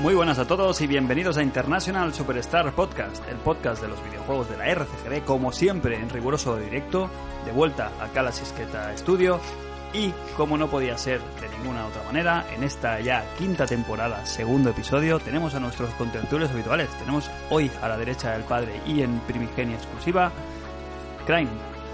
Muy buenas a todos y bienvenidos a International Superstar Podcast, el podcast de los videojuegos de la RCGD, como siempre en riguroso directo, de vuelta a Cala Sisqueta Studio y, como no podía ser de ninguna otra manera, en esta ya quinta temporada, segundo episodio, tenemos a nuestros contertulios habituales. Tenemos hoy a la derecha del padre y en primigenia exclusiva, Crime,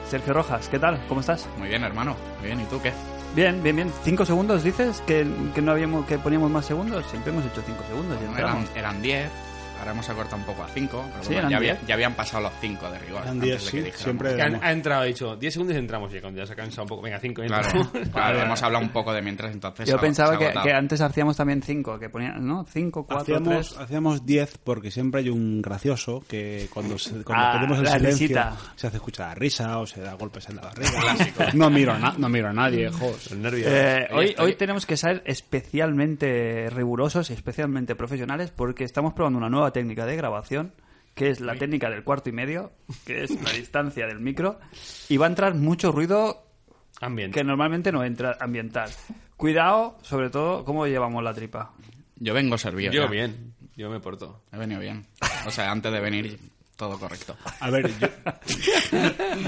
Sergio Rojas, ¿qué tal? ¿Cómo estás? Muy bien, hermano. Muy bien, ¿y tú qué? Bien, bien, bien. ¿Cinco segundos dices? ¿Que, que no habíamos, que poníamos más segundos? Siempre hemos hecho cinco segundos. y Eran entramos. eran 10, ahora hemos acortado un poco a 5, pero Sí, bueno, eran ya, había- 10. ya habían pasado los 5 de rigor. Eran antes 10, de sí, que dijéramos. siempre Que de ha, mo- ha entrado, ha dicho 10 segundos y entramos ya, cuando ya se ha cansado un poco. Venga, 5 Claro, entramos. claro, hemos hablado un poco de mientras entonces. se Yo ha- se pensaba ha que, agotado. que antes hacíamos también cinco, que ponían, ¿no? Cinco, cuatro, Hacíamos, tres. hacíamos 10 porque siempre hay un gracioso que cuando, se, cuando Ah, tenemos el la silencio risita. se hace escuchar la risa o se da golpes en la barriga. no, miro a na- no miro a nadie, joder. Los nervios. Eh, Ahí hoy, estoy. hoy tenemos que ser especialmente rigurosos y especialmente profesionales porque estamos probando una nueva técnica de grabación que es la técnica del cuarto y medio, que es la distancia del micro, y va a entrar mucho ruido Ambiente. que normalmente no entra ambiental. Cuidado, sobre todo, cómo llevamos la tripa. Yo vengo servido. Yo ya. bien, yo me porto. He venido bien. O sea, antes de venir, todo correcto. A ver, yo,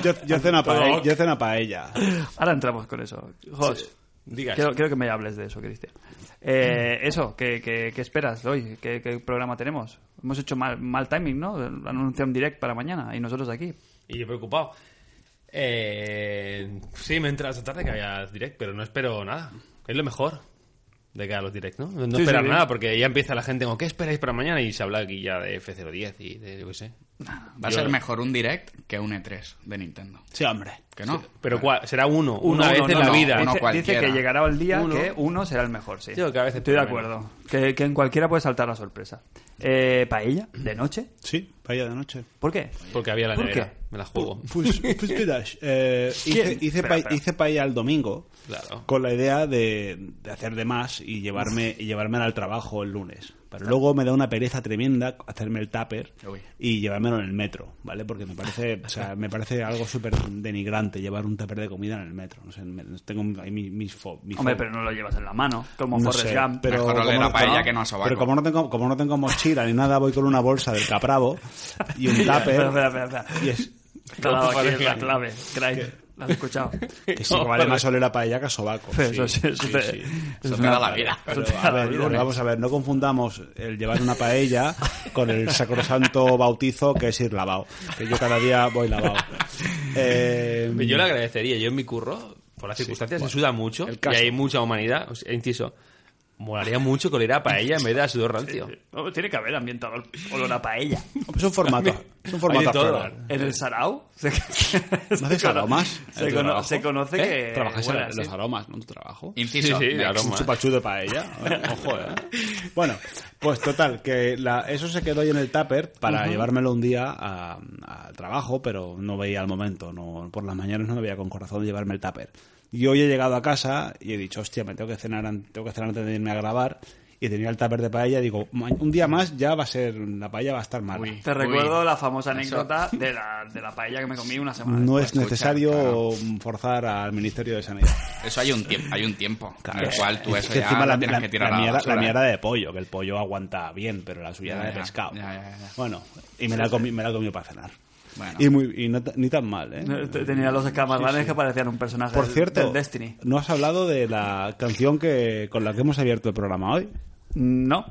yo, yo cena paella, yo cena paella. Ahora entramos con eso. Jos, Digas. quiero, quiero que me hables de eso, Cristian. Eh, eso, ¿qué, qué, qué esperas de hoy? ¿Qué, qué programa tenemos? Hemos hecho mal, mal timing, ¿no? Anuncia un direct para mañana y nosotros aquí. Y yo preocupado. Eh, sí, me he enterado esta tarde que había direct, pero no espero nada. Es lo mejor de que haga los direct, ¿no? No sí, esperar sí. nada, porque ya empieza la gente con ¿qué esperáis para mañana? Y se habla aquí ya de F010 y de yo qué sé. Va a Yo- ser mejor un direct que un E3 de Nintendo. Sí, hombre. ¿Que no? Pero ¿cuál? será uno, una vez en la no, vida. uno Dice, dice cualquiera. que llegará el día Uno. que uno será el mejor, sí. Yo que a veces Estoy de por lo acuerdo. Que, que en cualquiera puede saltar la sorpresa. Eh, ¿Paella? ¿De noche? Sí, paella de noche. ¿Por qué? Porque había la ¿Por nevera. qué? Me la juego. Pues, pues mira, eh, hice, ¿Quién? hice Espera, pa- espera. hice paella el domingo Claro. con la idea de, de hacer de más y llevarme, y llevarme al trabajo el lunes. Pero luego me da una pereza tremenda hacerme el tupper Uy. y llevármelo en el metro, ¿vale? Porque me parece, o sea, me parece algo súper denigrante llevar un tupper de comida en el metro. No sé, me- tengo ahí mi- mis fo- mi Hombre, fo- pero no lo llevas en la mano, como no Forrest sé, Gump. pero Mejor oler como a no- paella como- que no a sobaco. Pero como no tengo, como no tengo mochila ni nada, voy con una bolsa del capravo y un Espera, tupper espera, espera, espera. y es... Te ha dado aquí Forrest la Gump. clave, Craig. ¿La has escuchado? Que sí, que vale más oler a paella que a sobaco. Pero eso sí, eso te- Eso te da la vida. eso Pero, te da a la ver, vida, ¿no? vamos a ver, no confundamos el llevar una paella con el sacrosanto bautizo que es ir lavado. Que yo cada día voy lavado. Eh, Yo le agradecería. Yo en mi curro, por las circunstancias, se suda mucho El y caso. hay mucha humanidad. O sea, inciso, molaría mucho que oliera para ella en vez de a sudor rancio. No, tiene que haber ambientado el olor a paella. es un formato. Es un Hay formato de a todo. probar. ¿En el Sarao? Se, ¿No haces aromas? Se, en tu cono- trabajo? se conoce ¿Eh? que... ¿Trabajas en huele los así. aromas, no en tu trabajo? Inciso. Sí, sí, next. aroma. Un chupachú de paella. Ojo, eh. Bueno, pues total, que la- eso se quedó ahí en el tupper para llevármelo un día a- al trabajo, pero no veía al momento. No, por las mañanas no me veía con corazón de llevarme el tupper. Y hoy he llegado a casa y he dicho, hostia, me tengo que cenar, an- tengo que cenar antes de irme a grabar. Y tenía el tupper de paella y digo, "Ma- un día más ya va a ser, la paella va a estar mal. Uy. Te recuerdo la famosa eso. anécdota de la, de la paella que me comí una semana No después. pues, es escucha, necesario claro. forzar al Ministerio de Sanidad. Eso hay un tiempo, hay un tiempo. en Claro. el cual tú Es eso que ya encima la, la, tienes la- que tirar la a la mierda, basura. la mierda de pollo, que el pollo aguanta bien, pero la suya Ya, era de ya, pescado. ya, ya, ya. Bueno, y me la comí, me la comí para cenar. Bueno. Y, muy, y no ta- ni tan mal, ¿eh? Te- Tenía los escamarlanes que parecían un personaje Por del- cierto, del Destiny. ¿no has hablado de la canción que con la que hemos abierto el programa hoy? No.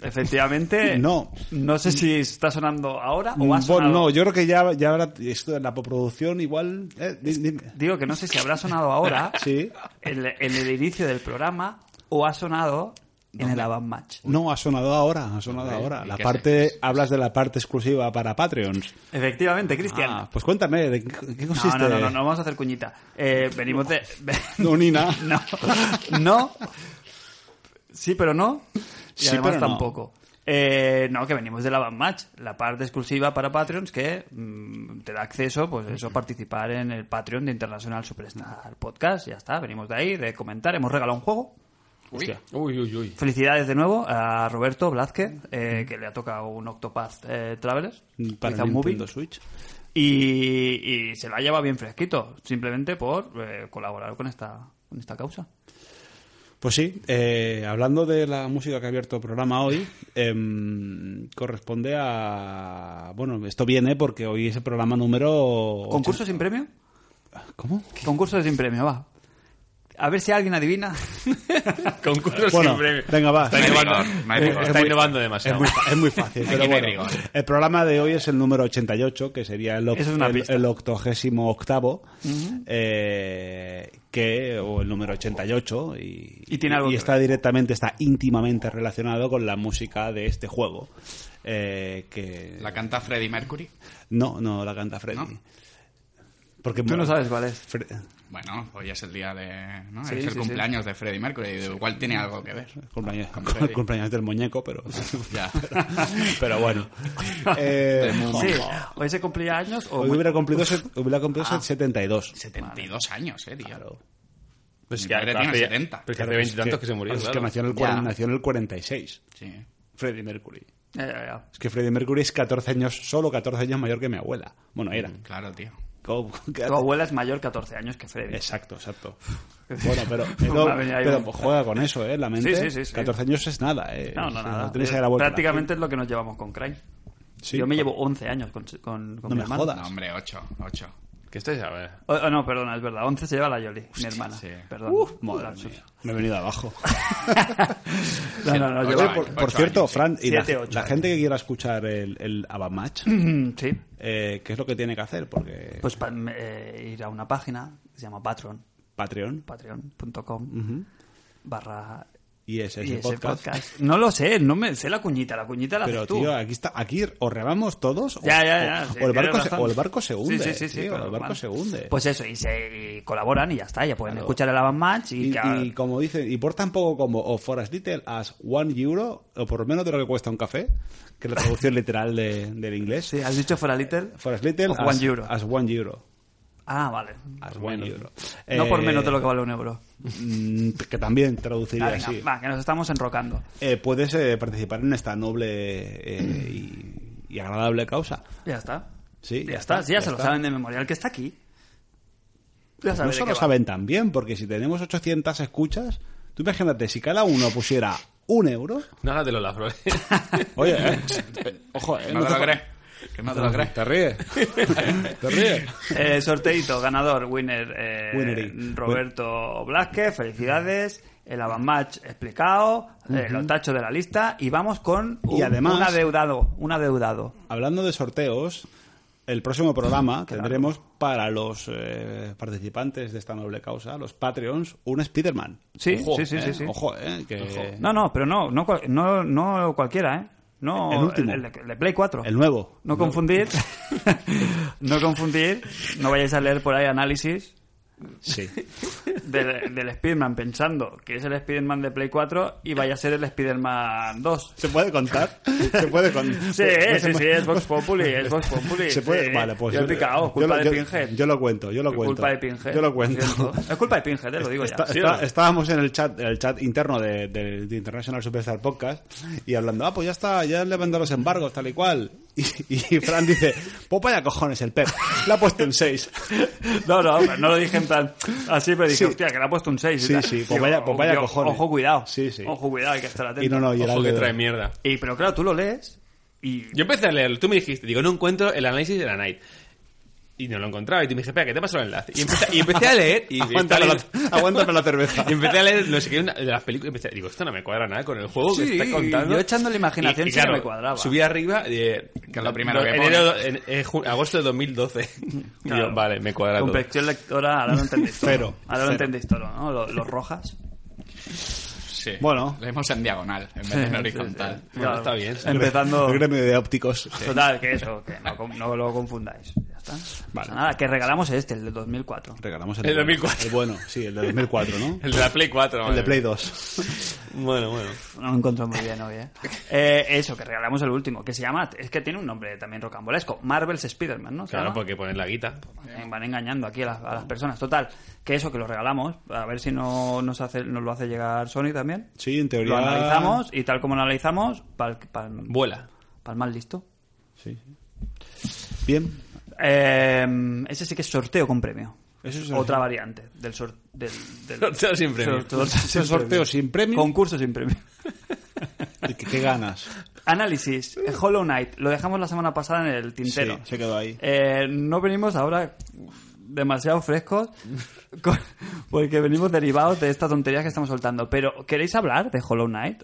Efectivamente. No. No sé si está sonando ahora o ha sonado. Bueno, no, yo creo que ya, ya habrá esto de la postproducción igual... eh, di- dime. Digo que no sé si habrá sonado ahora. Sí. En, en el inicio del programa o ha sonado en el Avant Match. No, ha sonado ahora, ha sonado ahora. ¿y La qué parte, hablas de la parte exclusiva para Patreons. Efectivamente, Cristian. Ah, pues cuéntame, ¿de qué, qué no, consiste? no, no, no, no vamos a hacer cuñita. Eh, venimos de. No, Nina. No. No. Sí, pero no. Y Sí, además pero no. tampoco. Eh, no, que venimos de la Band Match, la parte exclusiva para Patreons que mm, te da acceso, pues eso, a participar en el Patreon de International Superstar Podcast. Ya está, venimos de ahí, de comentar. Hemos regalado un juego. Uy, Uy, uy, uy. Felicidades de nuevo a Roberto Blázquez, eh, que le ha tocado un Octopath eh, Travelers. Para Wizard Nintendo Movie. Switch. Y, y se la lleva bien fresquito, simplemente por eh, colaborar con esta, con esta causa. Pues sí, eh, hablando de la música que ha abierto el programa hoy, em, corresponde a... Bueno, esto viene porque hoy es el programa número... ¿Concurso sin premio? ocho- ¿Cómo? Concurso sin premio, va. A ver si alguien adivina. Concurso Bueno, sin premio. venga, va. Está No hay innovando, rigor, no hay rigor. Eh, está Es muy- innovando Es demasiado. muy, fa- es muy fácil, Aquí pero no hay bueno, rigor. el programa de hoy es el número 88, que sería el, oct- Eso es una el- pista. el octogésimo octavo, eh, que, o el número 88, y, Y tiene algo que está directamente, está íntimamente relacionado con la música de este juego. eh, que La canta Freddie Mercury. No, no la canta Freddy. ¿No? Porque Tú no sabes cuál es. Fre- Bueno, hoy es el día de. ¿no? Sí, es el sí, sí. cumpleaños de Freddie Mercury. Igual tiene algo que ver. Cumpleaños, Con Freddy. cumpleaños del muñeco, pero, Ya. pero bueno. Eh, Sí, hoy se cumplía años o hoy hubiera cumplido, set- hubiera cumplido Ah. set- 72. 72 años, eh, tío. Pues Mi que padre hace- tiene hace- 70. Pero que hace veintitantos que se murió, Es que claro. nació en, el Ya. cuaren- nació en el 46, Sí. Freddie Mercury. Ya, ya, ya. Es que Freddie Mercury es 14 años, solo 14 años mayor que mi abuela. Bueno, era. Claro, tío. ¿Cómo- qué Tu hace? Mm. abuela es mayor 14 años que Freddy. Exacto, exacto. Bueno, pero, pero, Madre mía, hay pero un- pues juega con eso, ¿eh? La mente. Sí, sí, sí, sí. 14 años es nada, ¿eh? No, no, nada. Tenéis ahí la vuelta. Prácticamente es lo que nos llevamos con Crane. Sí. Yo me llevo 11 años con, con, con No mi me hermano. jodas. No, hombre, 8. 8. Que estáis a ver. Oh, oh, no, perdona, es verdad. 11 se lleva la Yoli, mi hermana. sí. Perdón. Uh, Madre Lapsus. mía, me he venido abajo. No, no, no. Ocho llevo- años. por, por ocho cierto, años, sí. Fran, y la, Siete, ocho la años. gente que quiera escuchar el, el Abamatch, Mm, Sí. eh, ¿qué es lo que tiene que hacer? Porque Pues pa- me- eh, ir a una página que se llama Patreon. Patreon Patreon.com barra y es IS el podcast. podcast. No lo sé, no me sé la cuñita. La cuñita la Pero haces tú. tío, aquí está, aquí o remamos todos, o- Ya, ya, ya. o, sí, o el barco tienes se, razón. o el barco se hunde, Sí, sí, sí. sí, tío, pero el barco bueno. se hunde. Pues eso, y se y colaboran y ya está. Ya pueden Claro. escuchar el Avant Match y, y, ya- y como dicen, y por tan poco como o for as little as one euro, o por menos de lo que cuesta un café, que es la traducción literal de- del inglés, Sí, ¿Has dicho For a Little? for as little O as one euro. as one euro. Ah, vale. As one euro. No Eh, por menos de lo que vale un euro. mm, Que también traduciría Ah, venga, así. va, que nos estamos enrocando. Eh, puedes eh, participar en esta noble eh, y, y agradable causa. Ya está. Sí, ya, ya está. está, Sí, ya, ya se lo está. saben de memoria. El que está aquí. Ya sabe de No se qué lo va. saben tan bien, porque si tenemos 800 escuchas, tú imagínate, si cada uno pusiera un euro... Nágatelo las flores. Oye, eh, ojo, eh, ¿Qué no te lo crees? ¿Qué no te lo crees? Te ríes. Te ríes. Eh, sorteito, ganador, winner, eh, Winnery. Roberto Blasque, felicidades. El Avanmatch explicado, eh, los tachos de la lista y vamos con un, Y además- un adeudado, un adeudado. Hablando de sorteos, el próximo programa tendremos para los eh, participantes de esta noble causa, los Patreons, un Spider-Man. Sí, Ojo, sí, sí, eh, sí, sí. Ojo, eh, que... No, no, pero no, no, cual- no, no cualquiera, ¿eh? No, El último. El, de- el de Play 4. El nuevo. No confundir. no confundir. No vayáis a leer por ahí análisis Sí. del, del Spider-Man pensando que es el Spider-Man de Play 4 y vaya a ser el Spider-Man 2. ¿Se puede contar? Se puede contar. Sí, sí, sí, es Vox Populi, es Vox Populi. pues, Se puede, sí. vale, pues Yo he picado, culpa lo- de Pinhead. Yo lo cuento, yo lo cuento. Culpa de Pinhead. Yo lo siento. cuento. Es culpa de Pinhead, eh, lo digo Está- ya. está- estábamos en el chat, el chat interno de, de- de International Superstar Podcast y hablando, ah, pues ya está, ya le mandado los embargos, tal y cual. Y, y Fran dice, pues vaya cojones el Pep, le ha puesto un 6. No, no, pero no lo dije en plan así, pero dije, Sí. hostia, que le ha puesto un 6. Sí, sí, pues vaya- pues vaya cojones. Ojo, cuidado. Sí, sí. Ojo, cuidado, hay que estar atento. Y no, no, y era Ojo que el de- trae mierda. Y, pero claro, tú lo lees y... Yo empecé a leerlo, tú me dijiste, digo, no encuentro el análisis de la Night. Y no lo encontraba, y tú me dijiste, espera, que te paso el enlace. Y empecé, y empecé a leer, y, aguántame, estaba la, leyendo- aguántame la cerveza. y empecé a leer, no sé qué, una- de las películas, empecé- digo, esto no oh, me cuadra nada con el juego Sí, que está contando. yo echando la imaginación sí que me cuadraba. Subí arriba, eh, Que es lo primero no, que enero- en- eh, ju- agosto de 2012. Claro. Digo, vale, me cuadra todo. Comprensión lectora, ahora lo entendéis todo. Cero, Ahora lo cero. entendéis todo, ¿no? Los, los rojas. Sí. Bueno. Leemos en diagonal, en vez de en horizontal. Sí, sí, sí. Bueno, está bien, sí. Empezando... El gremio de ópticos. Total, que eso, que no, com- no lo confundáis. Ya está. No Vale. pasa Nada, que regalamos este, el de 2004. Regalamos el, El bueno. 2004. El bueno, sí, el de 2004, ¿no? El de la Play 4. El de madre. Play 2. Bueno, bueno. No lo encontró muy bien hoy, ¿eh? Eh, Eso, que regalamos el último, que se llama... Es que tiene un nombre también rocambolesco. Marvel's Spider-Man, ¿no? Se Claro, llama. porque ponen la guita. Eh, Van engañando aquí a las, a las personas. Total, que eso, que lo regalamos. A ver si no nos, hace, nos lo hace llegar Sony también. Sí, en teoría. Lo analizamos y tal como lo analizamos, para el Vuela. mal listo. Sí. Bien. Em, Eh, ese sí que es sorteo con premio. Eso es otra variante del, sor- del, del- Sorteo sin premio. Sorteo sin Sorteo premio. sin premio. Concurso sin premio. ¿Y ¿Qué, qué ganas? Análisis. Hollow Knight. Lo dejamos la semana pasada en el tintero. Sí, se quedó ahí. Eh, no venimos ahora demasiado frescos con- porque venimos derivados de esta tontería que estamos soltando. Pero, ¿queréis hablar de Hollow Knight?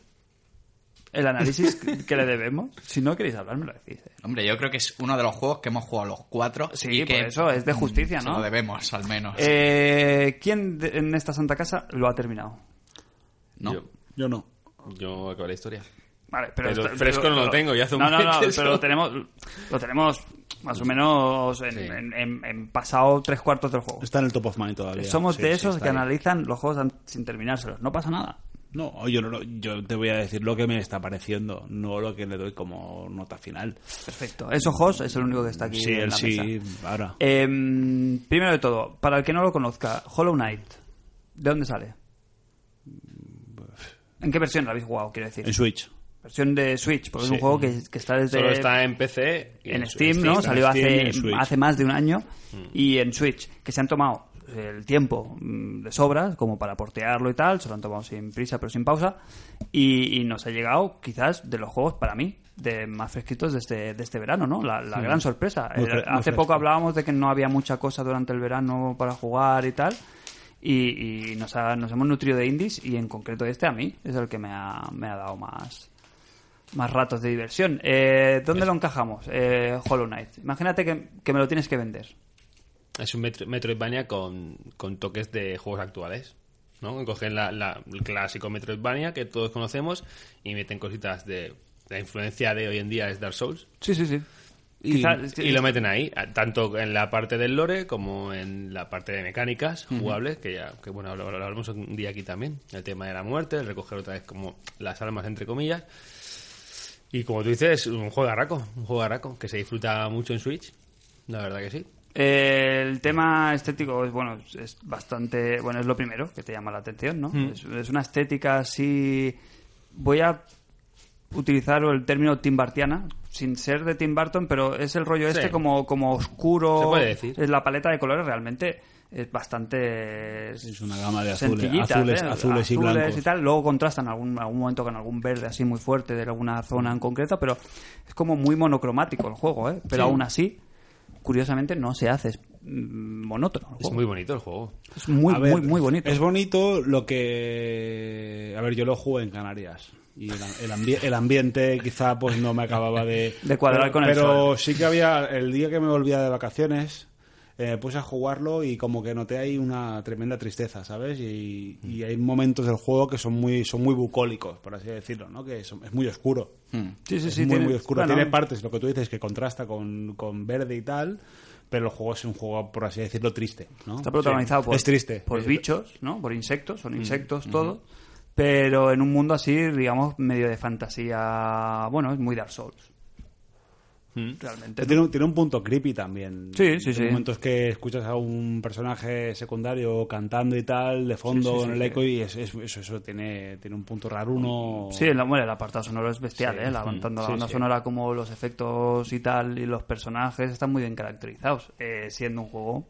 El análisis que le debemos. Si no queréis hablar, me lo decís. ¿eh? Hombre, yo creo que es uno de los juegos que hemos jugado los cuatro. Sí, y por que eso es de justicia, se lo ¿no? debemos, al menos. Eh, ¿Quién de- en esta santa casa lo ha terminado? no. Yo, Yo no. yo acabé la historia. Vale, pero, Pero está- fresco no lo tengo, ya hace un No, no, mes no, que eso. pero lo tenemos, lo tenemos más o menos en, Sí. en- en- en pasado tres cuartos del juego. Está en el top of mind todavía. Somos Sí, de sí, esos está que ahí. analizan los juegos an- sin terminárselos. No pasa nada. No, yo, no lo- yo te voy a decir lo que me está pareciendo, no lo que le doy como nota final. Perfecto. Eso Jos es el único que está aquí. Sí, en él la sí, mesa. ahora. Em, primero de todo, para el que no lo conozca, Hollow Knight, ¿de dónde sale? ¿En qué versión lo habéis jugado, quiero decir? En Switch. Versión de Switch, porque es Sí. un juego que, que está desde... Solo está en PC. y en Steam, ¿no? en Salió Steam y en hace, Switch. Mm. hace más de un año. Y en Switch, que se han tomado eh, el tiempo mm, de sobra, como para portearlo y tal, se lo han tomado sin prisa pero sin pausa. Y, y nos ha llegado, quizás, de los juegos para mí, de más fresquitos de este, de este verano, ¿no? La, la gran sorpresa. Muy Eh, fre- muy hace fresco. poco hablábamos de que no había mucha cosa durante el verano para jugar y tal. Y, y nos, ha- nos hemos nutrido de indies y en concreto este a mí es el que me ha, me ha dado más, más ratos de diversión. Eh, ¿Dónde lo encajamos, eh, Hollow Knight? Imagínate que, que me lo tienes que vender. Es un metro, Metroidvania con, con toques de juegos actuales. ¿no? Que Cogen la, la- el clásico Metroidvania que todos conocemos y meten cositas de. La influencia de hoy en día es Dark Souls. Sí, sí, sí. Y, y lo meten ahí, a- tanto en la parte del lore como en la parte de mecánicas jugables, que ya, que bueno, lo, lo hablaremos un día aquí también. El tema de la muerte, el recoger otra vez como las almas, entre comillas. Y como tú dices, un juego de arraco, un juego de arraco, que se disfruta mucho en Switch. La verdad que sí. Eh, el tema estético es bueno, es- es bastante bueno, es lo primero que te llama la atención, ¿no? Mm. Es, es una estética así. Voy a utilizar el término Timbartiana, sin ser de Tim Burton, pero es el rollo Sí. este como, como oscuro. Se puede decir. Es la paleta de colores realmente es bastante Es una gama de azules, sencillitas, azules, ¿eh? azules y blancos. y tal. Luego contrastan algún algún momento con algún verde así muy fuerte de alguna zona en concreta, pero es como muy monocromático el juego, ¿eh? Pero aún así, curiosamente, no se hace es, mm, monótono. el Es juego. muy bonito el juego. Es muy, A ver, muy, muy bonito. Es bonito lo que... A ver, yo lo jugué en Canarias. Y el, el ambi- el ambiente quizá pues no me acababa de... De cuadrar pero, con el Pero sol. sí que había... El día que me volvía de vacaciones... eh, me puse a jugarlo y como que noté ahí una tremenda tristeza, ¿sabes? Y, y hay momentos del juego que son muy son muy bucólicos, por así decirlo, ¿no? Que son- es muy oscuro. Sí, sí, es sí, muy, tiene- muy oscuro. bueno, Tiene partes, lo que tú dices, que contrasta con, con verde y tal, pero el juego es un juego, por así decirlo, triste. ¿no? Está protagonizado Sí. por, Es triste. Mm, por bichos, ¿no? Por insectos, son insectos todo. Pero en un mundo así, digamos, medio de fantasía. Bueno, es muy Dark Souls. Mm. Realmente. ¿no? Tiene, un- tiene un punto creepy también. Sí, sí, Hay sí. momentos que escuchas a un personaje secundario cantando y tal, de fondo, Sí, sí, en sí, el que- eco, y es- es- eso, eso tiene, tiene un punto raro uno. Sí, el, bueno, el apartado sonoro es bestial, ¿eh? La, tanto la Sí, banda sí. sonora como los efectos y tal, y los personajes están muy bien caracterizados, eh, siendo un juego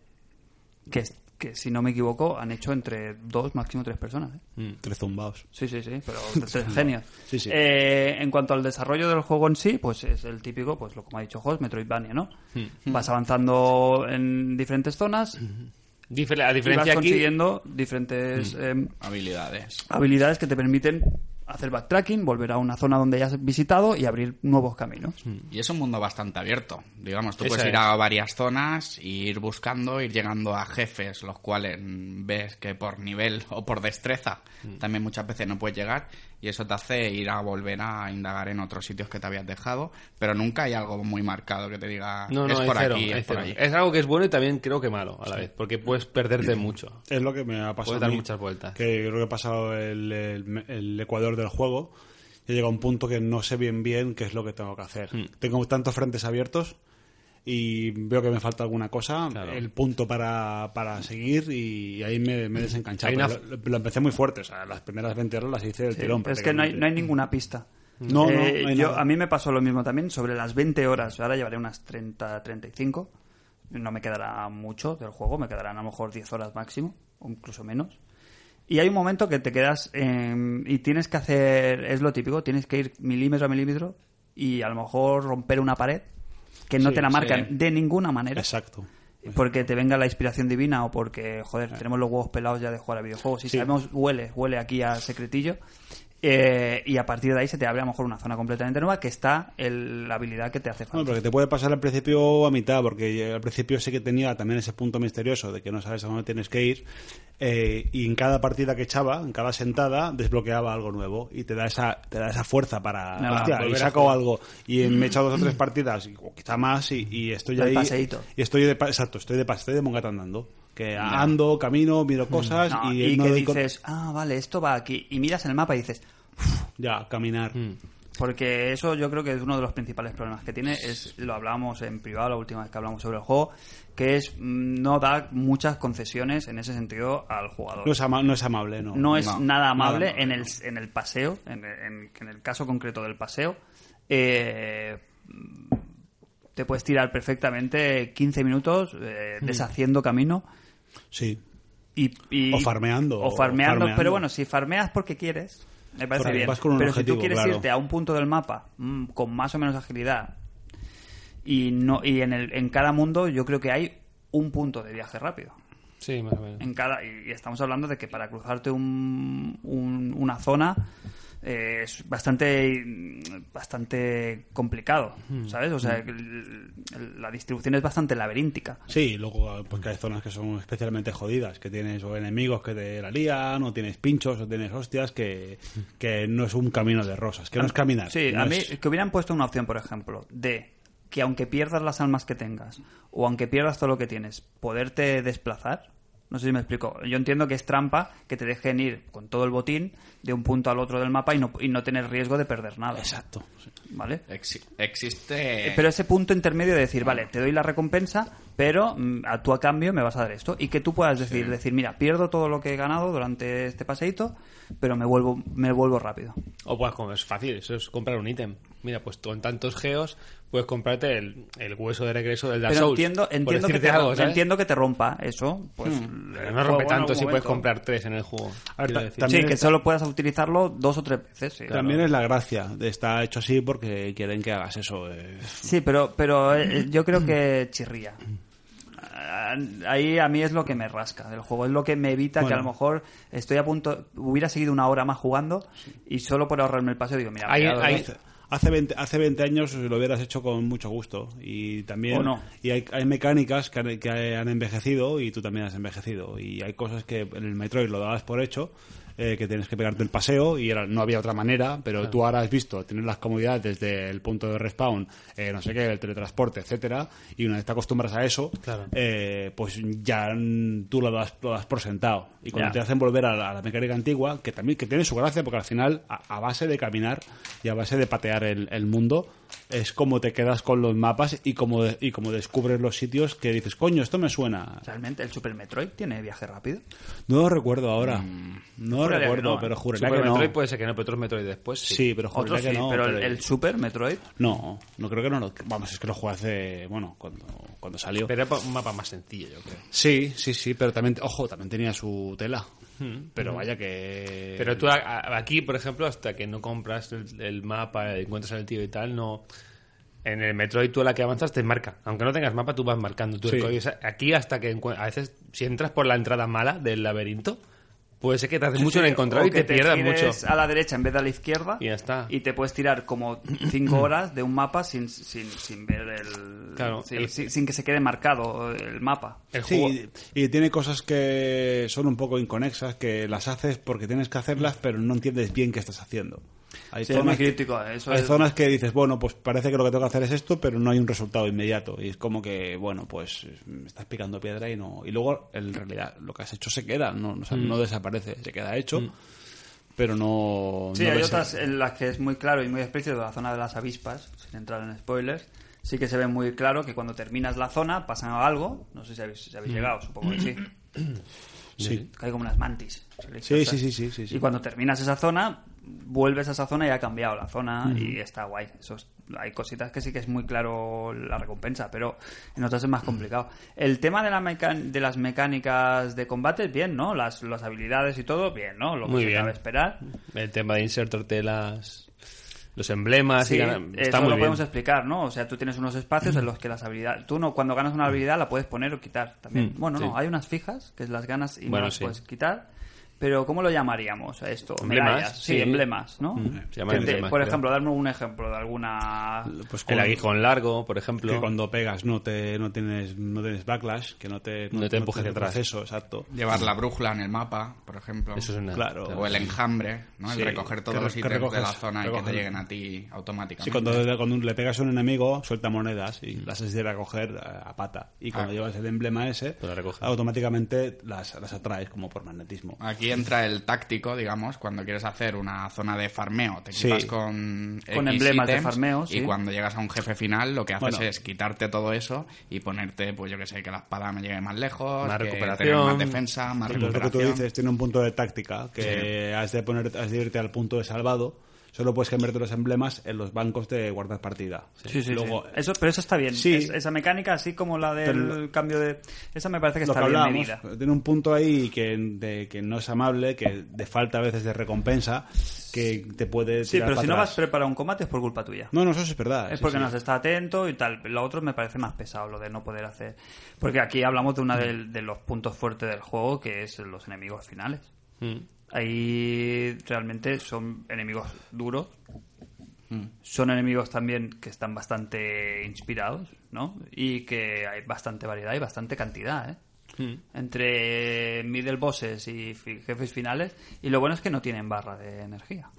que, es- que, si no me equivoco, han hecho entre dos, máximo tres personas. ¿eh? Tres zumbados. Sí, sí, sí, pero tres genios. Sí, sí. Eh, en cuanto al desarrollo del juego en sí, pues es el típico, pues lo como ha dicho Jos, Metroidvania, ¿no? Hmm. Hmm. Vas avanzando en diferentes zonas Difer- a y vas diferencia aquí, Hmm. consiguiendo diferentes... em, Habilidades. habilidades que te permiten hacer backtracking, volver a una zona donde ya has visitado y abrir nuevos caminos. Y es un mundo bastante abierto. Digamos, tú Esa puedes ir es. a varias zonas, y ir buscando, ir llegando a jefes, los cuales mm, ves que por nivel o por destreza también muchas veces no puedes llegar. Y eso te hace ir a volver a indagar en otros sitios que te habías dejado. Pero nunca hay algo muy marcado que te diga Ah, no, no, es hay por cero, aquí, hay es por cero. allí. Es algo que es bueno y también creo que malo a la vez, porque puedes perderte mucho. Es lo que me ha pasado. Puedes a dar mí, muchas vueltas. Que creo que he pasado el, el- el ecuador del juego y he llegado a un punto que no sé bien bien qué es lo que tengo que hacer. Hmm. Tengo tantos frentes abiertos y veo que me falta alguna cosa, Claro. el punto para, para seguir y ahí me, me he desenganchado. Hay una- Pero Lo, lo empecé muy fuerte, o sea, las primeras 20 horas las hice del tirón. es que no hay, prácticamente. no hay ninguna pista. Eh, No, no, no hay yo, nada. a mí me pasó lo mismo también sobre las 20 horas. Ahora llevaré unas 30, 35. No me quedará mucho del juego, me quedarán a lo mejor 10 horas máximo, o incluso menos. Y hay un momento que te quedas eh, y tienes que hacer, es lo típico, tienes que ir milímetro a milímetro y a lo mejor romper una pared que no Sí, te la marcan sí. de ninguna manera. Exacto. Porque te venga la inspiración divina o porque, joder, tenemos los huevos pelados ya de jugar a videojuegos. Y Sí. sabemos, huele, huele aquí a secretillo. Eh, y a partir de ahí se te abre a lo mejor una zona completamente nueva que está el- la habilidad que te hace Bueno, falta. porque te puede pasar al principio o a mitad, porque al principio sí que tenía también ese punto misterioso de que no sabes a dónde tienes que ir. eh, y en cada partida que echaba, en cada sentada, desbloqueaba algo nuevo y te da esa, te da esa fuerza para. Ah, hostia, volver y a saco algo. Y en- me he echado dos o tres partidas, y- o quizá más, y, y estoy El ahí. paseíto. Y estoy de, pa- exacto, estoy de paseo de mongata andando. Que ando, camino, miro cosas Mm. No, y, y no que doy con- dices, ah, vale, esto va aquí. Y miras el mapa y dices, Ya, caminar. mm. Porque eso yo creo que es uno de los principales problemas que tiene. Es, lo hablábamos en privado la última vez que hablamos sobre el juego, que es mm, no da muchas concesiones en ese sentido al jugador. No, es ama- no es amable, no. no es no, nada amable amable, en, el, en el paseo, en, en- en el caso concreto del paseo. eh, te puedes tirar perfectamente 15 minutos eh, Hmm. deshaciendo camino Sí. y, y- O farmeando, O o farmeando, farmeando. pero bueno, si farmeas porque quieres, me parece Porque bien. vas con un pero si objetivo, tú quieres claro. irte a un punto del mapa mm, con más o menos agilidad y no y en el en cada mundo yo creo que hay un punto de viaje rápido. Sí, más o menos. En cada y y estamos hablando de que para cruzarte un, un- una zona eh, es bastante bastante complicado, Hmm. ¿sabes? O sea, el- el- la distribución es bastante laberíntica. Sí, luego pues que hay zonas que son especialmente jodidas, que tienes o enemigos que te la lían, o tienes pinchos, o tienes hostias, que, que no es un camino de rosas, que no es caminar. Sí, no a mí es- que hubieran puesto una opción, por ejemplo, de que aunque pierdas las almas que tengas o aunque pierdas todo lo que tienes, poderte desplazar. No sé si me explico. Yo entiendo que es trampa que te dejen ir con todo el botín de un punto al otro del mapa y no, y no tener riesgo de perder nada. Exacto. sí. ¿Vale? Exi- existe. Eh, Pero ese punto intermedio de decir, vale, te doy la recompensa, pero mm, a tú a cambio me vas a dar esto. Y que tú puedas decir, decir, mira, pierdo todo lo que he ganado durante este paseíto, pero me vuelvo, me vuelvo rápido. O pues como es fácil, eso es comprar un ítem. Mira, pues con tantos geos puedes comprarte el, el hueso de regreso del Dark Pero Souls. entiendo, por entiendo, que decirte te, algo, rom- ¿sabes? Hmm. entiendo que te rompa eso. Pues, Pero el no juego rompe en tanto algún si puedes momento. comprar tres en el juego. A ver, quiero ta- decir. también- Sí, que solo puedas utilizarlo dos o tres veces. sí. También es la gracia, de- está hecho así porque quieren que hagas eso. eh. Sí, pero, pero eh, yo creo que chirría. Ah, Ahí a mí es lo que me rasca del juego, es lo que me evita que Bueno. a lo mejor estoy a punto, hubiera seguido una hora más jugando y solo por ahorrarme el paso digo, mira, Ahí- me ha dado ahí- esto. Hace- Hace 20, hace 20 años lo hubieras hecho con mucho gusto y también O no. y hay, hay mecánicas que han, que han envejecido y tú también has envejecido y hay cosas que en el Metroid lo dabas por hecho eh, que tienes que pegarte el paseo y era- no había otra manera pero tú ahora has visto tienes las comodidades desde el punto de respawn eh, no sé qué el teletransporte etcétera y una vez te acostumbras a eso Claro. eh, pues ya mm, tú lo das, lo das por sentado y cuando Ya. te hacen volver a la, a la mecánica antigua, que también que tiene su gracia, porque al final, a, a base de caminar y a base de patear el, el mundo, es como te quedas con los mapas y como, de- y como descubres los sitios que dices, coño, esto me suena. Realmente el Super Metroid tiene viaje rápido. No lo recuerdo ahora. No lo Mm. Juraría ¿eh? que recuerdo, no, pero juraría Super que no. Metroid puede ser que no, pero otros Metroid después sí. Sí, pero juraría Otro sí, que no. pero el, pero- el Super Metroid No, no creo que no lo... Vamos, es que lo jugué hace... Bueno, cuando, cuando salió. Pero era un mapa más sencillo, yo creo. Sí, sí, sí, pero también... Ojo, también tenía su tela. Mm. Pero vaya Eh, que... Pero tú a- a- aquí, por ejemplo, hasta que no compras el, el mapa, encuentras al tío y tal, no. En el Metroid tú a la que avanzas te marca. Aunque no tengas mapa, tú vas marcando tu Sí. recorrido. O sea, Aquí hasta que encuent- a veces si entras por la entrada mala del laberinto, puede ser que tardes mucho en encontrar O y que te, pierdas mucho. gires a la derecha en vez de a la izquierda. Y ya está. Y te puedes tirar como cinco horas de un mapa sin, sin, sin ver el. Claro, sin, el- sin- sin que se quede marcado el mapa. El Sí, juego y tiene cosas que son un poco inconexas, que las haces porque tienes que hacerlas, pero no entiendes bien qué estás haciendo. Hay, Sí, es muy crítico. Eso hay es- zonas que dices, bueno, pues parece que lo que tengo que hacer es esto, pero no hay un resultado inmediato. Y es como que, bueno, pues me estás picando piedra y no. Y luego, en realidad, lo que has hecho se queda, no, o sea, no desaparece, se queda hecho, pero no. Sí, no hay ves- otras en las que es muy claro y muy explícito la zona de las avispas, sin entrar en spoilers. Sí que se ve muy Mm. claro que cuando terminas la zona pasan algo. No sé si habéis, si habéis llegado, supongo que sí. Sí. Cae como unas mantis. ¿sabéis? Sí, Cosas. sí, sí, sí, sí, sí. Y cuando terminas esa zona, vuelves a esa zona y ha cambiado la zona y está guay. Eso es- hay cositas que sí que es muy claro la recompensa, pero en otras es más complicado. El tema de, la mecan- de las mecánicas de combate, bien, ¿no? Las, las habilidades y todo, bien, ¿no? Lo que Muy se bien. cabe esperar. El tema de insertarte las, los emblemas Sí, y ganar- está eso lo muy bien. Mm. podemos explicar, ¿no? O sea, tú tienes unos espacios en los que las habilidades... Tú no, cuando ganas una habilidad la puedes poner o quitar también. Mm, bueno, sí. no, hay unas fijas que las ganas y Bueno, no las sí. puedes quitar. Pero ¿cómo lo llamaríamos a esto? Emblemas, Medallas. Sí, sí. Mm, emblemas, ¿no? se llaman Que te- emblemas, por creo. ejemplo, darme un ejemplo de alguna... Pues El con- aguijón largo, por ejemplo. Que cuando pegas no te no tienes no tienes backlash, que no te No te empujes hacia atrás. Eso, exacto. Llevar la brújula en el mapa, por ejemplo. Eso es una- Claro. O el enjambre, ¿no? El Sí, recoger todos que re- los que ítems de recoges- la zona y que recoges. te lleguen a ti automáticamente. Sí, cuando, cuando le pegas a un enemigo, suelta monedas y las has de recoger eh, a pata. Y cuando Ah. llevas el emblema ese, Pues la recoges. automáticamente las, las atraes como por magnetismo. Ah, Aquí entra el táctico, digamos, cuando quieres hacer una zona de farmeo. Te Sí. equipas con, Con X emblemas de ítems farmeo, Y sí. cuando llegas a un jefe final, lo que haces Bueno. es quitarte todo eso y ponerte, pues yo que sé, que la espada me llegue más lejos, Más que recuperación. tener más defensa, más Lo que tú recuperación. dices tiene un punto de táctica, que has, de poner, has de irte al punto de salvado. Solo puedes cambiarte los emblemas en los bancos de guardar partida. Sí, sí, Luego, sí. Eso, pero eso está bien. Sí. Es- esa mecánica, así como la del Pero- cambio de... Esa me parece que lo que está bien hablábamos, medida. tiene un punto ahí que, de, que no es amable, que de falta a veces de recompensa, que te puede Sí, tirar pero para si no atrás. vas preparado a un combate es por culpa tuya. No, no, eso sí es verdad. Es Ah, sí, porque sí. no se está atento y tal. Lo otro me parece más pesado, lo de no poder hacer. Porque aquí hablamos de uno de, los puntos fuertes del juego, que es los enemigos finales. Mm. Ahí realmente son enemigos duros. Mm. Son enemigos también que están bastante inspirados, ¿no? Y que hay bastante variedad y bastante cantidad, ¿eh? Mm. Entre middle bosses y fi- jefes finales. Y lo bueno es que no tienen barra de energía.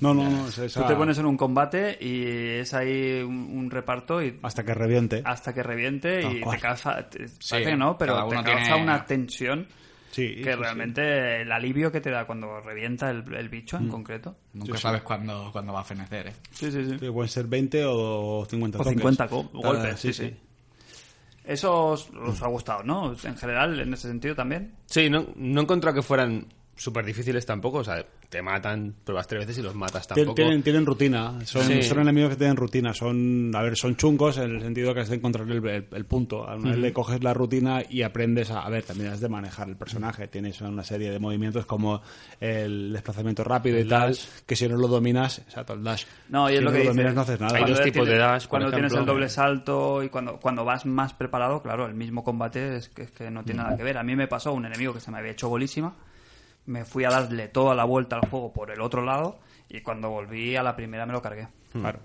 No, no, no. es Tú esa- te pones en un combate y es ahí un, un reparto y Hasta que reviente. hasta que reviente Tal y cual. te causa, te- parece que no, cada pero te uno causa tiene- una tensión Sí, sí, que sí. realmente el alivio que te da cuando revienta el, el bicho en concreto. Nunca sabes cuándo, cuándo va a fenecer, ¿eh? Sí, sí, sí. Sí, pueden ser 20 o 50 O toques. 50 go- Tal- golpes, sí, sí. Eso os, os ha gustado, ¿no? En general, en ese sentido también. Sí, no, no he encontrado que fueran súper difíciles tampoco. O sea, te matan, pruebas tres veces y los matas Tien- tampoco. Tienen, tienen rutina, son, Sí. son enemigos que tienen rutina, son a ver, son chungos en el sentido que has de encontrar el, el- el punto. A una vez le coges la rutina y aprendes a, a ver, también has de manejar el personaje, tienes una serie de movimientos como el desplazamiento rápido y tal, que si no lo dominas, exacto, el dash. No, y es si lo que lo dice. dominas no haces nada. Hay dos ya tipos de tienes- dash, por Cuando tienes el ejemplo. doble salto y cuando, cuando vas más preparado, claro, el mismo combate es que, es que no tiene nada que ver. A mí me pasó un enemigo que se me había hecho bolísima. Me fui a darle toda la vuelta al juego por el otro lado y cuando volví a la primera me lo cargué. Claro.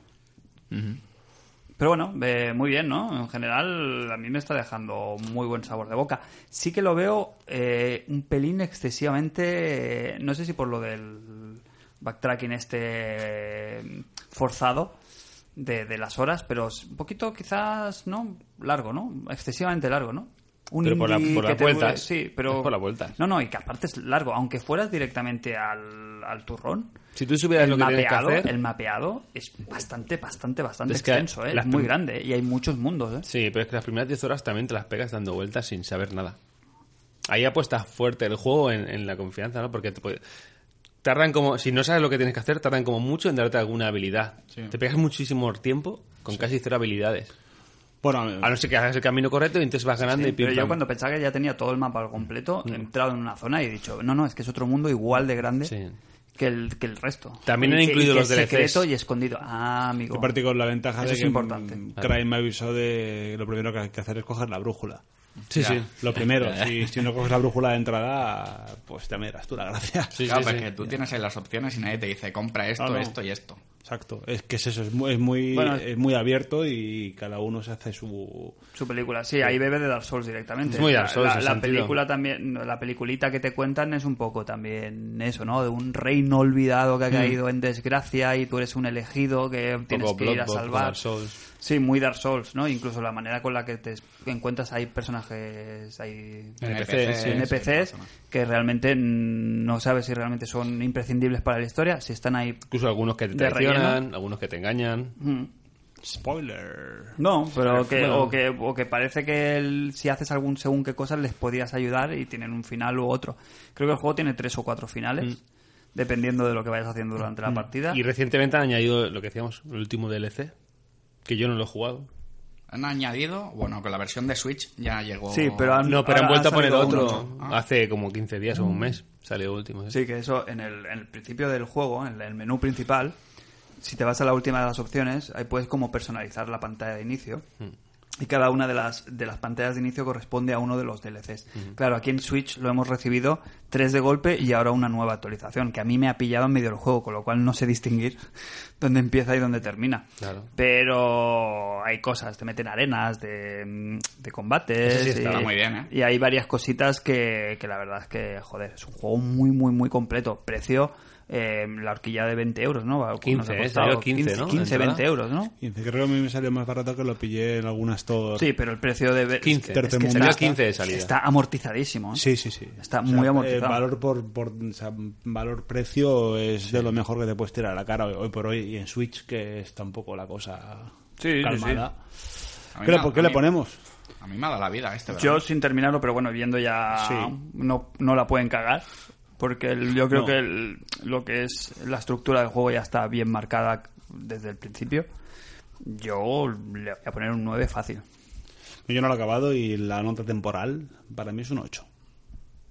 Pero bueno, eh, muy bien, ¿no? En general, a mí me está dejando muy buen sabor de boca. Sí que lo veo eh, un pelín excesivamente. eh, no sé si por lo del backtracking este eh, forzado de, de las horas, pero es un poquito quizás, ¿no? Largo, ¿no? Excesivamente largo, ¿no? Un Pero por la- indie por que las te dure- vueltas. Sí, pero. Es por las vueltas. No, no, y que aparte es largo. Aunque fueras directamente al, al turrón. Si tú supieras el lo que tienes que mapeado, hacer- El mapeado es bastante, bastante, bastante Es que extenso, ¿eh? las Es muy prim- grande y hay muchos mundos, ¿eh? Sí, pero es que las primeras 10 horas también te las pegas dando vueltas sin saber nada. Ahí apuesta fuerte el juego en, en la confianza, ¿no? Porque te puede- tardan como, si no sabes lo que tienes que hacer, tardan como mucho en darte alguna habilidad. Sí. Te pegas muchísimo tiempo con casi cero habilidades. Bueno, A no ser que hagas el camino correcto y entonces vas ganando y Mm. pim, Pero yo pam. cuando pensaba que ya tenía todo el mapa al completo, he entrado en una zona y he dicho, no, no, es que es otro mundo igual de grande Sí. que, el, que el resto. También Y han que- y incluido que los es DLCs. secreto y escondido. Ah, amigo. aparte con la ventaja Eso de es que importante. mm, Crane me avisó de que lo primero que hay que hacer es coger la brújula. Sí, sí. Lo primero, si, si no coges la brújula de entrada, pues te me das tú la gracia. Sí, claro, sí, pues sí. que tú tienes ahí las opciones y nadie te dice compra esto, Ah, No, no. esto y esto. Exacto, es que es eso, es muy, es muy, Bueno, es muy abierto y cada uno se hace su... Su película, sí, ahí bebe de Dark Souls directamente. Es muy Dark La- Souls, la, en la sentido. película también, la peliculita que te cuentan es un poco también eso, ¿no? De un reino olvidado Mm. que ha caído en desgracia y tú eres un elegido que tienes que ir a Bloodborne, salvar. Dark Souls. Sí, muy Dark Souls, ¿no? Incluso la manera con la que te encuentras hay personajes, hay NPC, sí, NPCs que realmente mm, no sabes si realmente son imprescindibles para la historia, si están ahí Incluso algunos que te De traicionan, relleno. algunos que te engañan. Mm. Spoiler. No, pero que, bueno. o, que, o que parece que el- si haces algún según qué cosas les podías ayudar y tienen un final u otro. Creo que el juego tiene tres o cuatro finales, dependiendo de lo que vayas haciendo durante la partida. Mm. Y recientemente han añadido lo que decíamos, el último DLC, que yo no lo he jugado. Han añadido, bueno, con la versión de Switch ya llegó. Sí, pero han- No, pero ahora han vuelto a poner salido otro. uno. Hace como 15 días o un mes salió el último. ¿eh? Mm. Sí, que eso en el, en el principio del juego, en el menú principal, si te vas a la última de las opciones, ahí puedes como personalizar la pantalla de inicio. Mm. Y cada una de las, de las pantallas de inicio corresponde a uno de los DLCs. Mm-hmm. Claro, aquí en Switch lo hemos recibido tres de golpe y ahora una nueva actualización, que a mí me ha pillado en medio del juego, con lo cual no sé distinguir dónde empieza y dónde termina. Claro. Pero hay cosas, te meten arenas de, mm, de combates. Eso sí está y- muy bien, ¿eh? y hay varias cositas que, que la verdad es que, joder, es un juego muy, muy, muy completo. Precio, eh, la horquilla de 20 euros, ¿no? Nos ha 15, ¿eh? costado Salió 15, ¿no? 15, ¿Entrada? 20 euros, ¿no? Y creo que a mí me salió más barato que lo pillé en algunas Pues todas. Sí, pero el precio de... 15. Tercermundista. será- Salió 15 de salida. Está amortizadísimo, ¿eh? Sí, sí, sí. Está muy amortizado. eh, valor por, por o sea, valor precio es de lo mejor que te puedes tirar a la cara hoy, hoy por hoy y en Switch que es tampoco la cosa Sí, sí, calmada. A mí Pero me- ¿por qué a le mí- ponemos? A mí me ha dado la vida este, ¿verdad? Yo sin terminarlo, pero bueno, viendo ya Sí. no, no la pueden cagar. Porque el- yo creo No. que el- lo que es la estructura del juego ya está bien marcada desde el principio. Yo le voy a poner un 9 fácil. Yo no lo he acabado y la nota temporal para mí es un 8.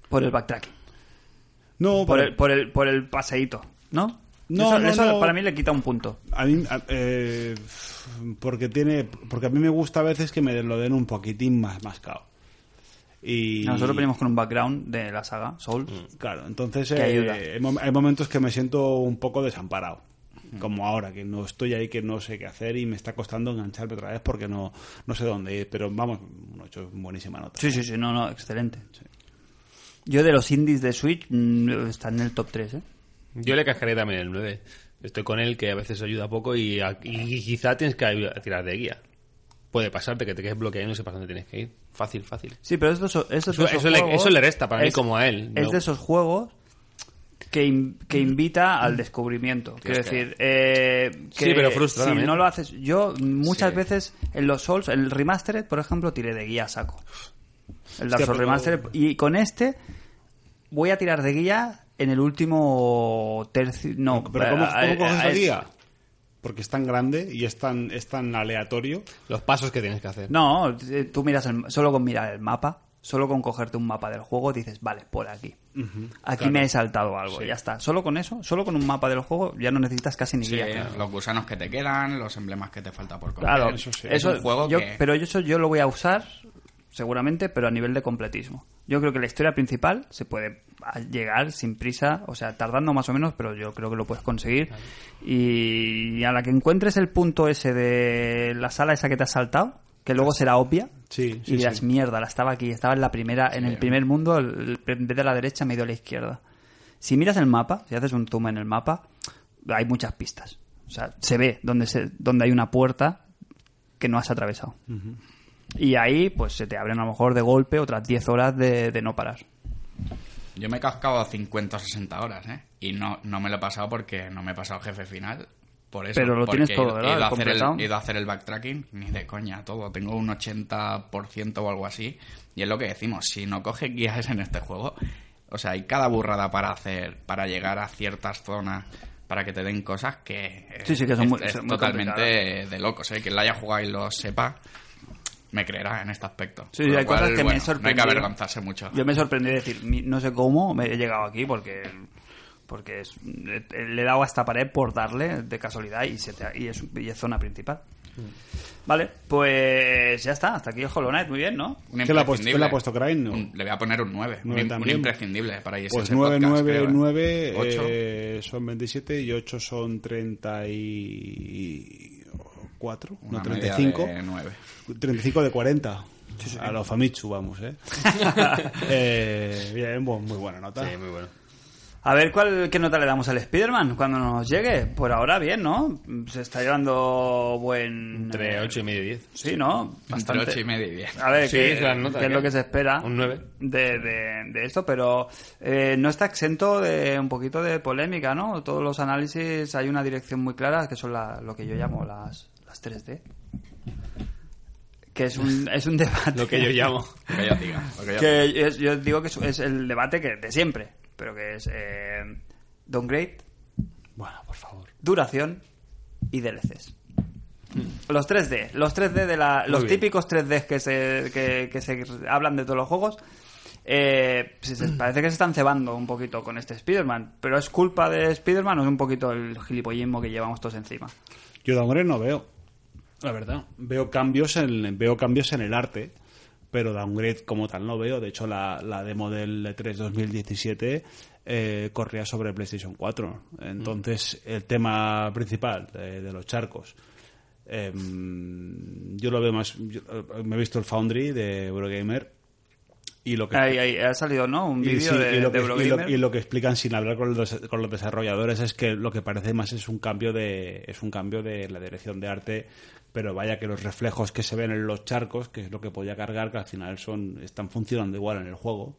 Por el backtracking. No, por pero- el, por el, por el paseíto, ¿no? No, eso, no, eso no. para mí le quita un punto. A mí, a- eh, porque tiene, porque a mí me gusta a veces que me lo den un poquitín más mascado. Y Ah, Mm. Nosotros venimos con un background de la saga Soul. Claro, entonces Que eh, ayuda. hay mom- hay momentos que me siento un poco desamparado. Como ahora, que no estoy ahí, que no sé qué hacer y me está costando engancharme otra vez porque no, no sé dónde ir. Pero vamos, un 8 es buenísima nota. Sí, sí, sí, no, no, excelente. Yo de los indies de Switch mm, está en el top 3, ¿eh? Yo le cascaré también el 9. Estoy con él, que a veces ayuda poco y, a- y quizá tienes que ayud- tirar de guía. Puede pasarte que te quedes bloqueado y no sepas dónde tienes que ir. Fácil, fácil. Sí, pero estos son- estos Eso- esos eso le- juegos- eso le resta para mí como a él, Es ¿no? de esos juegos que, in- que invita al descubrimiento. Quiero es que- decir, eh, que Sí, pero frustra si también. no lo haces... Yo muchas Sí. veces en los Souls, en el Remastered, por ejemplo, tiré de guía a saco. El Dark Hostia, Souls pero- Remastered. Y con este voy a tirar de guía en el último tercio... No, Pero ¿cómo, eh, cómo coges la eh, guía? Porque es tan grande y es tan, es tan aleatorio. Los pasos que tienes que hacer. No, eh, tú miras el- solo con mirar el mapa, solo con cogerte un mapa del juego, dices, vale, por aquí. aquí me he saltado algo, ya está. Solo con eso, solo con un mapa del juego, ya no necesitas casi ni Sí, guía. Claro, los gusanos que te quedan, los emblemas que te falta por comprar. Claro, eso sí. Es un juego yo- que... Pero yo eso yo lo voy a usar, seguramente, pero a nivel de completismo. Yo creo que la historia principal se puede a- llegar sin prisa, o sea, tardando más o menos, pero yo creo que lo puedes conseguir. Y a la que encuentres el punto ese de la sala esa que te has saltado, que luego será obvia, Sí, y dirás, mierda, la estaba aquí, estaba en la primera, en el primer mundo, el- en vez de a la derecha me he ido a la izquierda. Si miras el mapa, si haces un zoom en el mapa, hay muchas pistas. O sea, se ve donde, se, donde hay una puerta que no has atravesado. Y ahí, pues se te abren a lo mejor de golpe otras 10 horas de, de no parar. Yo me he cascado 50 o 60 horas, ¿eh? Y no, no me lo he pasado porque no me he pasado el jefe final. Por eso, Pero lo porque tienes todo, he- ¿verdad? He ido, a hacer Completado. el, he ido a hacer el backtracking, ni de coña, todo. Tengo un 80% o algo así. Y es lo que decimos, si no coges guías en este juego, o sea, hay cada burrada para hacer, para llegar a ciertas zonas, para que te den cosas que... eh, Sí, sí, que son es- muy- es son muy totalmente de locos, ¿eh? Quien la haya jugado y lo sepa, me creerá en este aspecto. Sí, Con lo hay cosas cual, que me bueno, No sorprendido. hay que avergonzarse mucho. Yo me sorprendí de decir, "Mi- no sé cómo me he llegado aquí porque porque es- le le he dado a esta pared por darle de casualidad y, se te ha- y, es, y es zona principal. Mm. Vale, pues ya está, hasta aquí el Hollow Knight, muy bien, ¿no? Un ¿Qué le ha puesto- imprescindible. qué le ha puesto Crane, no? Un- Le voy a poner un 9. Nueve un, también. imprescindible para ISS Pues Podcast, 9, 9, creo, ¿eh? 9 Ocho. son 27 y 8 son 34, no Una media 35. de nueve. 35 de 40. A los Famitsu, vamos, ¿eh? Eh, bien, bu- muy buena nota. Sí, muy bueno. A ver cuál qué nota le damos al Spider-Man cuando nos llegue. Por ahora bien, ¿no? Se está llevando buen... Entre eh, 8 y medio y 10. Sí, ¿no? Entre 8 y media y 10. A ver, Sí, que, es la nota que es que- lo que se espera un nueve. De, de- de esto, pero eh, no está exento de un poquito de polémica, ¿no? Todos los análisis hay una dirección muy clara, que son la- lo que yo llamo las, las las 3D. Que es un, es un debate. Lo que yo llamo. Lo que yo diga. lo que yo diga. que es- yo digo que es, es el debate que de siempre, pero que es eh, downgrade, Bueno, por favor. duración y DLCs. Mm. Los 3D, los 3D de la, los bien. típicos 3D que se, que, que se hablan de todos los juegos. eh, se- se- parece que se están cebando un poquito con este Spider-Man, pero es culpa de Spider-Man o es un poquito el gilipollismo que llevamos todos encima. Yo downgrade no veo. La verdad. Veo cambios en, veo cambios en el arte, pero downgrade como tal no veo. De hecho, la, la demo del E E3 2017 eh, corría sobre PlayStation 4. Entonces, el tema principal eh, de los charcos. em, yo lo veo más. yo, eh, me he visto el Foundry de Eurogamer y lo que. Ahí, ahí, ha salido, ¿no? Un Y, vídeo sí, de, y lo de que, y lo- Eurogamer. y lo que explican sin hablar con los, con los desarrolladores es que lo que parece más es un cambio de es un cambio de la dirección de arte pero vaya que los reflejos que se ven en los charcos que es lo que podía cargar que al final son están funcionando igual en el juego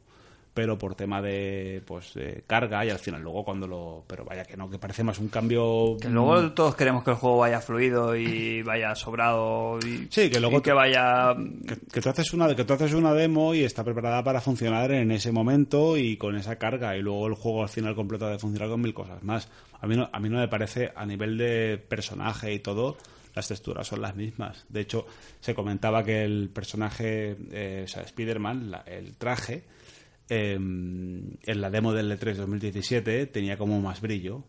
pero por tema de pues de carga y al final luego cuando lo pero vaya que no que parece más un cambio Que Mm. luego todos queremos que el juego vaya fluido y vaya sobrado y Sí, que luego y que te- vaya que, que tú haces una que tú haces una demo y está preparada para funcionar en ese momento y con esa carga y luego el juego al final completa de funcionar con mil cosas más a mí no a mí no me parece a nivel de personaje y todo las texturas son las mismas de hecho se comentaba que el personaje eh, o sea Spider-Man la- el traje eh, en la demo del E E3 2017 tenía como más brillo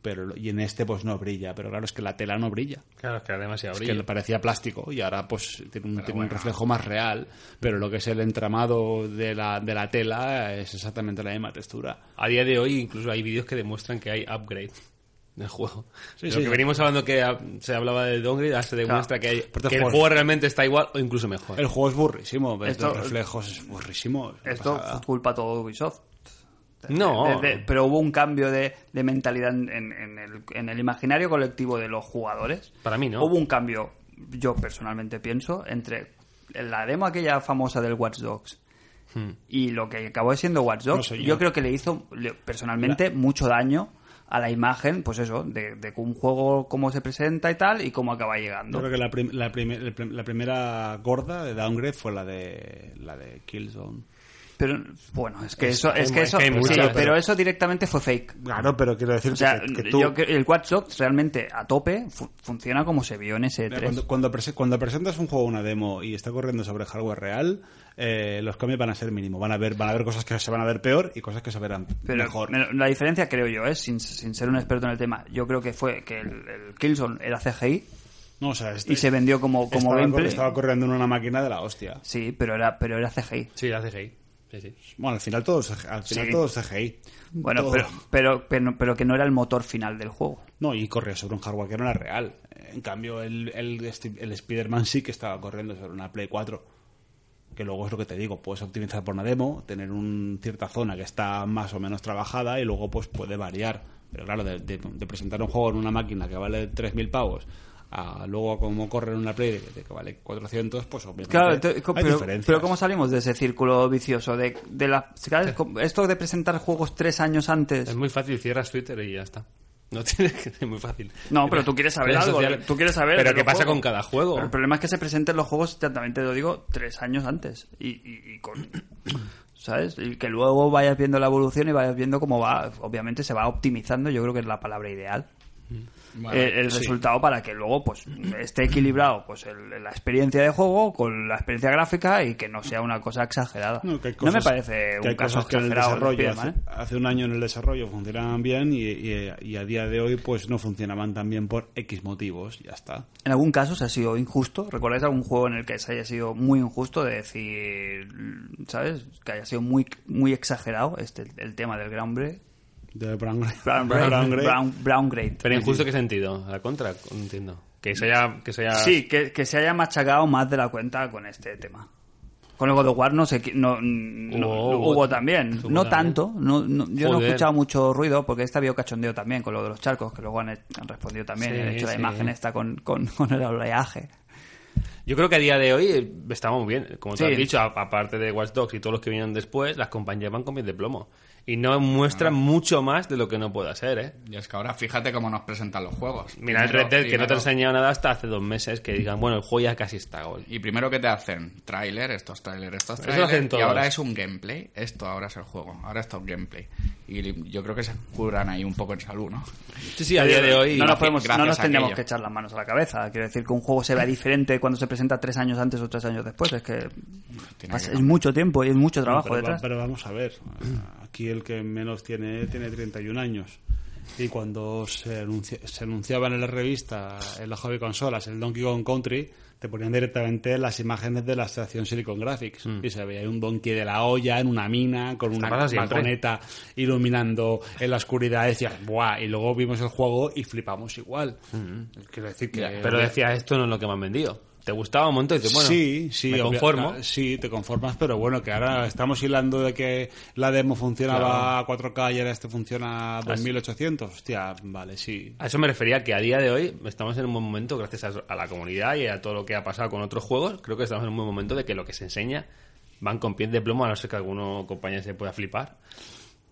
pero y en este pues no brilla pero claro es que la tela no brilla Claro, es que era demasiado es Pues que le brillo. parecía plástico y ahora pues tiene un, tiene un reflejo más real, pero lo que es el entramado de la, de la tela es exactamente la misma textura. A día de hoy incluso hay vídeos que demuestran que hay upgrade del juego. Sí, Lo sí. que venimos hablando que ah, se hablaba de downgrade, ahora se demuestra que, hay- Pero te que el juegas. juego realmente está igual o incluso mejor. El juego es burrísimo, pero Esto- los reflejos es burrísimo. es una esto pasada. culpa todo de Ubisoft No. De- de- pero hubo un cambio de, de mentalidad en, en el, en el imaginario colectivo de los jugadores Para mí no. hubo un cambio yo personalmente pienso entre la demo aquella famosa del Watch Dogs Hmm. y lo que acabó siendo Watch No, Dogs señor. yo creo que le hizo le- personalmente mucho daño a la imagen, pues eso, de, de un juego cómo se presenta y tal y cómo acaba llegando. Yo creo que la, prim- la, primer- el prim- la primera gorda de Downgrade fue la de la de Killzone. Pero bueno, es que Es- eso, hay es mu- que es eso, que hay sí, muchas, pero... pero- eso directamente fue fake. Claro, pero quiero decir O sea, yo que- el Watch Dogs realmente a tope fu- funciona como se vio en ese Mira, 3. Cuando, cuando prese- cuando presentas un juego, una demo y está corriendo sobre hardware real, eh, los cambios van a ser mínimos. Van a haber, van a haber cosas que se van a ver peor y cosas que se verán Pero mejor. me- la diferencia creo yo, ¿eh? sin, sin ser un experto en el tema, yo creo que fue que el, el Killzone era CGI No, o sea, este- y se vendió como, como estaba, gameplay. estaba corriendo en una máquina de la hostia. Sí, pero era, pero era CGI. Sí, la CGI. Sí, sí. Bueno, al final todo, es- al final Sí. todo es CGI. Bueno, Todo. pero, pero, pero, pero que no era el motor final del juego. No, y corría sobre un hardware que no era real. En cambio, el, el, Sti- el Spider-Man sí que estaba corriendo sobre una Play 4. Que luego es lo que te digo, puedes optimizar por una demo, tener una cierta zona que está más o menos trabajada y luego pues puede variar. Pero claro, de, de- de presentar un juego en una máquina que vale 3.000 pavos a luego como corre en una Play de- de que vale 400, pues obviamente Claro, entonces, hay pero, diferencias. pero ¿cómo salimos de ese círculo vicioso? De, de la, ¿sabes? Esto de presentar juegos tres años antes. Es muy fácil, cierras Twitter y ya está. No tienes que es muy fácil. No, pero tú quieres saber Redes algo. sociales. Tú quieres saber. Pero de qué los pasa juegos. con cada juego. Pero el problema es que se presenten los juegos, ya también te lo digo, tres años antes. Y, y- y con. ¿Sabes? Y que luego vayas viendo la evolución y vayas viendo cómo va. Obviamente se va optimizando, yo creo que es la palabra ideal. Mm. Vale, Eh, el resultado para que luego pues esté equilibrado pues el- la experiencia de juego con la experiencia gráfica y que no sea una cosa exagerada. No, que hay me cosas- parece que un hay caso cosas que en el exagerado. del desarrollo hace, Spiderman, ¿eh? hace un año en el desarrollo funcionaban bien y, y- y a día de hoy pues no funcionaban tan bien por X motivos, ya está. En algún caso se ha sido injusto. ¿Recordáis algún juego en el que se haya sido muy injusto de decir, ¿sabes? Que haya sido muy, muy exagerado este, el tema del Ground Break? De Brown Grey. Brown, Brown Grey. Brown- Brown Grade. Pero injusto, ¿qué sentido? A la contra, entiendo. Que se haya... Que se haya... Sí, que, que se haya machacado más de la cuenta con este tema. Con el God of War no sé qui- no, no- Hubo- hubo, hubo- también. hubo no también. tanto. no- no- yo no he Joder. escuchado mucho ruido porque esta vio cachondeo también con lo de los charcos, que luego han, han respondido también. Sí, han hecho la sí. imagen esta con, con, con el oleaje. Yo creo que a día de hoy eh, estamos bien. Como tú Sí. has dicho, a- aparte de Watch Dogs y todos los que vinieron después, las compañías van con pies de plomo. Y Y no muestra mucho más de lo que no puede hacer, ¿eh? Y es que ahora fíjate cómo nos presentan los juegos. Mira el Primero- Red Dead, que no primero- te ha enseñado nada hasta hace dos meses, que digan, bueno, el juego ya casi está gol. Y primero que te hacen tráiler, estos tráiler, estos Eso tráiler, hacen y todos. ahora es un gameplay, esto ahora es el juego, ahora esto es gameplay. Y yo creo que se curan ahí un poco en salud, ¿no? Sí, sí, a día de hoy. eh, no nos, gracias- podemos, no gracias nos a tendríamos aquello. que echar las manos a la cabeza. Quiero decir que un juego se vea diferente cuando se presenta tres años antes o tres años después. Es que Tiene pasa- que es mucho tiempo y es mucho trabajo pero, va- detrás. pero vamos a ver. Aquí el que menos tiene tiene 31 años. Y cuando se, anunci- se anunciaban en la revista, en las hobby consolas, el Donkey Kong Country, te ponían directamente las imágenes de la estación Silicon Graphics. Mm. Y se veía ahí un donkey de la olla en una mina, con una pasa siempre. baconeta iluminando en la oscuridad. Decías, ¡buah! Y luego vimos el juego y flipamos igual. Mm. Quiero decir que. Pero decía, esto no es lo que me han vendido. ¿Te gustaba un montón? Y dices, bueno, sí, sí, me obvia- conformo. ta- Sí, te conformas, pero bueno, que ahora estamos hilando de que la demo funcionaba a 4K y ahora este funciona a 2800. Hostia, vale, sí. A eso me refería que a día de hoy estamos en un buen momento, gracias a, a la comunidad y a todo lo que ha pasado con otros juegos, creo que estamos en un buen momento de que lo que se enseña van con pies de plomo, a no ser que alguno compañero se pueda flipar.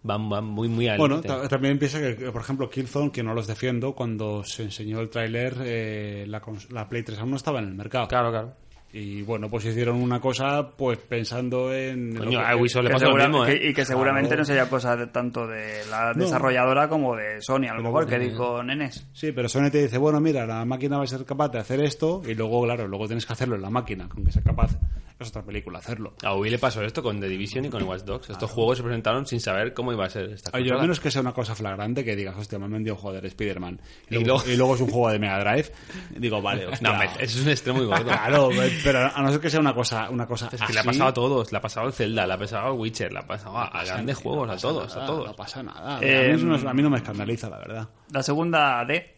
Van, van muy, muy al Bueno, límite. ta- también piensa que, por ejemplo, Killzone, que no los defiendo, cuando se enseñó el tráiler, eh, la, cons- la Play 3 aún no estaba en el mercado. Claro, claro. Y bueno, pues hicieron una cosa, pues pensando en... Coño, lo que- a Ubisoft le Que pasa lo segura- mismo, ¿eh? que- y que seguramente Claro. no sería cosa de- tanto de la No. desarrolladora como de Sony, a lo mejor, que eh. dijo nenes. Sí, pero Sony te dice, bueno, mira, la máquina va a ser capaz de hacer esto y luego, claro, luego tienes que hacerlo en la máquina, con que sea capaz. Es otra película hacerlo. A Ubi le pasó esto con The Division y con Watch Dogs. Estos juegos se presentaron sin saber cómo iba a ser Oye, esta Ah. al consola. menos que sea una cosa flagrante que digas, hostia, me han vendido un juego de Spider-Man. Y, Y luego- luego- y luego es un juego de Mega Drive. Digo, vale, hostia. No, me- eso es un extremo muy gordo. Claro, pero a no ser que sea una cosa, una cosa Es que le ha así, pasado a todos, le ha pasado al Zelda, le ha pasado al Witcher, le ha pasado a, a pasa- grandes no juegos, a pasa todos, nada, a todos. No pasa nada. Eh, a, mí no, a mí no me escandaliza, la verdad. La segunda D,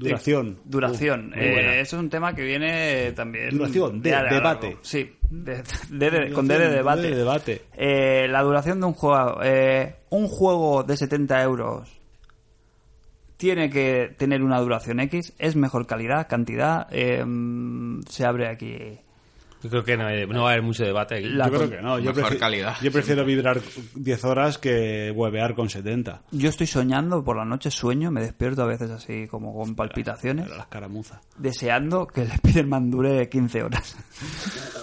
Duración. Duración. Uh, muy buena. Eh, eso es un tema que viene también. Duración, de- a largo. debate. Sí, de- de- de- Duración, con D de debate. D de debate. Eh, la duración de un juego. eh, un juego de 70 euros tiene que tener una duración X. Es mejor calidad, cantidad. eh, se abre aquí. Yo creo que no, hay- no va a haber mucho debate aquí. La- yo creo que no. Yo mejor prefi- calidad, Yo prefiero vibrar 10 horas que huevear con 70. Yo estoy soñando por la noche, sueño, me despierto a veces así como con palpitaciones, Pero las caramuzas. deseando que el Spider-Man dure 15 horas.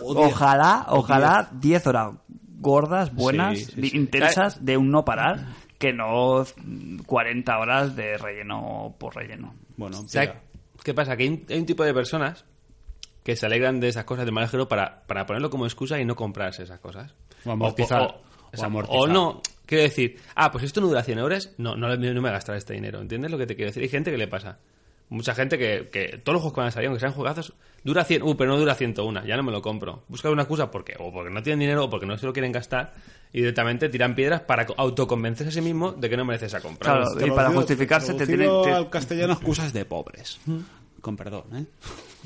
Ojalá, ojalá 10 horas gordas, buenas, Sí, sí, di- sí. intensas, de un no parar, que no mm, 40 horas de relleno por relleno. Bueno, O sea, mira. ¿Qué pasa? Que hay un, hay un tipo de personas que se alegran de esas cosas de malajero para, para ponerlo como excusa y no comprarse esas cosas. O amortizar. O, o- O o sea, amortizar. o no. Quiero decir, ah, pues esto no dura 100 euros, no, no, no me voy a gastar este dinero. ¿Entiendes lo que te quiero decir? Hay gente que le pasa. Mucha gente que, que todos los juegos que van a salir, aunque sean jugazos, dura 100, uh, pero no dura 101, ya no me lo compro. Buscan una excusa porque, o porque no tienen dinero o porque no se lo quieren gastar y directamente tiran piedras para co- autoconvencerse a sí mismo de que no merece esa compra. Claro, y para Traducido- justificarse te traducido tienen... te- al castellano excusas de pobres. Con perdón, ¿eh?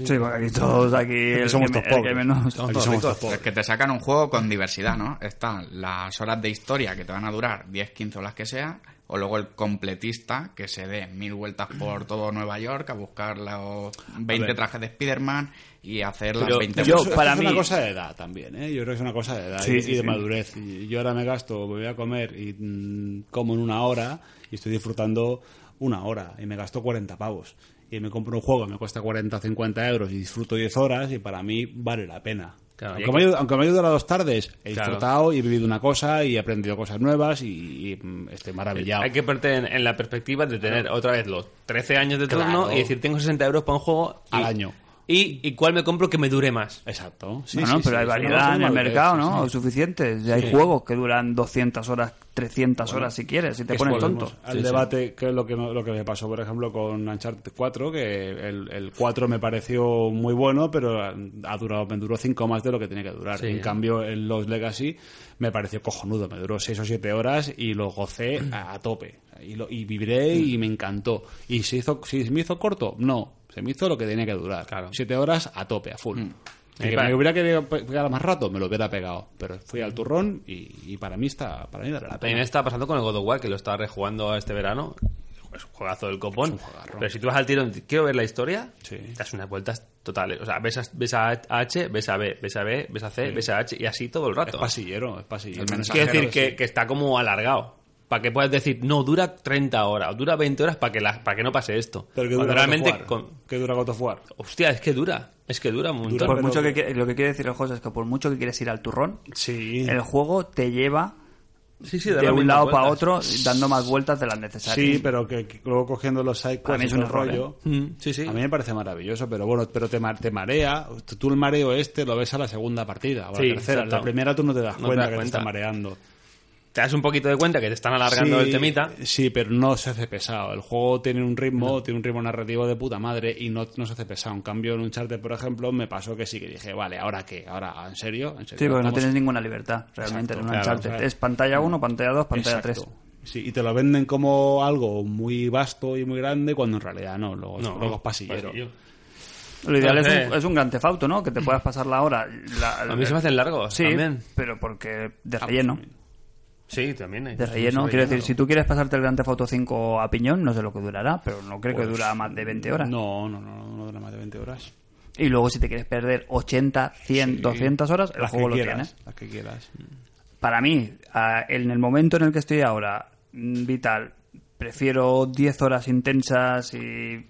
Sí, porque aquí todos aquí... el que somos me- todos el que pobres. menos- Aquí somos todos Es pobres. que te sacan un juego con diversidad, ¿no? Están las horas de historia que te van a durar 10, 15 o las que sea, o luego el completista que se dé mil vueltas por todo Nueva York a buscar los 20 ver. trajes de Spider-Man y hacer las Pero 20 yo- Eso- eso para es mí- una cosa de edad también, ¿eh? Yo creo que es una cosa de edad Sí, y, sí, y de sí. madurez. Y yo ahora me gasto, me voy a comer y mm, como en una hora y estoy disfrutando una hora y me gasto 40 pavos. Y me compro un juego que me cuesta 40 o 50 euros y disfruto 10 horas y para mí vale la pena. Claro, aunque, y hay me que- haya- aunque me haya durado dos tardes, he Claro. disfrutado y he vivido una cosa y he aprendido cosas nuevas y, y, mm, estoy maravillado. Hay que ponerte en, en la perspectiva de tener otra vez los 13 años de Claro. turno y decir, tengo 60 euros para un juego y- Al año. Y, ¿Y cuál me compro que me dure más? Exacto. Sí, No, sí, no, sí, pero hay es una variedad cuestión en de el madurez, mercado, sí, ¿no? sí. Suficientes. Ya hay juegos que duran 200 horas, 300 horas si quieres, si te pones Volvemos tonto. Al debate, que es lo que, no- lo que me pasó, por ejemplo, con Uncharted 4, que el, el 4 me pareció muy bueno, pero ha durado, me duró 5 más de lo que tenía que durar. Sí. en cambio, en los Legacy me pareció cojonudo, me duró 6 o 7 horas y lo gocé a, a tope. Y, lo, y vibré y me encantó. ¿Y se, hizo, si se me hizo corto? No, se me hizo lo que tenía que durar. Claro. 7 horas a tope, a full. Y Y que para- me hubiera querido pe- pegar más rato, me lo hubiera pegado. Pero fui al turrón y, y para mí está, para mí vale la A mí pena. me está pasando con el God of War, que lo estaba rejugando este verano. Es un juegazo del copón. Es un juegarro. Pero si tú vas al tiro, quiero ver la historia, Sí. das unas vueltas totales. O sea, ves a, ves a H, ves a B, ves a B, ves a C, ves a H y así todo el Es rato. pasillero, es pasillero. El mensaje. Quiero decir Claro, que, que está como alargado. para que puedas decir, no, dura 30 horas, o dura 20 horas para que, la- para que no pase esto. Pero que Cuando dura realmente, God of War. con- Que dura God of War. hostia, es que dura, es que dura un montón. Por pero- mucho que, que- lo que quiere decir el José es que por mucho que quieres ir al turrón, Sí. el juego te lleva Sí, sí, da de las un mismas lado para vueltas. otro dando más vueltas de las necesarias. Sí, pero que, que luego cogiendo los Para mí es sidequests un un error, rollo. Mm, sí, sí. A mí me parece maravilloso, pero bueno, pero te, ma- te marea. Tú- Tú el mareo este lo ves a la segunda partida o a la Sí, tercera. exacto. La primera tú no te das No te cuenta das que cuenta. te está mareando. Te das un poquito de cuenta que te están alargando Sí, el temita. Pues, Sí, pero no se hace pesado. El juego tiene un ritmo, tiene un ritmo narrativo de puta madre y no, no se hace pesado. En cambio, en un charter, por ejemplo, me pasó que sí que dije, vale, ¿ahora qué? ¿Ahora? ¿En serio? ¿En serio? Sí, porque no Vamos- tienes ninguna libertad realmente en un claro, Uncharted. claro. Es pantalla 1, pantalla 2, pantalla Exacto. 3. Sí, y te lo venden como algo muy vasto y muy grande cuando en realidad no, luego, luego es pasillero. pasillo. Lo ideal No es sé. un, es un gran tefauto, ¿no? Que te puedas pasar la hora. la- A mí se me hacen largos Sí, también. Ah, pero porque de relleno. Sí, también. hay- De relleno, quiero decir, si tú quieres pasarte el Grand Theft Auto 5 a piñón, no sé lo que durará, pero no creo que dura más de 20 horas. Pues, No, no, no, no dura más de 20 horas. Y luego si te quieres perder 80, 100, 200 horas, el Las juego que lo quieras, tiene. Las que quieras. Para mí, a- en el momento en el que estoy ahora, mm, vital, prefiero 10 horas intensas y,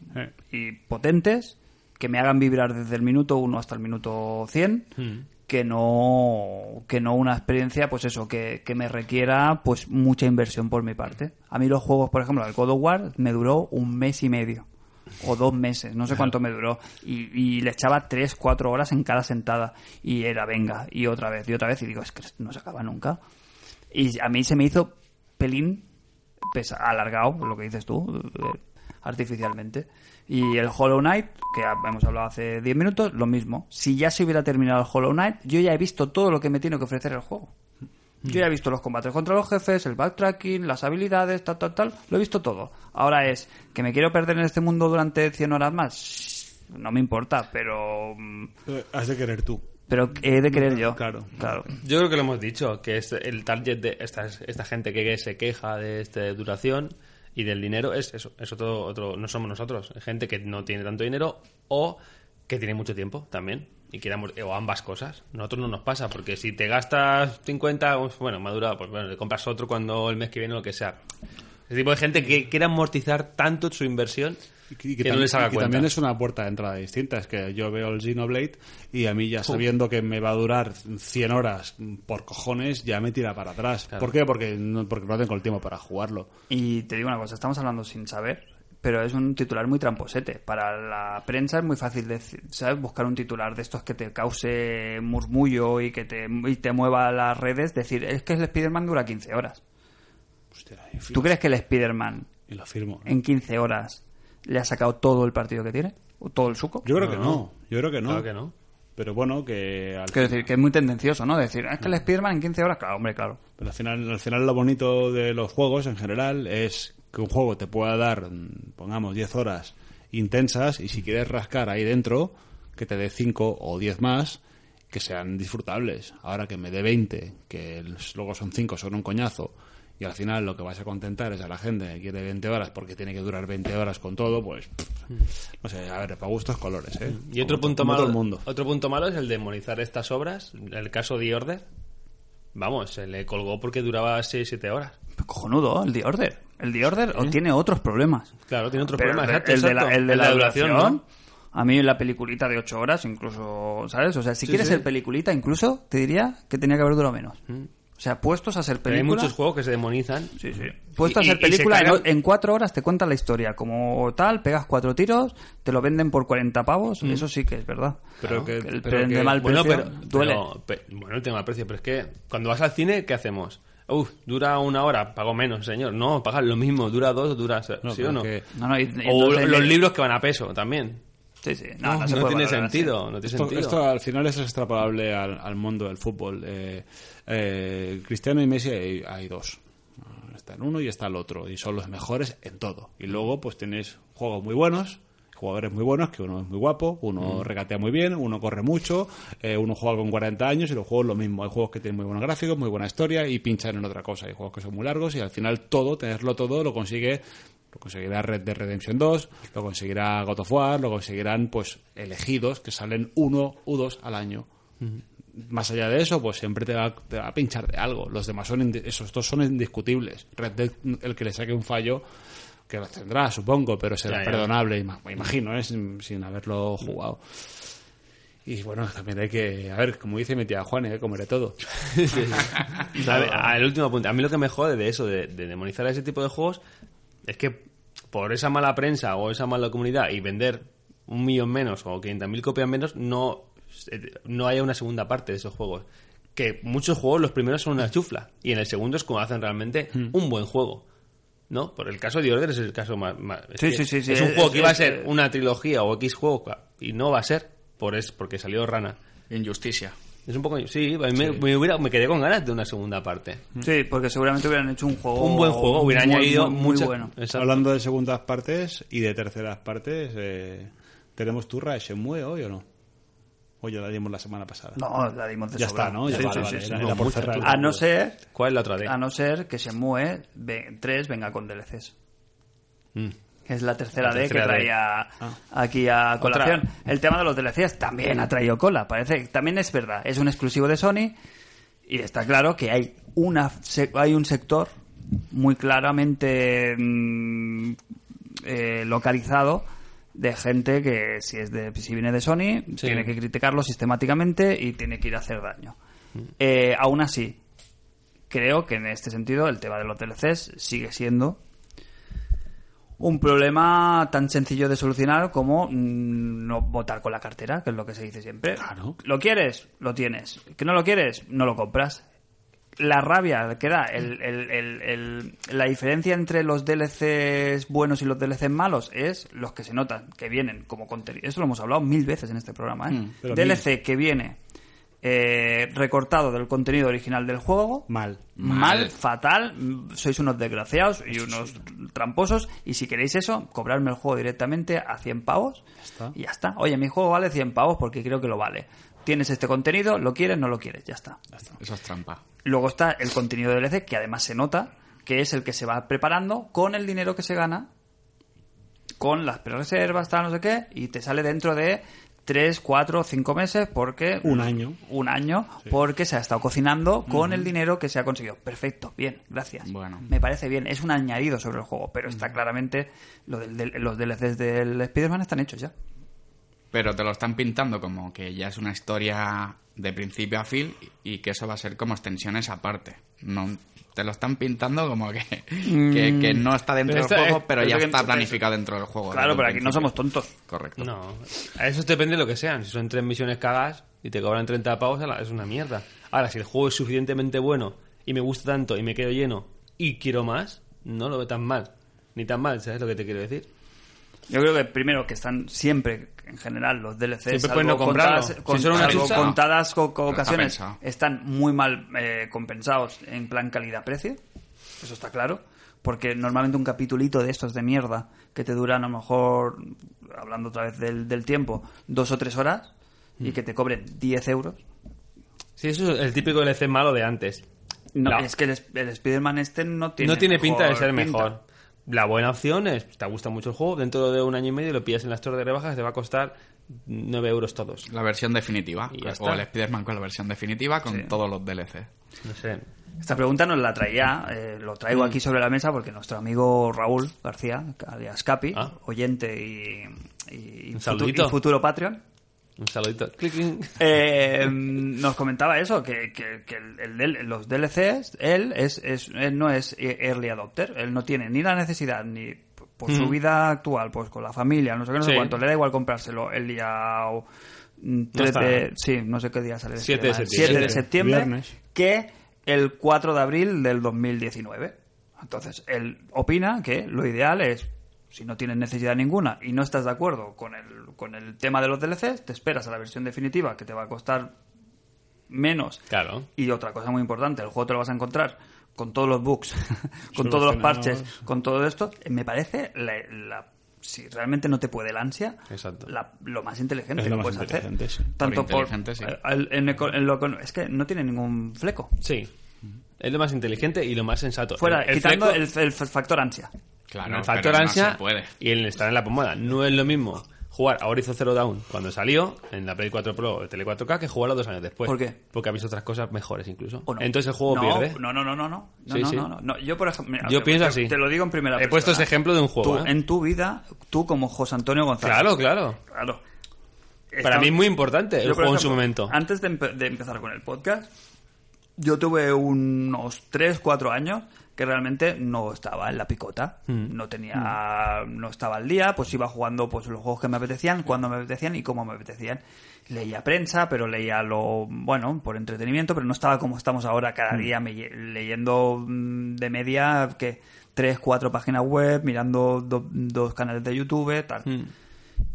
y potentes que me hagan vibrar desde el minuto 1 hasta el minuto 100. Que no, que no una experiencia, pues eso, que, que me requiera pues mucha inversión por mi parte. A mí los juegos, por ejemplo, el God of War me duró un mes y medio o dos meses, no sé cuánto me duró, y, y le echaba tres, cuatro horas en cada sentada, y era venga, y otra vez, y otra vez, y digo, es que no se acaba nunca. Y a mí se me hizo pelín pesa- alargado, lo que dices tú, eh, artificialmente. Y el Hollow Knight, que ha- hemos hablado hace 10 minutos, lo mismo. Si ya se hubiera terminado el Hollow Knight, yo ya he visto todo lo que me tiene que ofrecer el juego. Yo ya he visto los combates contra los jefes, el backtracking, las habilidades, tal, tal, tal. Lo he visto todo. Ahora es que me quiero perder en este mundo durante 100 horas más. No me importa, pero. mm, Eh, Has de querer tú. Pero he de querer yo. Claro. Claro. Yo creo que lo hemos dicho, que es el target de esta, esta gente que se queja de esta duración y del dinero es eso, es otro, otro, no somos nosotros, es gente que no tiene tanto dinero o que tiene mucho tiempo también y queramos o ambas cosas. Nosotros no nos pasa porque si te gastas 50, pues, bueno, madura, pues bueno, le compras otro cuando el mes que viene o lo que sea. Ese tipo de gente que quiere amortizar tanto su inversión Y que, tam- no les haga y que cuenta. también es una puerta de entrada distinta. Es que yo veo el Xenoblade y a mí ya sabiendo que me va a durar 100 horas por cojones, ya me tira para atrás. ¿Por qué? Porque no, porque no tengo el tiempo para jugarlo. Y te digo una cosa, estamos hablando sin saber, pero es un titular muy tramposete. Para la prensa es muy fácil deci- ¿sabes? buscar un titular de estos que te cause murmullo y que te, y te mueva las redes. Decir, es que el Spider-Man dura 15 horas. Hostia, y, fi- ¿Tú crees que el Spider-Man y lo firmo. ¿no? en 15 horas le ha sacado todo el partido que tiene? ¿O todo el suco? Yo creo que no. Yo creo que no. Claro que no. Pero bueno, que al, Quiero decir, que es muy tendencioso, ¿no? Decir, "Ah, es que Mm. el Spider-Man en 15 horas, claro, hombre, claro. Pero al final, al final lo bonito de los juegos en general es que un juego te pueda dar, mm, pongamos, 10 horas intensas y si quieres rascar ahí dentro, que te dé 5 o 10 más que sean disfrutables. Ahora que me dé 20, que los- luego son 5, son un coñazo, y al final lo que vas a contentar es a la gente que quiere 20 horas porque tiene que durar 20 horas con todo, pues pff, no sé, a ver, para gustos colores, ¿eh? Mm. Y otro Como to- punto, como malo, todo el mundo. otro punto malo es el demonizar estas obras. El caso de Order, vamos, se le colgó porque duraba 6-7 horas. Pues cojonudo, el The Order. El The Order o tiene otros problemas. Claro, tiene otros Pero problemas. el de- exacto, el, de exacto. la, el de la duración, ¿no? a mí la peliculita de 8 horas, incluso, ¿sabes? O sea, si quieres ser peliculita, incluso te diría que tenía que haber durado menos. O sea, puestos a ser Mm. Pero hay película. muchos juegos que se demonizan. Sí, sí. Puesto Y- a y- hacer y se película, cargan- en, en cuatro horas te cuentan la historia. Como tal, pegas cuatro tiros, te lo venden por 40 pavos, Mm. eso sí que es verdad. Pero que- el pero tren de que- mal Bueno, precio pero, duele. pero- pe- bueno, el tema del precio, pero es que cuando vas al cine, ¿qué hacemos? Uf, dura una hora, pago menos, señor. No, pagas lo mismo, dura dos, dura... No, ¿Sí o pero no? que- No, no, y- y O entonces- los libros que van a peso también. Sí, sí. No, No, no se no puede tiene valorar así. sentido, no tiene Esto, sentido. esto al final es extrapolable al, al mundo del fútbol. Eh, eh, Cristiano y Messi hay, hay dos. Está el uno y está el otro. Y son los mejores en todo. Y luego pues tienes juegos muy buenos, jugadores muy buenos, que uno es muy guapo, uno regatea muy bien, uno corre mucho, eh, uno juega con 40 años y los juegos lo mismo. Hay juegos que tienen muy buenos gráficos, muy buena historia y pinchan en otra cosa. Hay juegos que son muy largos y al final todo, tenerlo todo, lo consigue lo conseguirá Red Dead Redemption 2, lo conseguirá God of War, lo conseguirán pues elegidos que salen uno u dos al año. más allá de eso, pues siempre te va, te va a pinchar de algo. Los demás son, indi- esos dos son indiscutibles. Red Dead, el que le saque un fallo, que los tendrá, supongo, pero será Ya, ya. perdonable, ima- me imagino, ¿eh? sin, sin haberlo jugado. Y bueno, también hay que, a ver, como dice mi tía Juan, hay que comer de todo. A ver, al último punto. A mí lo que me jode de eso, de, de demonizar ese tipo de juegos, es que por esa mala prensa o esa mala comunidad y vender un millón menos o 500.000 copias menos, no, eh, no haya una segunda parte de esos juegos. Que muchos juegos, los primeros son una chufla y en el segundo es como hacen realmente Hmm. un buen juego. ¿No? Por el caso de Order es el caso más. más- es Sí, que sí, sí, sí, Es un es- juego es- que iba a es- ser una trilogía o X juego ca- y no va a ser por es, porque salió Rana. Injusticia. Es un poco. Sí, a mí me, me hubiera- me quedé con ganas de una segunda parte. Sí, porque seguramente hubieran hecho un juego. Un buen juego, hubiera muy, añadido muy, muy mucha- bueno. Exacto. Hablando de segundas partes y de terceras partes, eh, ¿tenemos turra de Shenmue hoy o no? O ya la dimos la semana pasada. No, la dimos de Ya sobra. está, ¿no? Ya Sí, vale, sí, vale, sí, era- sí. era por Mucha cerrar el turra. A capítulo. no ser, ¿Cuál es la otra D? a no ser que se mue 3 venga con DLCs. Mm. que es la tercera La D que tercera D. Ah. traía aquí a colación. El tema de los DLCs también ha traído cola, parece, también es verdad, es un exclusivo de Sony y está claro que hay una se- hay un sector muy claramente mm, eh, localizado de gente que si es de si viene de Sony Sí. tiene que criticarlo sistemáticamente y tiene que ir a hacer daño. Mm. Eh, aún así, creo que en este sentido el tema de los DLCs sigue siendo un problema tan sencillo de solucionar como mm, no votar con la cartera, que es lo que se dice siempre. Claro. ¿Lo quieres? Lo tienes. ¿Que no lo quieres? No lo compras. La rabia que da, el- el- el- el- la diferencia entre los DLCs buenos y los DLCs malos es los que se notan, que vienen como contenido. Eso lo hemos hablado mil veces en este programa. ¿eh? Mm, pero DLC que viene eh, recortado del contenido original del juego Mal. mal, Mal. fatal, mm, sois unos desgraciados y unos tramposos y si queréis eso, cobrarme el juego directamente a 100 pavos está. y ya está. Oye, mi juego vale 100 pavos porque creo que lo vale. Tienes este contenido, lo quieres, no lo quieres, ya está. Eso es trampa. Luego está el contenido de DLC, que además se nota que es el que se va preparando con el dinero que se gana, con las prerreservas, tal, no sé qué, y te sale dentro de 3, 4, 5 meses porque... Un año. Un año, porque se ha estado cocinando con el dinero que se ha conseguido. Perfecto, bien, gracias. Bueno. Me parece bien, es un añadido sobre el juego, pero está claramente... Lo del- del- los DLCs del Spider-Man están hechos ya. Pero te lo están pintando como que ya es una historia de principio a fin y que eso va a ser como extensiones aparte. No, te lo están pintando como que, que, que no está dentro Pero del esta juego, es- pero ya pero está que- planificado dentro del juego. Claro, desde un pero aquí no principio. somos tontos. Correcto. No, a eso depende de lo que sean. Si son tres misiones cagas y te cobran 30 pavos, ala, es una mierda. Ahora, si el juego es suficientemente bueno y me gusta tanto y me quedo lleno y quiero más, no lo veo tan mal. Ni tan mal, ¿sabes lo que te quiero decir? Yo creo que primero que están siempre, en general, los DLCs, Siempre salvo pueden no comprarlo. contadas, Si con- son una salvo chucha, contadas co- co- Está ocasiones, pensado. están muy mal eh, compensados en plan calidad-precio. Eso está claro. Porque normalmente un capitulito de estos de mierda que te duran a lo mejor, hablando otra vez del, del tiempo, dos o tres horas Mm. y que te cobren 10 euros. Sí, eso es el típico DLC malo de antes. No, La- Es que el, es- el Spider-Man este no tiene no tiene pinta de mejor ser pinta. mejor. La buena opción es, te gusta mucho el juego, dentro de un año y medio lo pillas en las torres de rebajas, te va a costar 9 euros todos. La versión definitiva. Y ya O está. el Spider-Man con la versión definitiva con Sí. todos los DLC. No sé. Esta pregunta nos la traía, eh, lo traigo aquí sobre la mesa porque nuestro amigo Raúl García, alias Capi, Ah. oyente y, y- y futu- Un saludito. y futuro Patreon, Un saludito. Clic, clic. eh, nos comentaba eso, que, que- que el- el del- los DLCs, él, es, es- él no es early adopter, él no tiene ni la necesidad, ni por- por su Mm. vida actual, pues con la familia, no sé qué, no sé Sí. cuánto, le da igual comprárselo el día... o, mm, tres está. de, sí, no sé qué día sale. Siete de Spider-Man. septiembre. Siete de septiembre Viernes. que el 4 de abril del 2019. Entonces, él opina que lo ideal es, si no tienes necesidad ninguna y no estás de acuerdo con el, con el tema de los DLCs, te esperas a la versión definitiva que te va a costar menos. Claro. Y otra cosa muy importante, el juego te lo vas a encontrar con todos los bugs, con todos los Solucionados. parches, con todo esto. Me parece la... la- si realmente no te puede el ansia, Exacto. la- lo más inteligente Es que lo más puedes hacer. inteligente, sí. Tanto Por por, inteligente, sí. al- en eco- en lo econo- es que no tiene ningún fleco. Sí. Es lo más inteligente y lo más sensato. Fuera, El- el quitando fleco- el, el factor ansia. Claro, el factor pero no ansia se puede. y el estar en la pomada. No es lo mismo jugar a Horizon Zero Dawn cuando salió en la Play 4 Pro de Tele 4K que jugarlo dos años después. ¿Por qué? Porque ha visto otras cosas mejores incluso. ¿O no? Entonces el juego no, pierde. No, no, no, no, no. No, Sí, no, sí. no, no, no. Yo, por ejemplo, mira, Yo te- pienso te- así. Te lo digo en primera He puesto persona. ese ejemplo de un Tú, juego. ¿eh? En tu vida, tú como José Antonio González. Claro, claro. Claro. Para Está- mí es muy importante el Yo, por juego en ejemplo, su momento. Antes de, empe- de empezar con el podcast, yo tuve unos 3, 4 años que realmente no estaba en la picota. No tenía. No estaba al día, pues iba jugando pues los juegos que me apetecían, cuando me apetecían y cómo me apetecían. Leía prensa, pero leía lo. Bueno, por entretenimiento, pero no estaba como estamos ahora cada día me lle- leyendo mm, de media que tres, cuatro páginas web, mirando do- dos canales de YouTube, tal.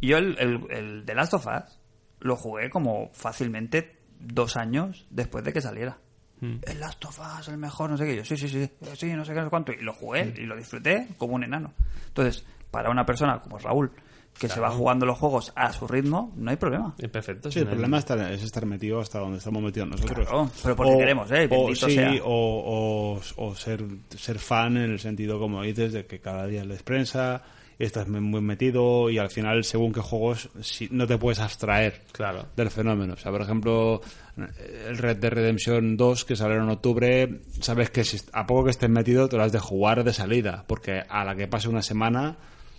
Y yo el, el, el The Last of Us lo jugué como fácilmente dos años después de que saliera. El Last of Us, el mejor, no sé qué. Yo, sí, sí, sí, sí, no sé qué, no sé cuánto. Y lo jugué y lo disfruté como un enano. Entonces, para una persona como Raúl, que se va jugando los juegos a su ritmo, no hay problema. Es perfecto. Sí, el problema está- es estar metido hasta donde estamos metidos nosotros. Claro, pero porque queremos, ¿eh? O, Bendito sí, sea. o, o- o ser, ser fan en el sentido, como dices, de que cada día lees prensa, estás me- muy metido y al final, según qué juegos, si- no te puedes abstraer Claro. del fenómeno. O sea, por ejemplo, el Red Dead Redemption 2, que salió en octubre, sabes que si, a poco que estés metido te lo has de jugar de salida, porque a la que pase una semana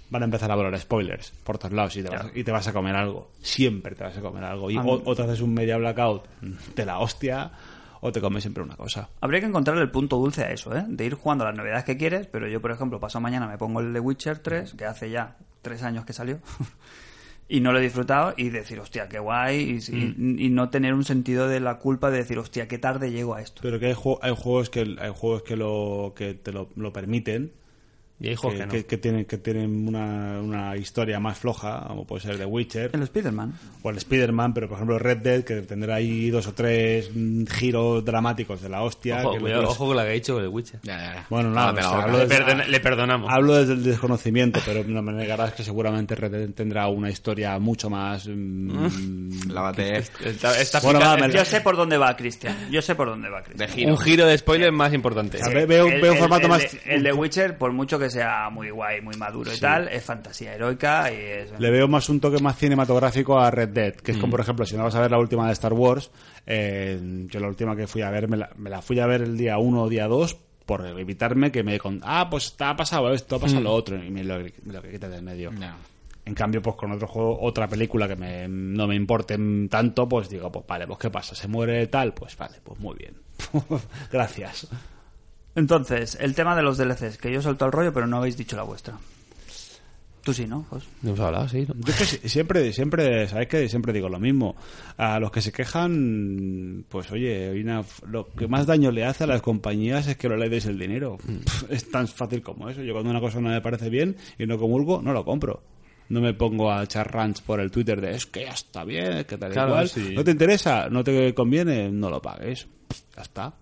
van a empezar a volar spoilers por todos lados y te, vas, y te vas a comer algo. Siempre te vas a comer algo. Y o, o te haces un media blackout de la hostia, o te comes siempre una cosa. Habría que encontrar el punto dulce a eso, ¿eh? De ir jugando las novedades que quieres, pero yo, por ejemplo, paso mañana me pongo el de Witcher 3, que hace ya tres años que salió, y no lo he disfrutado, y decir, hostia, qué guay, y, y- Mm. y no tener un sentido de la culpa de decir, hostia, qué tarde llego a esto. Pero que hay, jue- hay juegos que hay juegos que lo que te lo, lo permiten. Y hay juegos Que, que no. que- que tienen, que tienen una, una historia más floja, como puede ser The Witcher. El Spider-Man. o el Spider-Man, pero por ejemplo Red Dead, que tendrá ahí dos o tres mm, giros dramáticos de la hostia. Ojo, que lo- cuidado, ojo con la que he dicho con el Witcher. Ya, ya, ya. Bueno, Cállate la nada, o sea, boca. hablo, Le, desde- perdona- le perdonamos. hablo desde el desconocimiento, pero no me negarás que seguramente Red Dead tendrá una historia mucho más... mm, Lávate. Está- está Bueno, picante. va, me- Yo sé por dónde va, Cristian. Yo sé por dónde va, Cristian. De giro. Un giro de spoiler más importante. o sea, ve- veo, El- veo un el- formato el más... de- el de Witcher, por mucho que sea muy guay, muy maduro y tal, es fantasía heroica y es... Le veo más un toque más cinematográfico a Red Dead, que es Mm. como, por ejemplo, si no vas a ver la última de Star Wars, eh, yo la última que fui a ver, me la, me la fui a ver el día 1 o día 2 por evitarme que me con ah, pues está- ha pasado esto, ha Mm. pasado lo otro, y me lo, me lo que quita del medio. No. En cambio, pues con otro juego, otra película que me- no me importe tanto, pues digo, pues vale, pues qué pasa, se muere tal, pues vale, pues muy bien. Gracias. Entonces, el tema de los DLCs, que yo suelto el rollo, pero no habéis dicho la vuestra. Tú sí, ¿no? Jos? No hemos hablado, sí. Yo es que si- siempre, siempre, ¿sabes que Siempre digo lo mismo. A los que se quejan, pues oye, hay una- lo que más daño le hace a las compañías es que no le deis el dinero. Mm. Es tan fácil como eso. Yo cuando una cosa no me parece bien y no comulgo, no lo compro. No me pongo a echar rants por el Twitter de es que ya está bien, es que tal y Claro, cual". sí. No te interesa, no te conviene, no lo pagues. Ya está.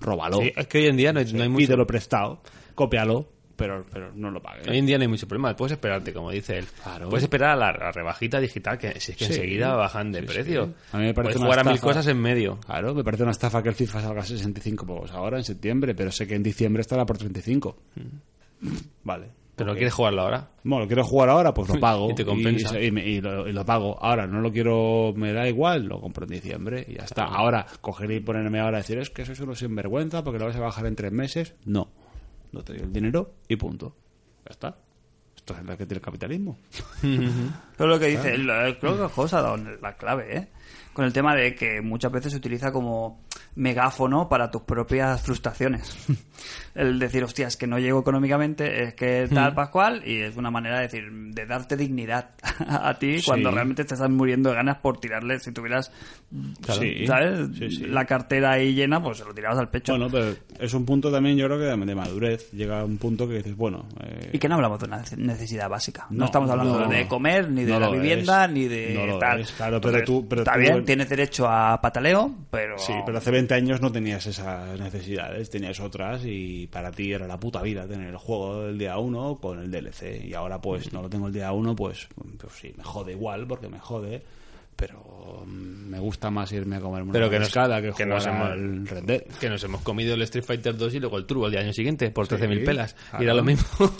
Róbalo. Sí, es que hoy en día no hay, no hay mucho. Pídelo prestado, cópialo, pero, pero no lo pagues. Hoy en día no hay mucho problema. Puedes esperarte, como dice él. Claro. Puedes esperar a la, la rebajita digital, que si es que Sí. enseguida bajan de Sí, precio. sí. A mí me parece Puedes una jugar a mil estafa. cosas en medio. Claro, me parece una estafa que el FIFA salga a 65 pavos pues, ahora en septiembre, pero sé que en diciembre estará por 35. Mm. Vale. Pero Ok. quieres jugarlo ahora. Bueno, lo quiero jugar ahora, pues lo pago. Y te compensa. Y, y me- y lo, y lo pago. Ahora no lo quiero, me da igual, lo compro en diciembre y ya está. Ahora, coger y ponerme ahora a decir es que eso es uno sinvergüenza porque lo vas a bajar en tres meses. No. No te doy el dinero y punto. Ya está. Esto es lo que tiene el capitalismo. Pero lo que dice, lo- creo que Jos ha dado la clave, ¿eh? Con el tema de que muchas veces se utiliza como megáfono para tus propias frustraciones. el decir, hostia, es que no llego económicamente, es que tal, Pascual, y es una manera de decir, de darte dignidad a ti cuando realmente te estás muriendo de ganas por tirarle, si tuvieras, Sí, ¿sabes? sí, sí. La cartera ahí llena, pues se lo tirabas al pecho. Bueno, pero es un punto también, yo creo que de de madurez. Llega un punto que dices, bueno. eh, Y que no hablamos de una nece- necesidad básica. No, No, estamos hablando no, de no. comer, ni de No la lo vivienda, es. ni de No lo tal. es, claro, pero tú- pero está tú- bien, tienes derecho a pataleo, pero... Sí, pero hace 20 años no tenías esas necesidades, tenías otras y para ti era la puta vida tener el juego del día 1 con el DLC. Y ahora pues no lo tengo el día 1, pues, pues sí, me jode igual porque me jode, pero mm, me gusta más irme a comer una Pero que nos- pescada que, que jugar nos hemos- al Red Dead. Que nos hemos comido el Street Fighter 2 y luego el Turbo el día año siguiente por 13.000 pelas. claro. Y era lo mismo.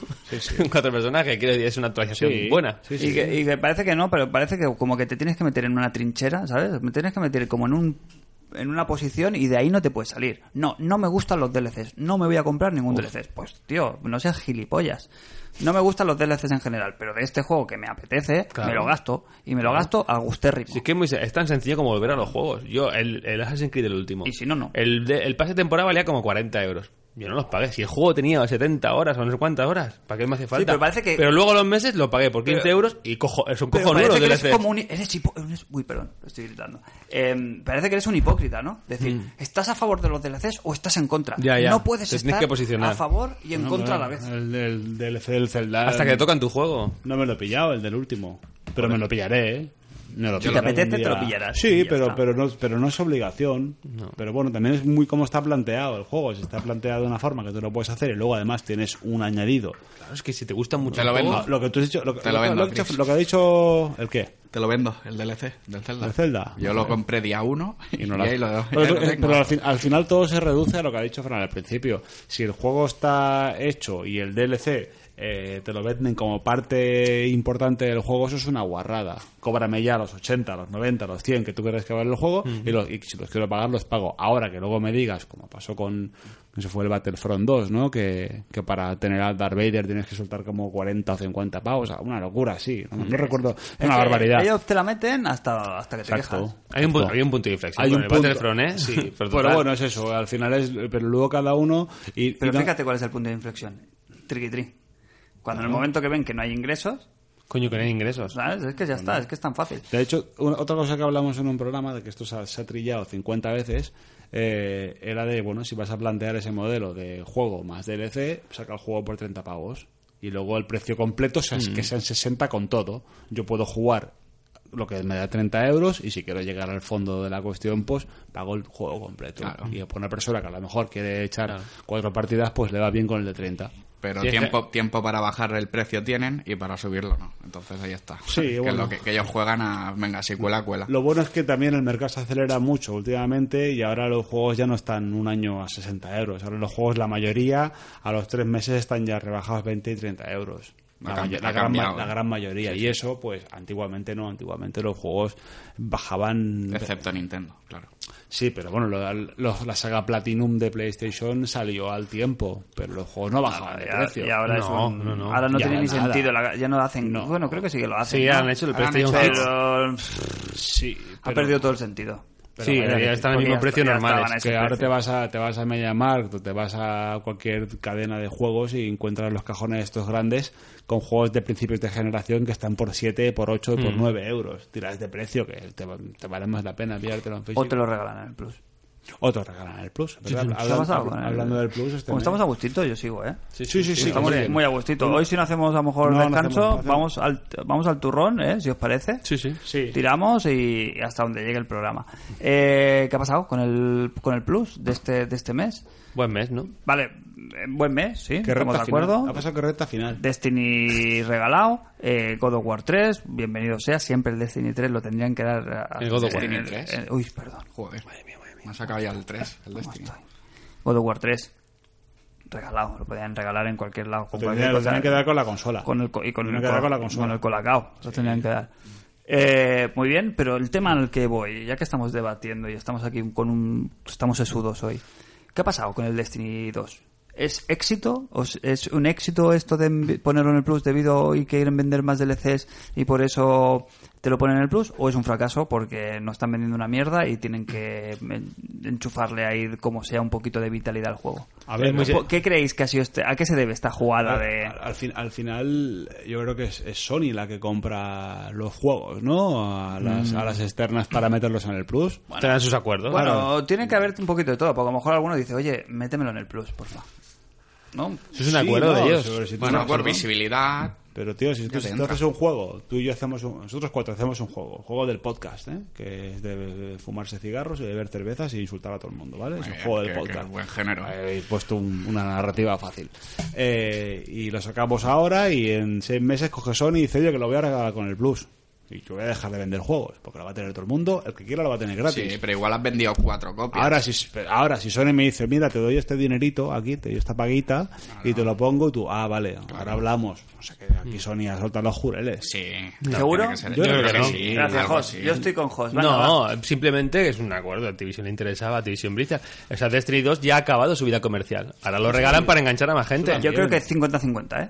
Cuatro personajes, quiero decir, es una actualización Sí, buena. sí, y, que, y que parece que no, pero parece que como que te tienes que meter en una trinchera, ¿sabes? Me tienes que meter como en un en una posición y de ahí no te puedes salir. No, no me gustan los DLCs. No me voy a comprar ningún DLC. Pues tío, no seas gilipollas. No me gustan los DLCs en general, pero de este juego que me apetece, Claro. me lo gasto y me lo gasto a gustérrimo. Si es que es, muy sen- es tan sencillo como volver a los juegos. Yo, el, el Assassin's Creed, el último. Y si no, no. El, de- el pase de temporada valía como 40 euros. Yo no los pagué. Si el juego tenía 70 horas o no sé cuántas horas, ¿para qué me hace falta? pero parece que- Pero luego a los meses lo pagué por 15 Pero- euros y cojo, es un Pero cojo parece nuevo que de eres como un... eres hipo- eres- uy, perdón, estoy gritando. Eh, parece que eres un hipócrita, ¿no? Es decir, ¿estás a favor de los DLCs o estás en contra? Mm. Ya, ya. No puedes Te tienes estar que posicionar. a favor y en No, contra bueno, a la vez. El, del DLC del Zelda. Hasta que te tocan tu juego. No me lo he pillado, el del último. Pero me lo pillaré, ¿eh? Me lo Si te pillaré apetece, algún te lo día. pillarás, y Sí, ya pero, está. pero, no, pero no es obligación. Pero bueno, también es muy como está planteado el juego. Si está planteado de una forma que tú lo puedes hacer y luego además tienes un añadido. Claro, es que si te gusta mucho Te lo el juego- vendo. Ah, Lo que tú has dicho, lo, que- Te lo lo que- vendo, lo que ha dicho- Chris. lo que ha dicho. ¿El qué? Te lo vendo, el DLC del Zelda. ¿El Zelda? Yo lo compré día uno y, Y no la- ahí lo, pero ya tú- eh, lo tengo. pero al, fin- al final todo se reduce a lo que ha dicho Fran al principio. Si el juego está hecho y el DLC eh, te lo venden como parte importante del juego, eso es una guarrada. Cóbrame ya los 80, los 90, los 100 que tú crees que vale el juego y, los- y si los quiero pagar, los pago. Ahora que luego me digas, como pasó con. Eso fue el Battlefront 2, ¿no? Que, que para tener a Darth Vader tienes que soltar como 40 o 50 pavos. Una locura, sí. No, no recuerdo. Es una que barbaridad. Ellos te la meten hasta, hasta que te Exacto. quejas. Hay un, pu- había un punto de inflexión. Hay con un el punto. Battlefront, ¿eh? Sí, pero, total, bueno, es eso. Al final es. Pero luego cada uno. Y, Pero y no- fíjate cuál es el punto de inflexión. Triqui tri. Cuando en el momento que ven que no hay ingresos, Coño, que no hay ingresos. ¿sabes? Es que ya está, es que es tan fácil. De hecho, una- otra cosa que hablamos en un programa, de que esto se ha, se ha trillado 50 veces, eh, era de, bueno, si vas a plantear ese modelo de juego más DLC, saca el juego por 30 pavos. Y luego el precio completo, o sea, Mm. es que sean 60 con todo. Yo puedo jugar lo que me da 30 euros y si quiero llegar al fondo de la cuestión, pues pago el juego completo. Claro. Y por una persona que a lo mejor quiere echar cuatro partidas, pues le va bien con el de 30. Pero Sí, es tiempo, tiempo para bajar el precio tienen y para subirlo no. Entonces ahí está. Sí, que, es bueno. lo que, que ellos juegan a... Venga, si cuela, cuela. Lo bueno es que también el mercado se acelera mucho últimamente y ahora los juegos ya no están un año a 60 euros. Ahora los juegos, la mayoría, a los tres meses están ya rebajados 20 y 30 euros. Ha La, cambi- mayo- ha la gran, ma- cambiado, la ¿eh? gran mayoría. Y eso, pues, antiguamente no. Antiguamente los juegos bajaban... Excepto Nintendo, claro. Sí, pero bueno, lo- lo- la saga Platinum de PlayStation salió al tiempo, pero los juegos no bajaban de Ya- precio. y ahora No, es un- no, no. Ahora no Ya tiene ni nada. sentido, la- ya no hacen... No. Bueno, creo que sí que lo hacen. Sí, ¿no? ya han hecho el Ahora han PlayStation hecho Hits. Pero pff, Sí, ha pero- perdido todo el sentido. Sí, Pero- ya están al Porque mismo ya precio está- ya normales. estaban a ese que ahora precio. te vas a te vas a MediaMarkt o te vas a cualquier cadena de juegos y encuentras los cajones estos grandes con juegos de principios de generación que están por 7, por 8, por 9 euros. Tiras de precio que te, va- te vale más la pena pillártelo en físico. O te lo regalan en el Plus. O te regalan el Plus. ¿verdad? ¿Está Hablan- pasado con el- hablando del Plus. este Como mes. estamos a gustito, yo sigo, ¿eh? Sí, sí, sí. sí, estamos sí, sí. muy a gustito. Hoy si no hacemos a lo mejor No, no descanso, hacemos, no vamos, al, vamos al turrón, ¿eh? Si os parece. Sí, sí. Sí. Tiramos y hasta donde llegue el programa. Eh, ¿Qué ha pasado con el, con el plus de este, de este mes? Buen mes, ¿no? Vale, eh, buen mes, sí, Que estamos recta de acuerdo. final. Ha pasado que recta final. Destiny regalado, eh, God of War 3, bienvenido sea, siempre el Destiny 3 lo tendrían que dar a- El God of War. en el- Destiny 3. en- uy, perdón. Joder. Me ha sacado ya el 3, el ¿Cómo Destiny. estoy? God of War 3 regalado, lo podían regalar en cualquier lado. con Tendrían cualquier lo cosa. tendrían que dar con la consola. con el co- y con Tendrían el, que dar cola- con la consola. con el colacao lo tendrían que dar Eh, muy bien pero el tema al que voy ya que estamos debatiendo y estamos aquí con un estamos sesudos hoy qué ha pasado con el Destiny 2 ¿Es éxito? ¿O es- ¿Es un éxito esto de envi- ponerlo en el Plus debido y quieren vender más DLCs y por eso te lo ponen en el Plus? ¿O es un fracaso porque no están vendiendo una mierda y tienen que en- enchufarle ahí como sea un poquito de vitalidad al juego? A ver, muy- ¿Por- ¿Qué creéis que ha sido este- ¿A qué se debe esta jugada de...? Al, al fin- al final, yo creo que es, es Sony la que compra los juegos, ¿no? A las, a Mm. las externas para meterlos en el Plus. Te dan sus acuerdos. Bueno, tiene que haber un poquito de todo, porque a lo mejor alguno dice, oye, métemelo en el plus, porfa. ¿No? Eso es un Sí, acuerdo de no, ellos. sobre si tú Bueno, no- por visibilidad... Pero tío, si tú, te si tú entra. haces un juego, tú y yo hacemos un- nosotros cuatro hacemos un juego, un juego del podcast, ¿eh? que es de, de fumarse cigarros y beber cervezas y insultar a todo el mundo, ¿vale? Es un Eh, juego que- del que podcast. buen género. He puesto un- una narrativa fácil. Eh, y lo sacamos ahora y en seis meses coge Sony y dice, oye, que lo voy a regalar con el Plus. Y yo voy a dejar de vender juegos, porque lo va a tener todo el mundo, el que quiera lo va a tener gratis. Sí, pero igual has vendido cuatro copias. Ahora si, ahora, si Sony me dice, mira, te doy este dinerito aquí, te doy esta paguita y te lo pongo y tú, ah, vale, ahora hablamos. O sea que Mm. aquí Sony ha soltado los jureles. Sí. ¿Seguro? tiene que ser- Yo creo que no. sí. Gracias, algo Jos. así. Yo estoy con Jos. Venga, va. No, simplemente es un acuerdo. Activision le interesaba, Activision Blizzard. O sea, Destiny 2 ya ha acabado su vida comercial. Ahora lo regalan para enganchar a más gente. Yo creo que es 50-50, ¿eh?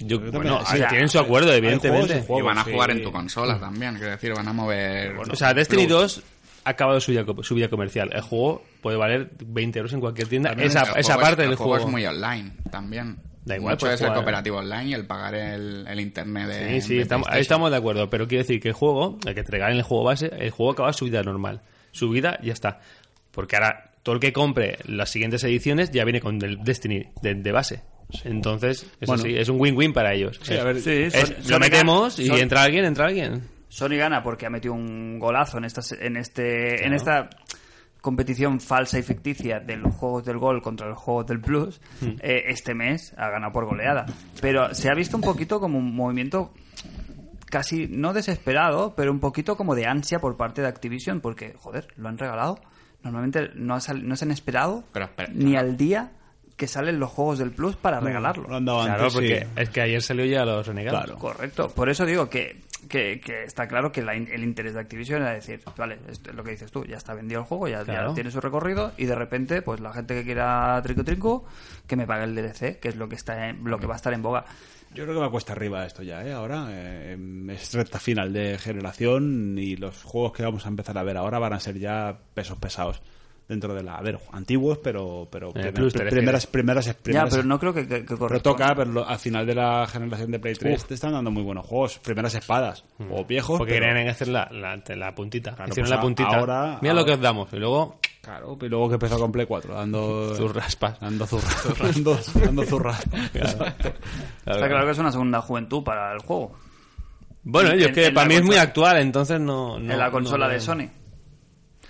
Yo- Yo bueno, también- sí, o sea, tienen su acuerdo, hay juegos y evidentemente. juegos, y van a sí. jugar en tu consola también, quiero decir, van a mover... O sea, Destiny 2 ha acabado su vida, su vida comercial. El juego puede valer 20 euros en cualquier tienda. También esa el juego esa es- parte el del juego. es muy online también. Da igual, Mucho pues, es el juega- cooperativo online y el pagar el, el internet de Eh, Sí, sí, de estamos, ahí PlayStation. estamos de acuerdo. Pero quiero decir que el juego, el que te regalen el juego base, el juego acaba su vida normal. Su vida ya está. Porque ahora todo el que compre las siguientes ediciones ya viene con el Destiny de, de base. Entonces, eso Bueno. sí, es un win-win para ellos. Sí, a ver, Sí, Es- Sony- lo Sony metemos gana- y Sony- entra alguien, entra alguien. Sony gana porque ha metido un golazo en esta, se- en este, en esta competición falsa y ficticia de los juegos del gol contra los juegos del plus. Hmm. eh, este mes ha ganado por goleada. Pero se ha visto un poquito como un movimiento casi no desesperado, pero un poquito como de ansia por parte de Activision, porque, joder, lo han regalado. Normalmente no, ha sal- no se han esperado Pero espera, ni al día que salen los juegos del plus para regalarlo. Lo han dado Claro, antes, porque sí. es que ayer salió ya los renegados. Claro. Correcto. Por eso digo que, que- que está claro que la in- el interés de Activision era decir, vale, esto es lo que dices tú, ya está vendido el juego, ya, ya Claro. tiene su recorrido y de repente, pues la gente que quiera Trinco Trinco, que me pague el DLC, que es lo que está en- lo que va a estar en boga. Yo creo que va cuesta arriba esto ya, ¿eh? Ahora eh, es recta final de generación y los juegos que vamos a empezar a ver ahora van a ser ya pesos pesados dentro de la... A ver, antiguos, pero... pero Eh, Plus, te refieres. primeras, primeras, primeras- ya, pero no creo que, que, que Pero corresponda. toca, pero lo- al final de la generación de Play 3 te están dando muy buenos juegos. Primeras espadas o viejos. Mm. Porque pero- querían hacer la, la, la puntita. Claro, Hicieron pues la a- puntita. ahora- Mira lo que ahora- os damos. Y luego, Claro, y luego que empezó con Play 4, dando... tus raspas. Dando zurras. dando, dando zurras. Está claro que es una segunda juventud para el juego. Bueno, En- yo es en- que en para la mí es muy consola. actual, entonces no. no- en la consola no- de Sony.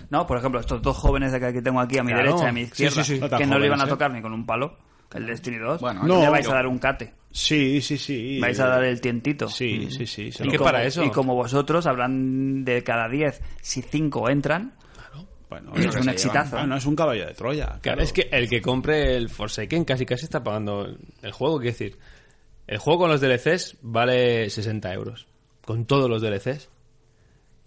No, por ejemplo, estos dos jóvenes de acá que tengo aquí a mi Claro. derecha y a mi Sí, izquierda, sí, sí. No tan que no le iban a jóvenes, ¿eh? tocar ni con un palo, el Destiny 2, Bueno, no, le no, vais yo- a dar un cate. Sí, sí, sí. Vais a dar el tientito. Sí, sí, sí. se ¿Y lo- qué como- para eso? Y como vosotros, habrán de cada 10, si 5 entran, Bueno, es que un se exitazo. Ah, no, es un caballo de Troya. Claro, es que el que compre el Forsaken casi casi está pagando el- el juego, quiero decir. El juego con los DLCs vale 60 euros. Con todos los DLCs.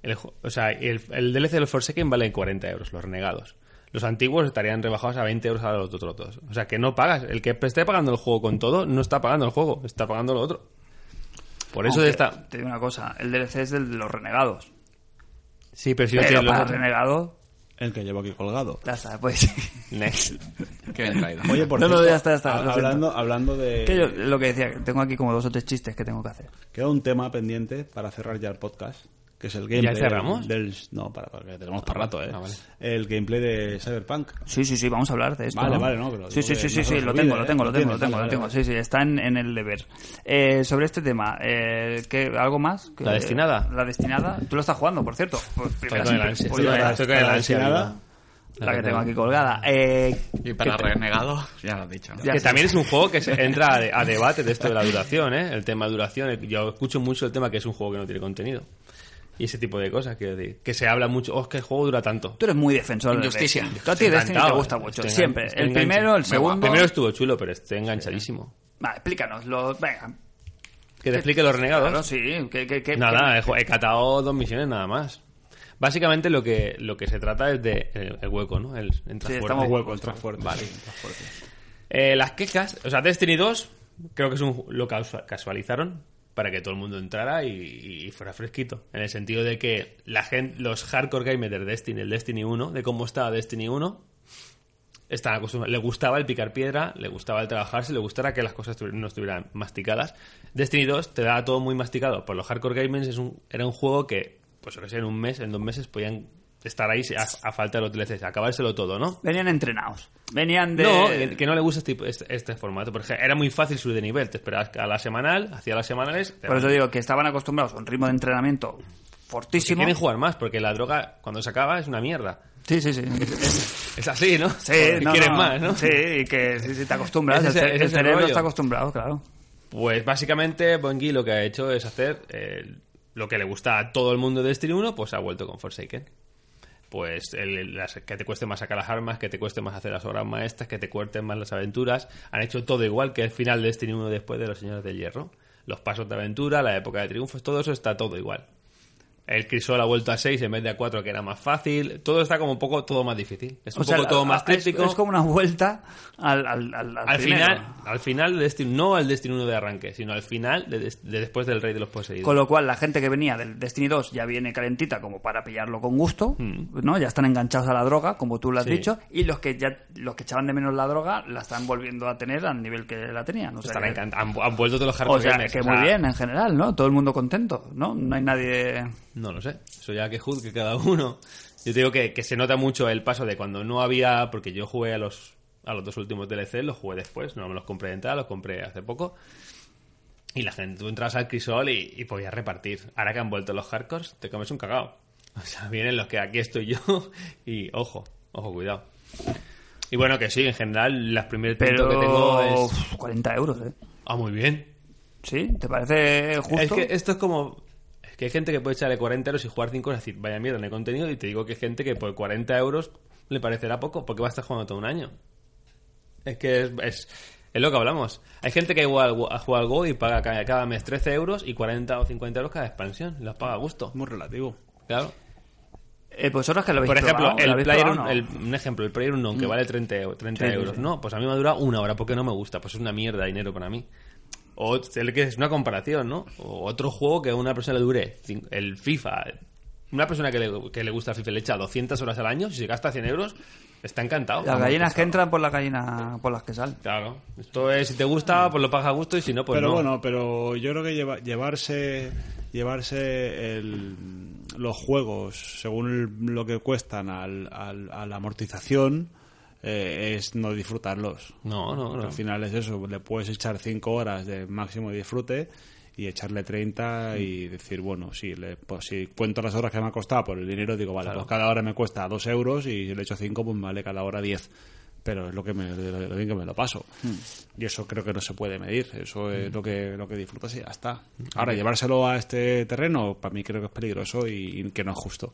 El ju- o sea, el, el DLC del Forsaken vale 40 euros, los renegados. Los antiguos estarían rebajados a 20 euros a los otros dos. O sea, que no pagas. El que esté pagando el juego con todo, no está pagando el juego, está pagando lo otro. Por eso Aunque, está... Te digo una cosa, el DLC es del de los renegados. Sí, pero si no Pero tienes los para otros- renegados, El que llevo aquí colgado. ya está, pues. Next. Qué bien traído. Oye, por No, no, cierto, ya está, ya está, lo hablando, hablando de... que yo, lo que decía, que tengo aquí como dos o tres chistes que tengo que hacer. Queda un tema pendiente para cerrar ya el podcast, que es el gameplay... cerramos? Del, no, para, porque tenemos para rato, ¿eh? Ah, vale. El gameplay de Cyberpunk. Sí, sí, sí, vamos a hablar de esto. Vale, ¿no? vale, no, pero sí, sí, digo sí, que sí, no se sí, nos lo olvide, tengo, ¿eh? lo tengo, Lo lo tengo, tienes, lo tengo, lo vale, vale, tengo. vale. Sí, sí, está en, en el deber. Eh, sobre este tema, eh, ¿qué, ¿algo más? ¿La destinada? La destinada. Tú lo estás jugando, por cierto. Pues, Estoy primera con el siempre- ansia, pues, estoy con el ya, ansia, estoy con el la ansia ansiada. viva. La que tengo aquí colgada. Eh, Y para renegado, ya lo has dicho. ¿no? Ya. que también es un juego que se entra a, de- a debate de esto de la duración, ¿eh? El tema de duración. el- Yo escucho mucho el tema que es un juego que no tiene contenido. Y ese tipo de cosas, quiero decir. Que se habla mucho, oh, es que el juego dura tanto. Tú eres muy defensor de Injusticia. Destiny. Tú a ti Estoy Destiny te encantado, gusta eh. mucho, Estoy siempre. enganchado, El estoy primero, el enganchado. Me segundo... Primero estuvo chulo, pero estoy enganchadísimo. Va, explícanoslo, venga. Que te explique los renegados. Claro, sí, que... que, que Nada, eh, he, ju- he catado dos misiones nada más. Básicamente lo que, lo que se trata es de el, el hueco, ¿no? El entra Sí, fuerte. estamos Hueco, el transporte. Vale. sí, el transporte. Eh, las quejas, o sea, Destiny 2 creo que es un, lo causa- casualizaron para que todo el mundo entrara y, y fuera fresquito. En el sentido de que la gente, los hardcore gamers de Destiny, el Destiny 1, de cómo estaba Destiny 1, estaban acostumbrados. Le gustaba el picar piedra, le gustaba el trabajarse, le gustara que las cosas estu- no estuvieran masticadas. Destiny 2 te daba todo muy masticado. Por los hardcore gamers es un, era un juego que, pues yo que sé, en un mes, en dos meses podían estar ahí a, a falta de los DLCs, acabárselo todo, ¿no? Venían entrenados. Venían de... No, que- que no le gusta este, tipo- este, este formato. Porque era muy fácil subir de nivel. Te esperabas a la semanal, hacía las semanales. te Por van- eso digo que estaban acostumbrados a un ritmo de entrenamiento que fortísimo. quieren jugar más, porque la droga cuando se acaba es una mierda. Sí, sí, sí. Es así, ¿no? Sí, Joder, no, quieren no. más, ¿no? Sí, y que sí, sí, te acostumbras. Ese el es el- cere- el, ese es el cerebro rollo. está acostumbrado, claro. Pues básicamente Bungie lo que ha hecho es hacer eh, lo que le gusta a todo el mundo de Destiny 1, pues ha vuelto con Forsaken. Pues el- las- que te cueste más sacar las armas, que te cueste más hacer las obras maestras, que te cuesten más las aventuras. Han hecho todo igual que el final de Destiny 1 después de Los Señores del Hierro. Los pasos de aventura, la época de triunfos, todo eso está todo igual. El crisol ha vuelto a 6 en vez de a 4, que era más fácil. Todo está como un poco todo más difícil. Es un O sea, poco todo más es- técnico. Es, como una vuelta al, al, al, al Al primero. final, al final de Destiny, no al Destiny 1 de arranque, sino al final de, des- de después del Rey de los Poseídos. Con lo cual, la gente que venía del Destiny 2 ya viene calentita como para pillarlo con gusto, ¿no? Ya están enganchados a la droga, como tú lo has Mm. Sí. dicho, y los que ya los que echaban de menos la droga la están volviendo a tener al nivel que la tenían. O sea, Están que- encant- han, han vuelto de los O hardcore sea, gamers, que o muy sea, bien en general, ¿no? Todo el mundo contento, ¿no? No hay nadie... No lo sé. Eso ya que juzgue cada uno. Yo te digo que, que se nota mucho el paso de cuando no había. Porque yo jugué a los, a los dos últimos DLC, los jugué después. No me los compré de entrada, los compré hace poco. Y la gente, tú entras al crisol y, y podías repartir. Ahora que han vuelto los hardcores, te comes un cagao. O sea, vienen los que aquí estoy yo. Y ojo, ojo, cuidado. Y bueno, que sí, en general, las primeras Pero... que tengo es. uf, 40 euros, ¿eh? Ah, muy bien. ¿Sí? ¿Te parece justo? Es que esto es como. Es que hay gente que puede echarle 40 euros y jugar 5 horas y decir, vaya mierda, no hay contenido. Y te digo que hay gente que por 40 euros le parecerá poco porque va a estar jugando todo un año. Es que es, es, es lo que hablamos. Hay gente que igual gu- ha jugado al Go y paga cada, cada mes 13 euros y 40 o 50 euros cada expansión. Los paga a gusto. Muy relativo. Claro. Eh, pues ahora que lo habéis Por ejemplo, probado, ¿lo el habéis player, probado o no? Mm. el- un ejemplo, el player Unknown que vale 30, eu- 30 Sí, sí, euros. sí. No, pues a mí me ha durado una hora porque no me gusta. Pues es una mierda de dinero para mí. O el que es una comparación, ¿no? O otro juego que a una persona le dure. cin- El FIFA. Una persona que le, que le gusta el FIFA le echa 200 horas al año. Si se gasta 100 euros, está encantado. Las Vamos, gallinas pues, que entran por las gallinas por las que salen. Claro. Esto es, si te gusta, pues lo pagas a gusto y si no, pues pero no. bueno, pero yo creo que lleva- llevarse llevarse el- los juegos según el- lo que cuestan al- al- a la amortización eh, es no disfrutarlos. No, no, Porque no. Al final es eso, le puedes echar 5 horas de máximo disfrute y echarle 30 y decir, bueno, si, le, pues si cuento las horas que me ha costado por el dinero, digo, vale, pues cada hora me cuesta 2 euros y si le echo 5, pues me vale cada hora 10. Pero es lo que me, lo, lo bien que me lo paso. Y eso creo que no se puede medir. Eso es lo que lo que disfrutas y ya está. Ahora, llevárselo a este terreno, para mí creo que es peligroso y, y que no es justo.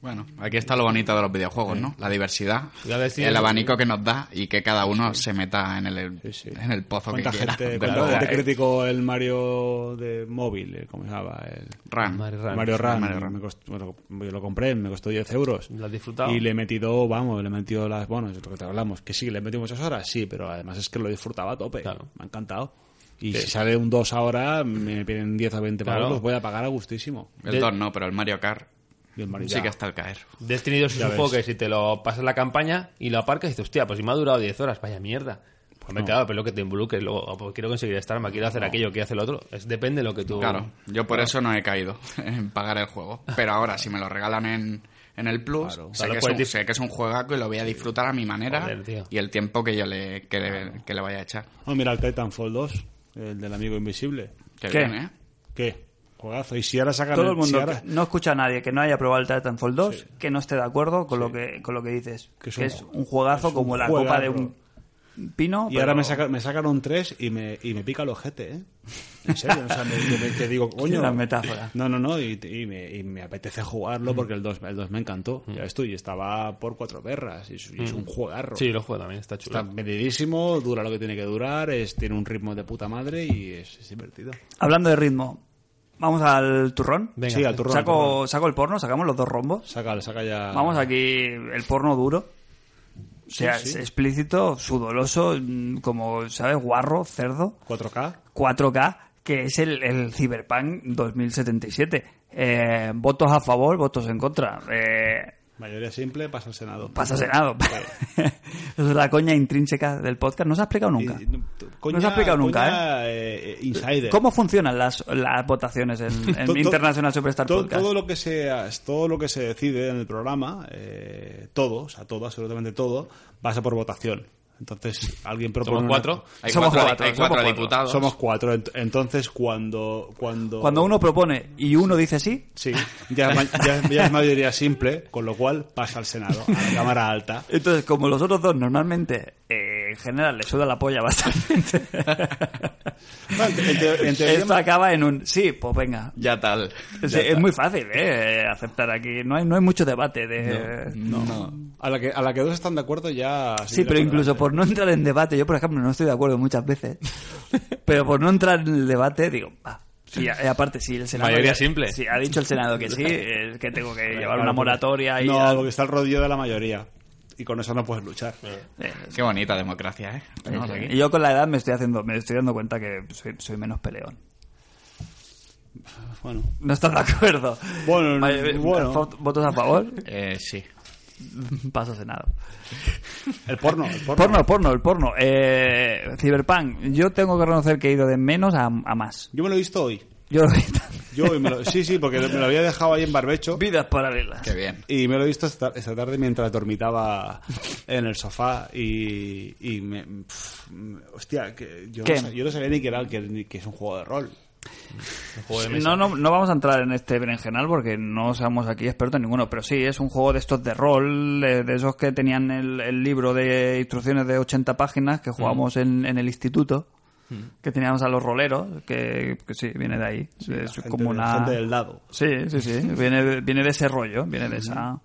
Bueno, aquí está lo bonito de los videojuegos, ¿no? La diversidad, Iba a decir- el abanico que nos da y que cada uno se meta en el, Sí, sí. En el pozo que Eh. ¿Cuánta quiera. gente, de cuánta jugar. gente criticó el Mario de móvil? eh, ¿Cómo se llamaba? El... Ran. Madre rara. Mario Run. Mario Run. me costó- bueno, yo lo compré, me costó 10 euros. ¿Lo has disfrutado? Y le he metido, vamos, le he metido las. Bueno, es lo que te hablamos. Que sí, le he metido muchas horas, sí, pero además es que lo disfrutaba a tope. Claro. Me ha encantado. Y si sale un 2 ahora, me piden 10 a 20 Claro. palos, los voy a pagar a gustísimo. El 2 no, pero el Mario Kart Y el Mario sí ya. que está al caer. Destiny 2 es un juego que si te lo pasas la campaña y lo aparcas y dices, hostia, pues si me ha durado 10 horas, vaya mierda. Pues me he quedado, pero lo que te involucres, luego, oh, pues quiero conseguir esta arma, quiero hacer aquello, quiero hacer lo otro. Es, depende de lo que tú. Claro, yo por eso no he caído en pagar el juego. Pero ahora, si me lo regalan en, en el Plus, sé, Claro, que es puedes un, dif- sé que es un juegaco y lo voy a disfrutar a mi manera Joder, tío. y el tiempo que yo le, que le, que le vaya a echar. Oh, mira el Titanfall 2, el del amigo invisible. Qué, ¿Qué? bien, ¿eh? ¿Qué? Juegazo. Y si ahora sacan Todo el el- mundo si ahora- que- no escucha a nadie que no haya probado el Titanfall 2 que no esté de acuerdo con lo que con lo que dices. Que Que es es, un ju- un juegazo es un como la copa de un pino. Y ahora pero- me, saca- me sacaron tres y me, y me pica el ojete, ¿eh? En serio, o sea, me, me- que digo, coño. Una metáfora. Mm. No, no, no, y, y me, y me apetece jugarlo porque el 2 el dos me encantó. Ya ves tú, y estaba por cuatro perras, y es, y es un juegarro. Sí, lo juego también, está chulo. Está medidísimo, dura lo que tiene que durar, es, tiene un ritmo de puta madre y es, es divertido. Hablando de ritmo, vamos al turrón. Venga. sí, al turrón. saco al turrón. Ah. saco el porno, sacamos los dos rombos. Saca, saca ya. Vamos aquí el porno duro. O sea, sí. es explícito, sudoloso, mm, como sabes, guarro, cerdo. 4K. 4K, que es el, el Cyberpunk 2077. Eh, votos a favor, votos en contra. Eh, Mayoría simple, pasa al Senado. pasa Senado. es la coña intrínseca del podcast. No se ha explicado Y- nunca. no, tú- coña- se ha explicado nunca, coña, eh, insider. ¿Cómo funcionan las, las votaciones en, en To- to- International Superstar to- Podcast? Todo lo que se, todo lo que se decide en el programa, eh, todo, o sea, todo, absolutamente todo, pasa por votación. Entonces, alguien propone. Somos una- cuatro. Hay Somos cuatro, cuatro, hay somos cuatro cuatro. diputados. Somos cuatro. Ent- Entonces, cuando. Cuando, Cuando uno propone y uno dice sí, Sí, ya, es ma- ya- ya es mayoría simple, con lo cual pasa al Senado, a la Cámara Alta. entonces como los otros dos normalmente eh, en general le suda la polla bastante. Bueno, en teo- en teoría- Esto acaba en un sí, pues venga. Ya tal. Es, es muy fácil, ¿eh? Aceptar aquí. No hay, no hay mucho debate de. No. no. a, la que, a la que dos están de acuerdo ya... Sí, pero incluso por no entrar en debate, yo por ejemplo no estoy de acuerdo muchas veces, pero por no entrar en el debate digo, va. Sí, a- y aparte, si el Senado. Mayoría ya- simple. Sí, ha dicho el Senado que sí, es que tengo que llevar Claro, una porque- moratoria y. No, porque está el rodillo de la mayoría. Y con eso no puedes luchar. Eh, Qué bonita democracia, ¿eh? Tenemos aquí. Y yo con la edad me estoy haciendo, me estoy dando cuenta que soy, soy menos peleón. Bueno. No estás de acuerdo. Bueno, Vale, bueno. ¿vot- ¿Votos a favor? Eh, sí. Paso Senado. El porno, el porno. Porno, porno, el porno. Eh, Cyberpunk, yo tengo que reconocer que he ido de menos a, a más. Yo me lo he visto hoy. Yo Yo hoy me lo- Sí, sí, porque me lo había dejado ahí en barbecho. Vidas paralelas. Qué bien. Y me lo he visto esta, esta tarde mientras dormitaba en el sofá y, y me... pf, hostia, que yo, ¿Qué? No, sa- yo no sabía ni que, era, que, ni que es un juego de rol. Un juego de mesa. No, no, no vamos a entrar en este berenjenal porque no somos aquí expertos en ninguno, pero sí, es un juego de estos de rol, de, de esos que tenían el, el libro de instrucciones de 80 páginas que Mm. jugamos en, en el instituto, que teníamos a los roleros, que, que sí, viene de ahí. es gente como de- una... gente del dado. Mm. Sí, sí, sí, viene, de- viene de ese rollo, viene de esa...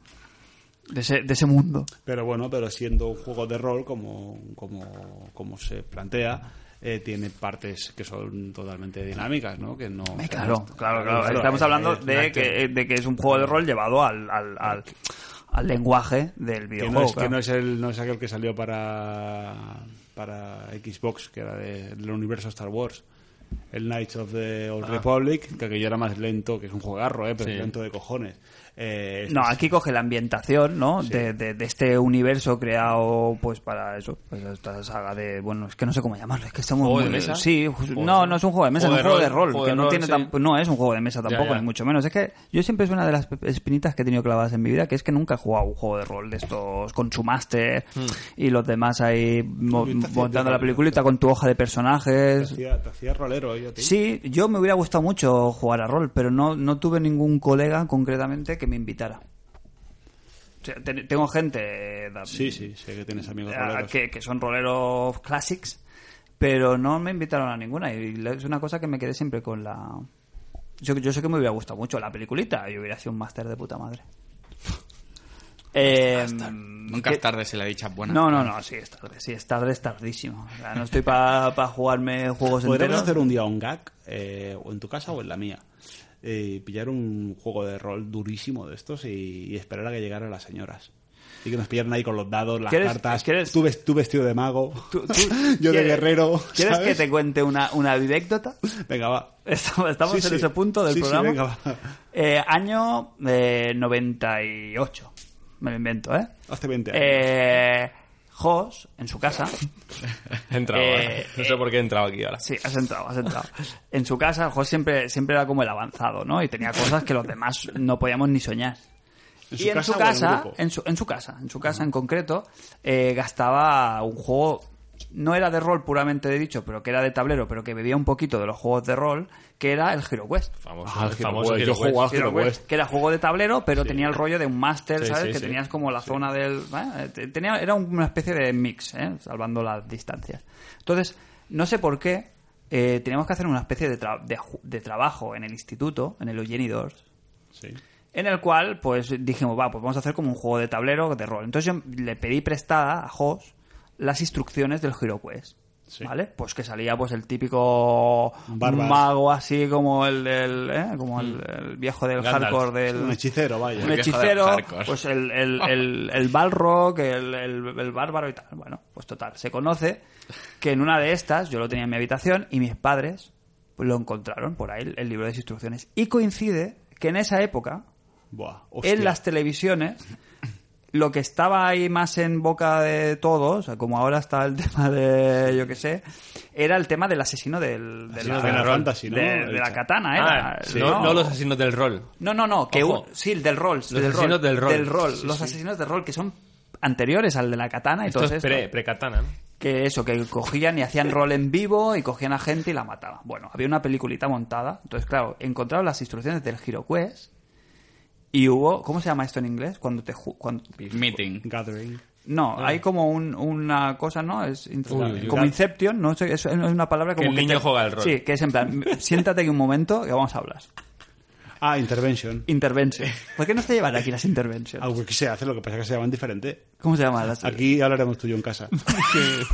De ese, de ese mundo. Pero bueno, pero siendo un juego de rol como, como, como se plantea, eh, tiene partes que son totalmente dinámicas, ¿no? Que no o sea, Claro, no- claro, claro. Estamos eh, hablando es una de acción que, de que es un juego de rol llevado al, al, al, al lenguaje del que videojuego. no es, que claro. no es el no es aquel que salió para para Xbox que era de- del universo Star Wars el Knights of the Ah. Old Republic que aquello era más lento que es un juegarro eh pero es Sí. lento de cojones Eh, este No, es- aquí coge la ambientación, ¿no? De, de- de este universo creado, pues, para eso. Pues esta saga de... Bueno, es que no sé cómo llamarlo. Es que estamos... ¿Juego muy- de mesa? Sí. ju- Juego No, de- no es un juego de mesa, juego es de un juego de rol, rol. juego que de no, rol, tiene sí. tan- no es un juego de mesa tampoco, ya. ni mucho menos. Es que yo siempre es una de las espinitas que he tenido clavadas en mi vida, que es que nunca he jugado un juego de rol de estos con su máster Hmm. y los demás ahí mo- Uy, está haciendo montando la rollo, película con tu hoja de te personajes. hacía, te hacía rolero eh, yo a ti. Sí, yo me hubiera gustado mucho jugar a rol, pero no, no tuve ningún colega concretamente que me invitara. O sea, te- tengo gente eh, da- sí sí sé que tienes amigos Eh, a- roleros que, que son roleros classics, pero no me invitaron a ninguna. Y la- es una cosa que me quedé siempre con la. Yo, yo sé que me hubiera gustado mucho la peliculita, yo hubiera sido un máster de puta madre. Eh, Nunca que- es tarde si la dicha es buena. No, no, no, sí es tarde, sí es tarde, es tardísimo. O sea, no estoy para jugarme juegos podríamos enteros. hacer un día un gag eh, o en tu casa o en la mía eh, y pillar un juego de rol durísimo de estos y, y esperar a que llegaran las señoras y que nos pillaran ahí con los dados, las ¿Quieres- cartas, quieres- tú, ves- tú vestido de mago, Tú- tú yo de quieres- guerrero. ¿Quieres ¿sabes? que te cuente una, una anécdota? Venga, va. Estamos, estamos Sí, en sí. ese punto del Sí, sí, programa. venga, va. Eh, año eh, 98. Me lo invento, ¿eh? Hace 20 años. Eh, Jos, en su casa. He entrado, Eh, ¿eh? No sé por qué he entrado aquí ahora. Sí, has entrado, has entrado. En su casa, Jos siempre, siempre era como el avanzado, ¿no? Y tenía cosas que los demás no podíamos ni soñar. ¿En y su en casa su o en casa, grupo? en su, en su casa, en su casa en concreto, eh, gastaba un juego, no era de rol puramente de dicho, pero que era de tablero, pero que bebía un poquito de los juegos de rol, que era el Hero Quest. Famoso, Ah, el Hero famoso Quest, yo Hero Quest. jugaba al Hero Quest, que era juego de tablero, pero tenía el rollo de un máster, Sí, ¿sabes? sí, que sí. tenías como la zona del... ¿eh? Te- Tenía, era una especie de mix, ¿eh? salvando las distancias. Entonces, no sé por qué eh, teníamos que hacer una especie de, tra- de ju- de trabajo en el instituto, en el Eugeni 2, Sí. en el cual pues dijimos, va, pues vamos a hacer como un juego de tablero de rol. Entonces yo le pedí prestada a Jos las instrucciones del HeroQuest. Sí. ¿Vale? Pues que salía pues el típico Bárbaro. Mm. mago así como el del, ¿eh? como el, el viejo del Gandalf. hardcore del Un hechicero, vaya. un El viejo hechicero, del hardcore. pues el, el, el, el Balrog, el, el, el bárbaro y tal. Bueno, pues total, se conoce que en una de estas, yo lo tenía en mi habitación y mis padres pues, lo encontraron por ahí, el, el libro de instrucciones. Y coincide que en esa época, Buah, hostia. en las televisiones, lo que estaba ahí más en boca de todos, como ahora está el tema de, yo qué sé, era el tema del asesino del, de, Asesino de la fantasy, ¿no? de- de la Hecha. katana, Ah, era. no, no los asesinos del rol. No, no, no, que Ojo. un- sí, el del rol. Los asesinos del rol. Sí, los sí. asesinos del rol que son anteriores al de la katana y Esto todo es esto. pre- pre-katana. ¿no? Que eso, que cogían y hacían rol en vivo y cogían a gente y la mataban. Bueno, había una peliculita montada. Entonces, claro, encontraron las instrucciones del HeroQuest y hubo... ¿Cómo se llama esto en inglés? Cuando te... ju- Cuando, Meeting. Gathering. No, hay como un- una cosa, ¿no? Es int- Ah. Uy, como uy. Inception, no sé, es, es una palabra Que como el niño juega el rol. Sí, que es en plan, siéntate aquí un momento que vamos a hablar. Ah, Intervention. Intervention. ¿Por qué no se llevan aquí las interventions? Algo que se hace, lo que pasa es que se llaman diferente. ¿Cómo se llaman las? Aquí hablaremos tú y yo en casa.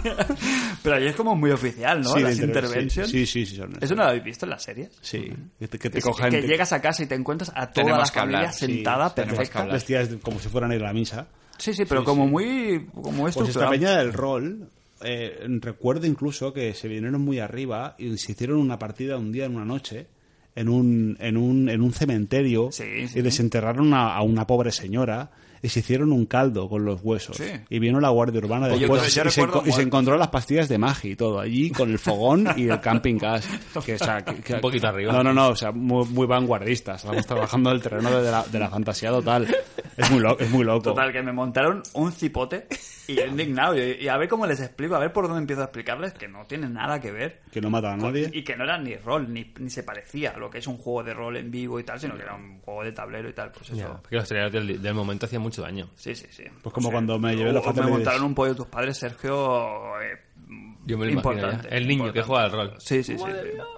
Pero ahí es como muy oficial, ¿no? Sí, de las interve- interventions. Sí, sí, sí. sí, son ¿Eso no lo habéis visto en las series? Sí, que te, que te Es cojan. que te- llegas a casa y te encuentras a toda Tenemos la que familia hablar, sí, sentada tenemos que perfecta. hablar. vestidas de- como si fueran a ir a la misa. Sí, sí, pero como muy como Pues esta estructurado. peña del rol, eh, recuerdo incluso que se vinieron muy arriba y se hicieron una partida un día en una noche en un, en un, en un cementerio Sí, sí. y desenterraron a, a una pobre señora y se hicieron un caldo con los huesos. Sí. Y vino la Guardia Urbana Oye, después yo- yo y, se, recuerdo- enco- y se encontró las pastillas de magia y todo allí con el fogón y el camping gas. Que, o sea, que- que- Un poquito arriba. No, no, no, o sea, muy, muy vanguardistas. Estamos trabajando en el terreno de la, de la fantasía total. Es muy, lo- es muy loco. Total, que me montaron un cipote y yo indignado. Y, y a ver cómo les explico, a ver por dónde empiezo a explicarles que no tiene nada que ver. Que no mata a nadie. Y que no era ni rol, ni, ni se parecía a lo que es un juego de rol en vivo y tal, sino que era un juego de tablero y tal. Pues eso. Ya, porque los trailers del, del momento hacían mucho daño. Sí, sí, sí. Pues como cuando me llevé o- la o Fatal Me Ladies. montaron un pollo tus padres, Sergio. eh, Yo me lo imagino importante, ya. El niño que importante. juega al rol. Sí, sí, sí.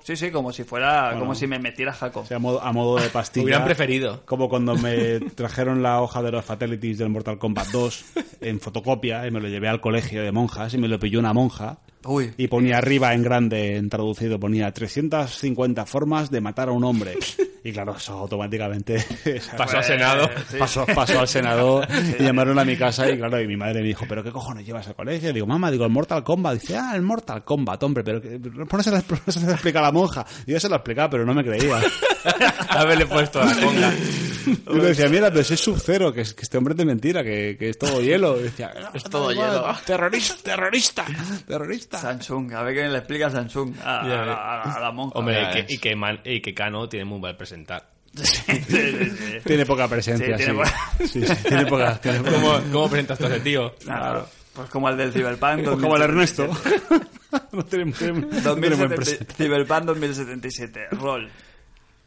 Sí, sí, como si fuera, como si me metiera Jacob. O sea, a modo, a modo de pastilla. Hubieran preferido. Como cuando me trajeron la hoja de los Fatalities del Mortal Kombat 2 en fotocopia y me lo llevé al colegio de monjas y me lo pilló una monja. Uy. Y ponía arriba en grande, en traducido, ponía 350 formas de matar a un hombre. Y claro, eso automáticamente Pasó al Senado. Eh, sí. pasó, pasó al Senado y llamaron a mi casa y claro, y mi madre me dijo, ¿pero qué cojones llevas al colegio? Y digo, mamá, digo, el Mortal Kombat. Dice, ah, el Mortal Kombat, hombre, pero que- pero no se lo no se lo explica a la monja. Y yo se lo explicaba, pero no me creía. Haberle puesto la conga. Y me decía, mira, pero si es sub-cero, que, es- que este hombre es de mentira, que, que es todo hielo. Y decía, "No, Es todo da igual, hielo". Terrorista, terrorista, terrorista. Samsung, a ver qué le explica Samsung a, a- a- a la monja. Hombre, Ya y ves. que, y, que Man- y que Cano tiene muy mal presentar. Sí, sí, sí. Tiene poca presencia, Sí, sí. tiene poca- Sí, sí, tiene poca. tiene poca- ¿Cómo, cómo presentas tú a ese tío? Claro. Pues como el del Cyberpunk. Pues como el 2077. Ernesto. no tiene, tiene- no tiene buen 2077, presente. Cyberpunk 2077, rol.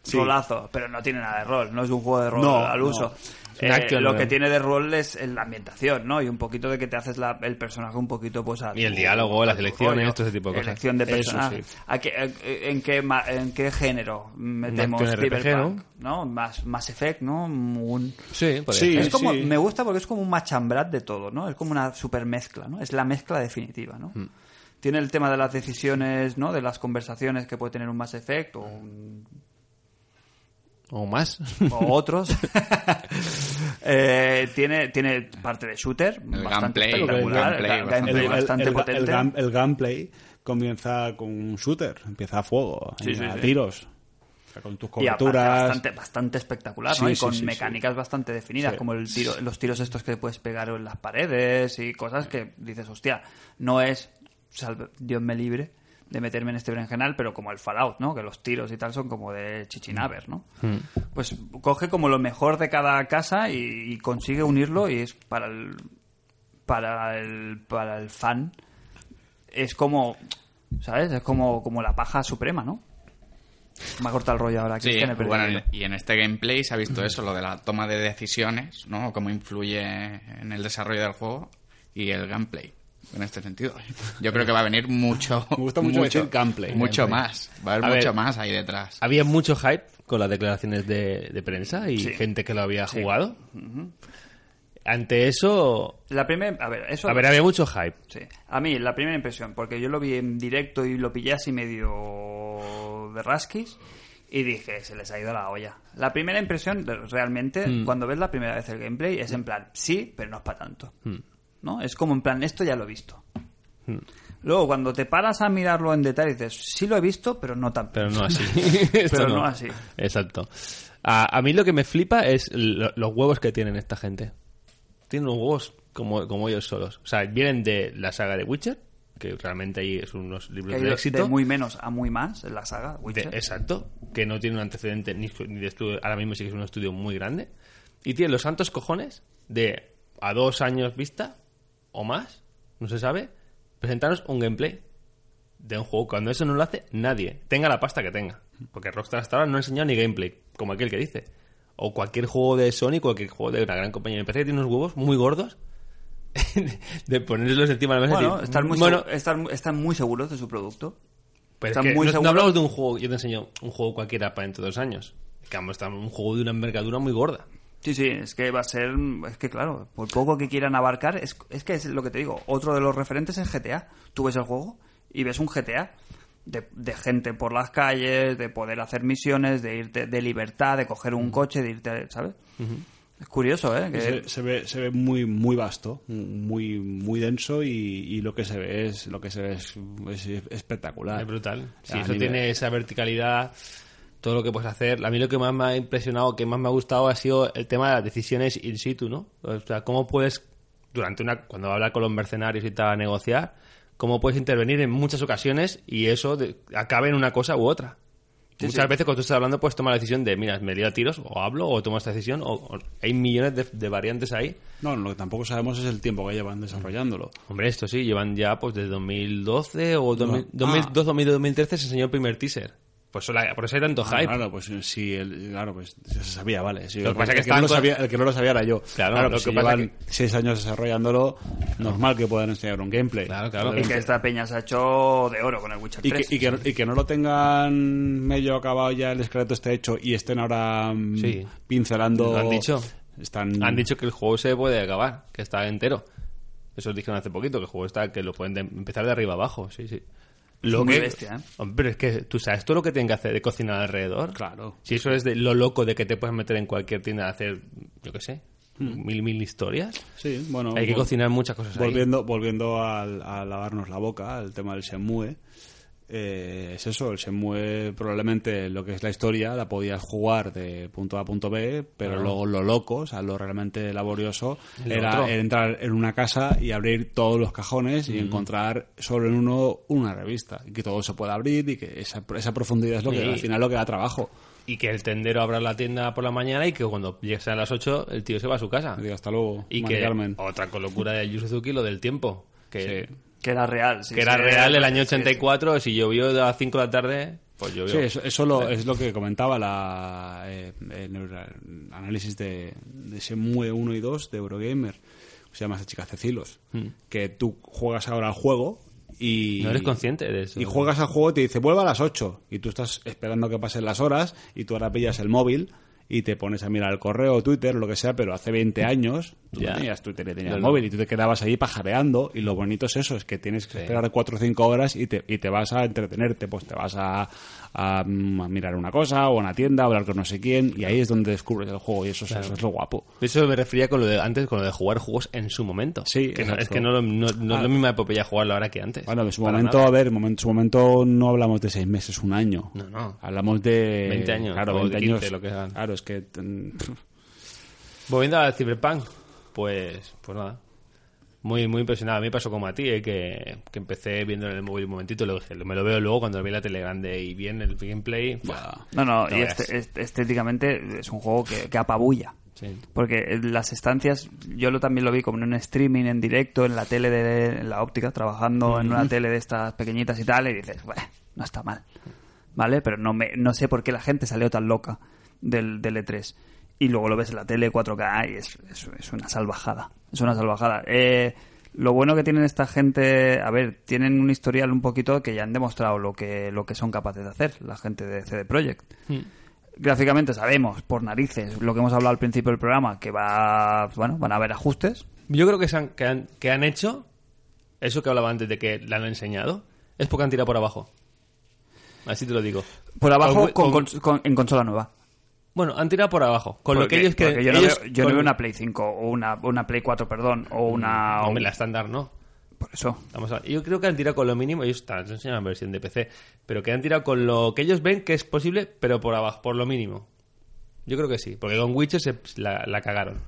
Sí. Rolazo, pero no tiene nada de rol, no es un juego de rol No, al no. uso. Es un Eh, action lo rol. que tiene de rol es el- la ambientación, ¿no? Y un poquito de que te haces la- el personaje un poquito, pues a Y el tu- diálogo, a las tu elecciones, rollo. todo ese tipo de cosas. Elección de Eso personaje. sí. ¿A qué- a- ¿En, qué, ma- ¿En qué género metemos action RPG, Cyberpunk? ¿no? Más, más Effect, ¿no? Un- Sí, por Sí. es como, me gusta porque es como un machambrat de todo, ¿no? Es como una super mezcla, ¿no? Es la mezcla definitiva, ¿no? Mm. Tiene el tema de las decisiones, ¿no? De las conversaciones que puede tener un Mass Effect o, un- O más. o otros. Eh, tiene, tiene parte de shooter, bastante gameplay, espectacular, el el gameplay ga- bastante gameplay el, el- bastante el- el- potente. el gam- el gameplay comienza con un shooter, empieza a fuego, Sí, sí, a sí. tiros, O sea, con tus Y aparte coberturas. bastante, bastante espectacular, ¿no? Sí, y sí, con sí, sí. mecánicas bastante definidas, Sí. como el tiro, los tiros estos que puedes pegar en las paredes y cosas que dices, hostia, no es, salve- Dios me libre de meterme en este berenjenal, pero como el Fallout, ¿no? Que los tiros y tal son como de chichinaver, ¿no? Mm. Pues coge como lo mejor de cada casa y, y consigue unirlo y es para el, para el, para el fan es como, ¿sabes? Es como, como la paja suprema, ¿no? Me ha cortado el rollo ahora, Sí, Cristian, he perdido bueno, el hilo. y- y en este gameplay se ha visto eso, lo de la toma de decisiones, ¿no? Cómo influye en el desarrollo del juego y el gameplay. En este sentido, yo creo que va a venir mucho. Me gusta mucho decir gameplay. Mucho Gameplay. más. Va a haber A mucho ver. más ahí detrás. Había mucho hype con las declaraciones de, de prensa y Sí. gente que lo había jugado. Ante eso, La primera, a ver, eso. a ver, había mucho hype. sí. A mí, la primera impresión, porque yo lo vi en directo y lo pillé así medio de rasquis y dije, se les ha ido la olla. La primera impresión, de- realmente, Mm. cuando ves la primera vez el gameplay, es en plan, sí, pero no es para tanto. Mm. ¿No? Es como en plan, esto ya lo he visto. Luego, cuando te paras a mirarlo en detalle, dices, sí lo he visto, pero no tan. Pero no así. Esto Pero no así. Exacto. A, a mí lo que me flipa es lo- los huevos que tienen esta gente. Tienen unos huevos como, como ellos solos. O sea, vienen de la saga de Witcher, que realmente ahí es unos Que libros ha de ido éxito. de muy menos a muy más en la saga. De- Witcher. exacto. Que no tiene un antecedente ni, su- ni de estudio. Ahora mismo sí que es un estudio muy grande. Y tiene los santos cojones de a dos años vista o más, no se sabe, presentarnos un gameplay de un juego. Cuando eso no lo hace nadie, tenga la pasta que tenga. Porque Rockstar hasta ahora no ha enseñado ni gameplay, como aquel que dice. O cualquier juego de Sony, cualquier juego de una gran compañía de PC, tiene unos huevos muy gordos de ponerlos encima de la mesa. y Bueno, decir, están muy, bueno, segu- están, están muy seguros de su producto. pero es están que muy no- no, seguros. hablamos de un juego, yo te enseño un juego cualquiera para dentro de dos años. Es que vamos, está un juego de una envergadura muy gorda. Sí, sí, es que va a ser. Es que claro, por poco que quieran abarcar, es, es que es lo que te digo. Otro de los referentes es GTA. Tú ves el juego y ves un GTA de, de gente por las calles, de poder hacer misiones, de irte de libertad, de coger un coche, de irte. ¿Sabes? Es curioso, ¿eh? Que- Se, se ve, se ve muy, muy vasto, muy, muy denso y, y lo que se ve es, lo que se ve es, es espectacular. Ah. Es brutal. O Sí, sea, a eso nivel- tiene esa verticalidad, todo lo que puedes hacer. A mí lo que más me ha impresionado, que más me ha gustado, ha sido el tema de las decisiones in situ, ¿no? O sea, cómo puedes, durante una, cuando hablas con los mercenarios y tal, a negociar, cómo puedes intervenir en muchas ocasiones y eso de- acabe en una cosa u otra. Sí, Muchas sí. veces cuando tú estás hablando puedes tomar la decisión de, mira, me lío a tiros, o hablo, o tomo esta decisión, o, o- hay millones de, de variantes ahí. No, lo que tampoco sabemos es el tiempo que llevan desarrollándolo. Hombre, esto sí, llevan ya pues desde 2012 o Ah. 2012-2013 se enseñó el primer teaser. Pues eso la- por eso hay tanto Ah, hype. Claro, pues si el, claro, pues se sabía, vale. Sí, Lo que el pasa es el que no estaban lo con- sabía, el que no lo sabía era yo. Claro, lo pues que si pasa llevan seis años desarrollándolo, normal que puedan enseñar un gameplay. Claro, claro. y que esta peña se ha hecho de oro con el Witcher Y que, 3. y, que, y que no lo tengan medio acabado ya el esqueleto esté hecho y estén ahora mm, Sí. pincelando. Lo han dicho. Están, Han dicho que el juego se puede acabar, que está entero. Eso dijeron hace poquito, que el juego está, que lo pueden de- empezar de arriba abajo, sí, sí. Lo Muy que- bestia, ¿eh? Hombre, pero es que tú sabes todo lo que tienen que hacer de cocinar alrededor. Claro. Si eso es de lo loco de que te puedes meter en cualquier tienda a hacer, yo qué sé, Hmm. mil, mil historias. Sí, bueno. Hay que vol- cocinar muchas cosas ahí. Volviendo, volviendo al- a, lavarnos la boca, al tema del Shenmue, eh, es eso, el Shenmue probablemente lo que es la historia la podías jugar de punto A a punto B, pero luego lo loco, o sea, lo realmente laborioso, El era otro. entrar en una casa y abrir todos los cajones y encontrar solo en uno una revista, y que todo se pueda abrir y que esa, esa profundidad es lo que Sí. al final lo que da trabajo. Y que el tendero abra la tienda por la mañana y que cuando llegues a las 8 el tío se va a su casa. Digo, hasta luego, Y Mari que Carmen. otra locura de Yu Suzuki, lo del tiempo. Que, Sí. Que era real. sí, que era sí, real el año sí, sí. 84, si llovió a las 5 de la tarde, pues llovió. Sí, eso, eso lo- es lo que comentaba la, eh, en el análisis de, de Shenmue 1 y 2 de Eurogamer. Se llama esa chica Cecilos. Que tú juegas ahora al juego y... Mm. no eres consciente de eso. Y juegas al juego y te dice, vuelva a las 8. Y tú estás esperando que pasen las horas y tú ahora pillas el móvil y te pones a mirar el correo, Twitter, lo que sea, pero hace 20 años tú Ya. no tenías Twitter y tenías No, no. móvil y tú te quedabas ahí pajareando y lo bonito es eso, es que tienes que esperar 4 o 5 horas y te, y te vas a entretenerte, pues te vas a, a, mm, a mirar una cosa o a una tienda, a hablar con no sé quién y ahí es donde descubres el juego y eso, es- eso es lo guapo. Eso me refería con lo de antes, con lo de jugar juegos en su momento. Sí, Que no- es exacto. Ah. que no, lo- no- no es la misma epopeya jugarlo ahora que antes. Bueno, en su Para momento, nada. a ver, en su momento no hablamos de seis meses, un año. No, no. Hablamos de... 20 años, Claro, o 20 15, años. lo que hagan. Claro, es que... mm, Volviendo al Cyberpunk, pues, pues nada. Muy, muy impresionado. A mí me pasó como a ti, ¿eh? que, que empecé viendo en el móvil un momentito y luego dije, me lo veo luego cuando vi la tele grande y bien el gameplay. ¡buah! No, no, No y veas. este- este- estéticamente es un juego que, que apabulla. Sí. Porque las estancias, yo lo también lo vi como en un streaming, en directo, en la tele de en la óptica, trabajando en una tele de estas pequeñitas y tal, y dices, "Bueh, no está mal. ¿Vale? Pero no, me, no sé por qué la gente salió tan loca del, del E3. Y luego lo ves en la tele 4K y es, es- es una salvajada. Es una salvajada. Eh, lo bueno que tienen esta gente, a ver, tienen un historial un poquito que ya han demostrado lo que, lo que son capaces de hacer, la gente de CD Projekt gráficamente sabemos por narices lo que hemos hablado al principio del programa que va bueno van a haber ajustes Yo creo que, se han, que, han, que han hecho eso que hablaba antes de que la han enseñado, es porque han tirado por abajo. Así te lo digo. por abajo Con- con- con- con- en consola nueva Bueno, han tirado por abajo. Con lo que Porque- ellos que porque yo, no ellos veo, yo no con- veo una play 5 o una, una play 4 perdón o una Hombre, la estándar no. por eso Vamos a- yo creo que han tirado con lo mínimo, ellos están han enseñado la versión de PC, pero que han tirado con lo que ellos ven que es posible, pero por abajo, por lo mínimo. Yo creo que sí, porque con Witcher se la, la cagaron.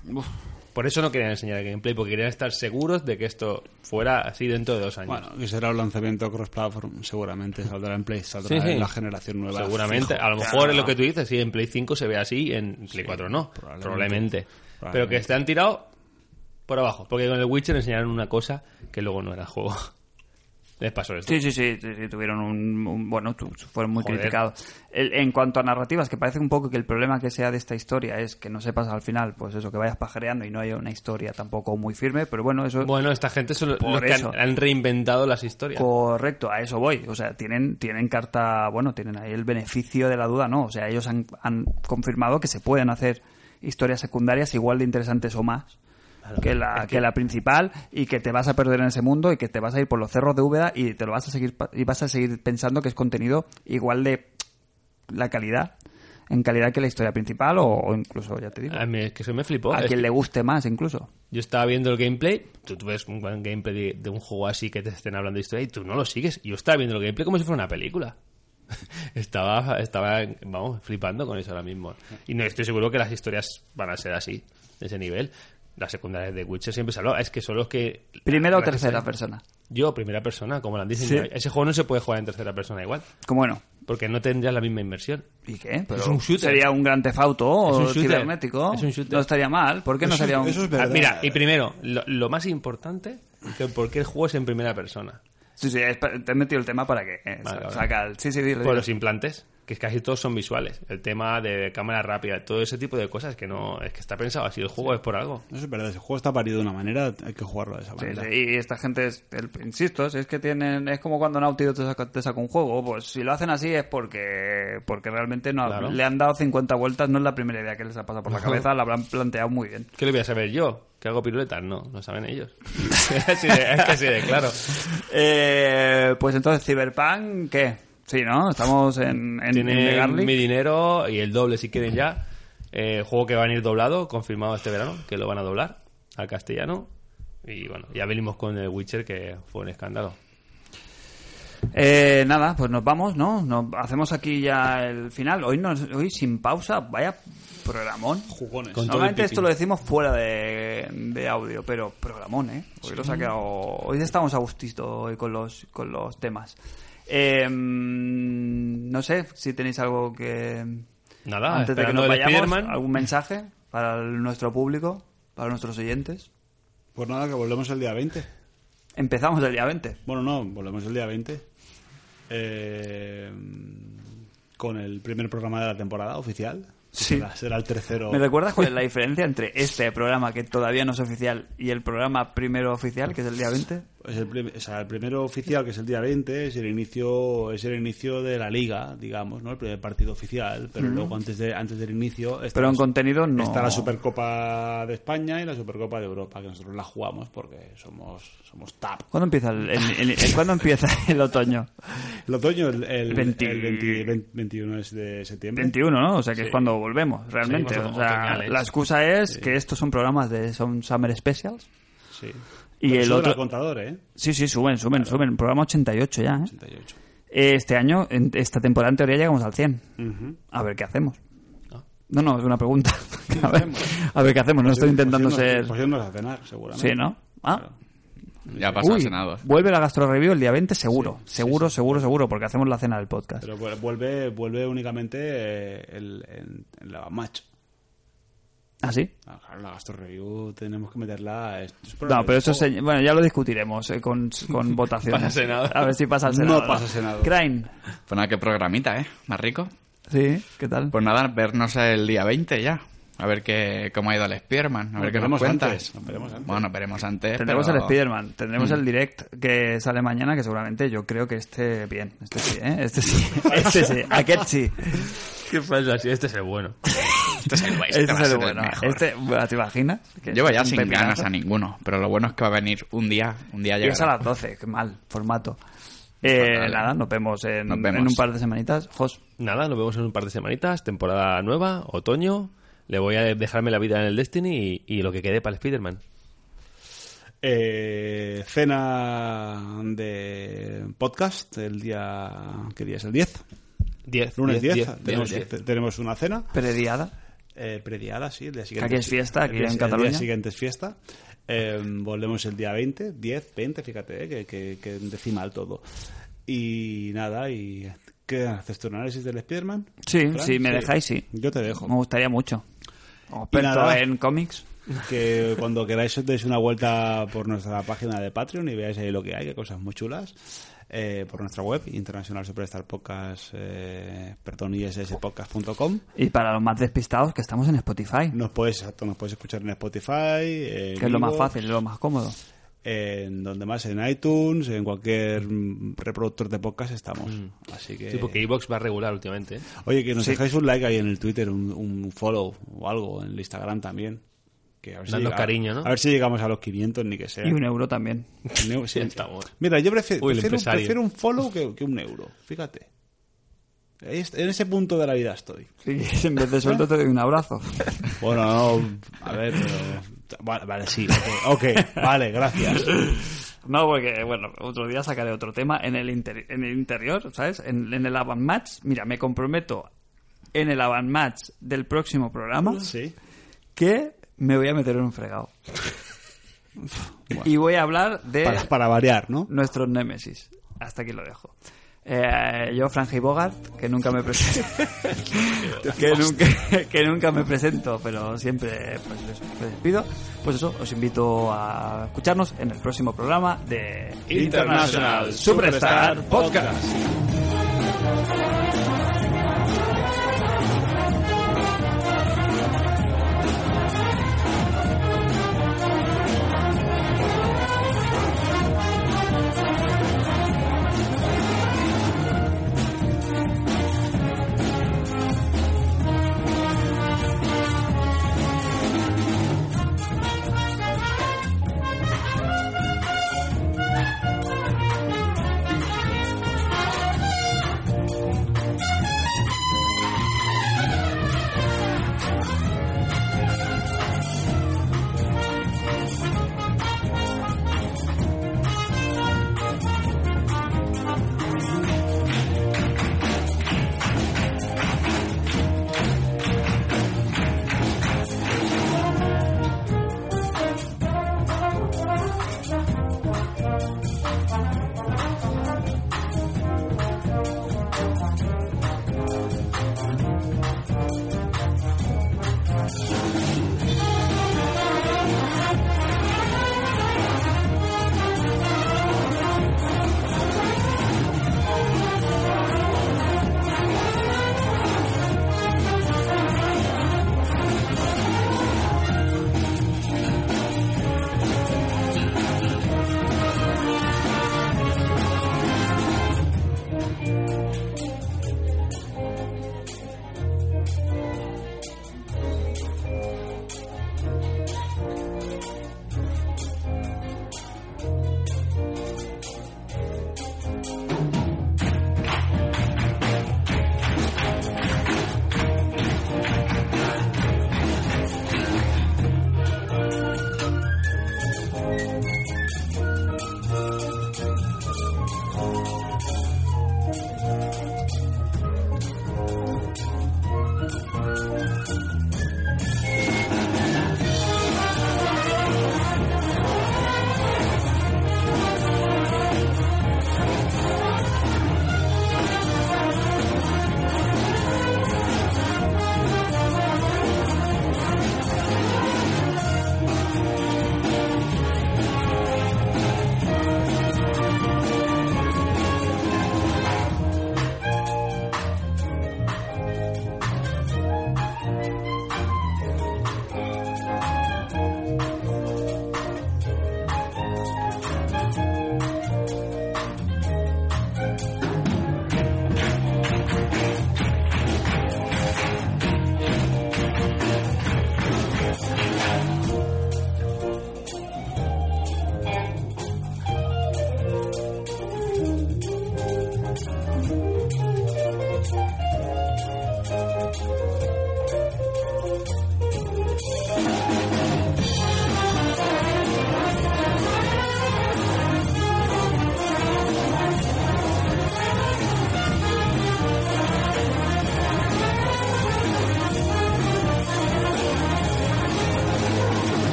Por eso no querían enseñar el gameplay, porque querían estar seguros de que esto fuera así dentro de dos años. Bueno, que será un lanzamiento cross-platform, seguramente saldrá en Play, saldrá Sí, sí. en la generación nueva. Seguramente, fijo. a lo mejor claro. es lo que tú dices, sí, en Play 5 se ve así, en Play 4 no, probablemente. probablemente. Pero que Probablemente. están tirado por abajo, porque con el Witcher enseñaron una cosa que luego no era juego. Les pasó esto. Sí, sí, sí, sí, sí, tuvieron un, un- bueno, tu- fueron muy Joder. criticados. El- en cuanto a narrativas, que parece un poco que el problema que sea de esta historia es que no sepas al final, pues eso, que vayas pajareando y no haya una historia tampoco muy firme, pero bueno, eso Bueno, esta gente son los Por los que eso. han, han reinventado las historias. Correcto, a eso voy. O sea, tienen, tienen carta, bueno, tienen ahí el beneficio de la duda, ¿no? O sea, ellos han, han confirmado que se pueden hacer historias secundarias igual de interesantes o más que, la, que... la principal y que te vas a perder en ese mundo y que te vas a ir por los cerros de Úbeda y te lo vas a seguir pa- y vas a seguir pensando que es contenido igual de la calidad, en calidad que la historia principal o, o incluso, ya te digo, A mí es que eso me flipó. a Ah, Es quien le guste más incluso. Yo estaba viendo el gameplay, tú, tú ves un buen gameplay de, de un juego así que te estén hablando de historia y tú no lo sigues. Yo estaba viendo el gameplay como si fuera una película. estaba, estaba, vamos, flipando con eso ahora mismo. Y no estoy seguro que las historias van a ser así, de ese nivel. Las secundarias de Witcher siempre se habló, es que son los que... Primera o las que tercera se- persona. Yo, primera persona, como lo han diseñado. Sí. Ese juego no se puede jugar en tercera persona igual, Como bueno. porque no tendrías la misma inversión. ¿Y qué? Es un shooter. Sería un gran tefauto Es un o shooter. cibernético. Es un shooter. No estaría mal. ¿Por qué no Eso- sería un.? eso es Ah, verdad. mira, y primero, lo, lo más importante, que por qué el juego es en primera persona. Sí, sí, esp- te he metido el tema para que. eh, Vale, sa- vale. saca el... Sí, sí, dilo, Por dilo. los implantes, que casi todos son visuales. El tema de cámara rápida, todo ese tipo de cosas que no es que está pensado así. El juego es por algo. Eso es verdad. Ese juego está parido de una manera, hay que jugarlo de esa Sí, manera. sí, Y esta gente, es, el- insisto, si es que tienen. Es como cuando Naughty Dog te saca, te saca un juego. Pues si lo hacen así es porque porque realmente no Claro. le han dado 50 vueltas. No es la primera idea que les ha pasado por la cabeza. La habrán planteado muy bien. ¿Qué le voy a saber yo? ¿Que hago piruletas? No, lo saben ellos. Así de- es que así de claro. Eh, pues entonces, Cyberpunk, ¿qué? Sí, ¿no? Estamos en, en, en The Tienen Garlic. mi dinero y el doble si quieren ya. Eh, juego que va a venir doblado, confirmado este verano, que lo van a doblar al castellano. Y bueno, ya venimos con el Witcher, que fue un escándalo. Eh, nada, pues nos vamos, ¿no? Nos hacemos aquí ya el final. Hoy, nos, hoy sin pausa, vaya programón. Jugones. Con todo Normalmente el esto pipí. lo decimos fuera de, de audio, pero programón, ¿eh? Hoy los ha quedado- Hoy estamos a gustito hoy con los, con los temas. Eh, no sé si tenéis algo que... Nada, antes de que Ah, esperando nos el vayamos, Spiderman. algún mensaje para el- nuestro público, para nuestros oyentes. Pues nada, que volvemos el día 20. Empezamos el día 20. Bueno, no, volvemos el día 20. Eh, con el primer programa de la temporada oficial. Sí. Será, será el tercero. ¿Me recuerdas cuál es la diferencia entre este programa que todavía no es oficial y el programa primero oficial, que es el día 20? Es el, prim- o sea, el primero oficial, que es el día 20, es el inicio, es el inicio de la liga, digamos, ¿no? El primer partido oficial, pero luego antes, de, antes del inicio... está Pero en la- contenido no. Está la Supercopa de España y la Supercopa de Europa, que nosotros la jugamos porque somos, somos TAP. ¿Cuándo empieza el, el- el- el- ¿cuándo empieza el otoño? El otoño, el, el, 20. el 20 20 21 es de septiembre. 21, ¿no? O sea, que es cuando volvemos, realmente. Seguimos O sea, otoñales. la excusa es que estos son programas de son Summer Specials. Sí. Y Pero el sube otro- la contador, ¿eh? Sí, sí, suben, suben, suben. Programa 88 ya, ¿eh? 88. Eh, Este año, en esta temporada en teoría llegamos al 100. Ujú. A ver qué hacemos. No, no, es una pregunta. A ver, hacemos? a ver qué hacemos. No estoy Pues intentando irnos- ser... Pues irnos a cenar, seguramente. Sí, ¿no? Ah, Ya pasó Uy, cenado. Vuelve la gastro review el día 20, seguro. seguro, seguro, seguro, porque hacemos la cena del podcast. Pero vu- vuelve, vuelve únicamente eh, el, en, en la match. ¿Ah, sí? Ah, claro, la gastro review tenemos que meterla. es- es No, probable. pero eso se- bueno, ya lo discutiremos eh, con, con votación. Pasa Senado. A ver si pasa el No Senado. pasa Senado. Crane. Pues nada, qué programita, ¿eh? Más rico. Sí, ¿qué tal? Pues nada, vernos el día 20 ya. A ver qué, cómo ha ido el Spearman. A Nos ver qué nos veremos cuentas. antes, nos veremos antes. Bueno, veremos antes. Tendremos eh, pero- Mm. el Spider-Man, tendremos el direct que sale mañana, que seguramente yo creo que esté bien. Este sí, ¿eh? Este sí, este sí, aquest sí. ¿Qué pasa? Si este es el bueno. Este es el guay, Este este va a es el ser el bueno. mejor. Este, bueno, ¿te imaginas? Que Llevo ya es un sin pepinazo. ganas a ninguno, pero lo bueno es que va a venir un día, un día Y es a llegará. las 12, qué mal formato. Eh, Fatal. nada, nos vemos, en, Pues Nos vemos. en un par de semanitas. Jos, Nada, nos vemos en un par de semanitas, temporada nueva, otoño. Le voy a dejarme la vida en el Destiny y, y lo que quede para el Spider-Man. Eh, cena de podcast el día. ¿Qué día es? El 10. 10. Lunes 10. tenemos, 10. te- tenemos una cena prediada. eh, prediada, sí. El día siguiente Aquí es fiesta, aquí el día- en el Cataluña. día siguiente es fiesta. Eh, volvemos el día 20, 10, 20, fíjate, eh, que, que, que decimal todo. Y nada, y. ¿Qué haces tu análisis del Spider-Man? Sí, Fran? si me dejáis, sí. Yo te dejo. Me gustaría mucho. Como Y Experto nada. en cómics. que cuando queráis os deis una vuelta por nuestra página de Patreon y veáis ahí lo que hay, que hay cosas muy chulas. eh, por nuestra web, Internacional Superstar Podcast, eh, perdón, isspodcast.com. Y para los más despistados, que estamos en Spotify, Nos puedes, exacto, nos puedes escuchar en Spotify. eh, que es lo más Evox, fácil, es lo más cómodo. En donde más, en iTunes, en cualquier mm, reproductor de podcast estamos. Mm. Así que. Sí, porque Evox va regular últimamente. ¿eh? Oye, que nos dejáis un like ahí en el Twitter, un, un follow o algo, en el Instagram también. Que a ver Dando llega- cariño, ¿no? A ver si llegamos a los 500, ni que sea. Y un euro también. Un euro, sí. Centavos. Mira, yo prefiero, Uy, el prefiero, empresario. prefiero un follow que, que un euro, fíjate. Ahí est- En ese punto de la vida estoy. Sí, en vez de sueldo te doy un abrazo. Bueno, no, a ver, pero- Vale, vale, sí, ok, ok, vale, gracias. No, porque, bueno, otro día sacaré otro tema en el, interi- en el interior, ¿sabes? En, en el avant-match, mira, me comprometo en el avant-match del próximo programa Sí. que me voy a meter en un fregado. Y voy a hablar de Para, para variar, ¿no? nuestros némesis. Hasta aquí lo dejo. Eh, yo, Franji Bogart, que nunca me presento. que, nunca, que nunca me presento, pero siempre pues, les, les pido. Pues eso, os invito a escucharnos en el próximo programa de International Superstar Podcast. Thank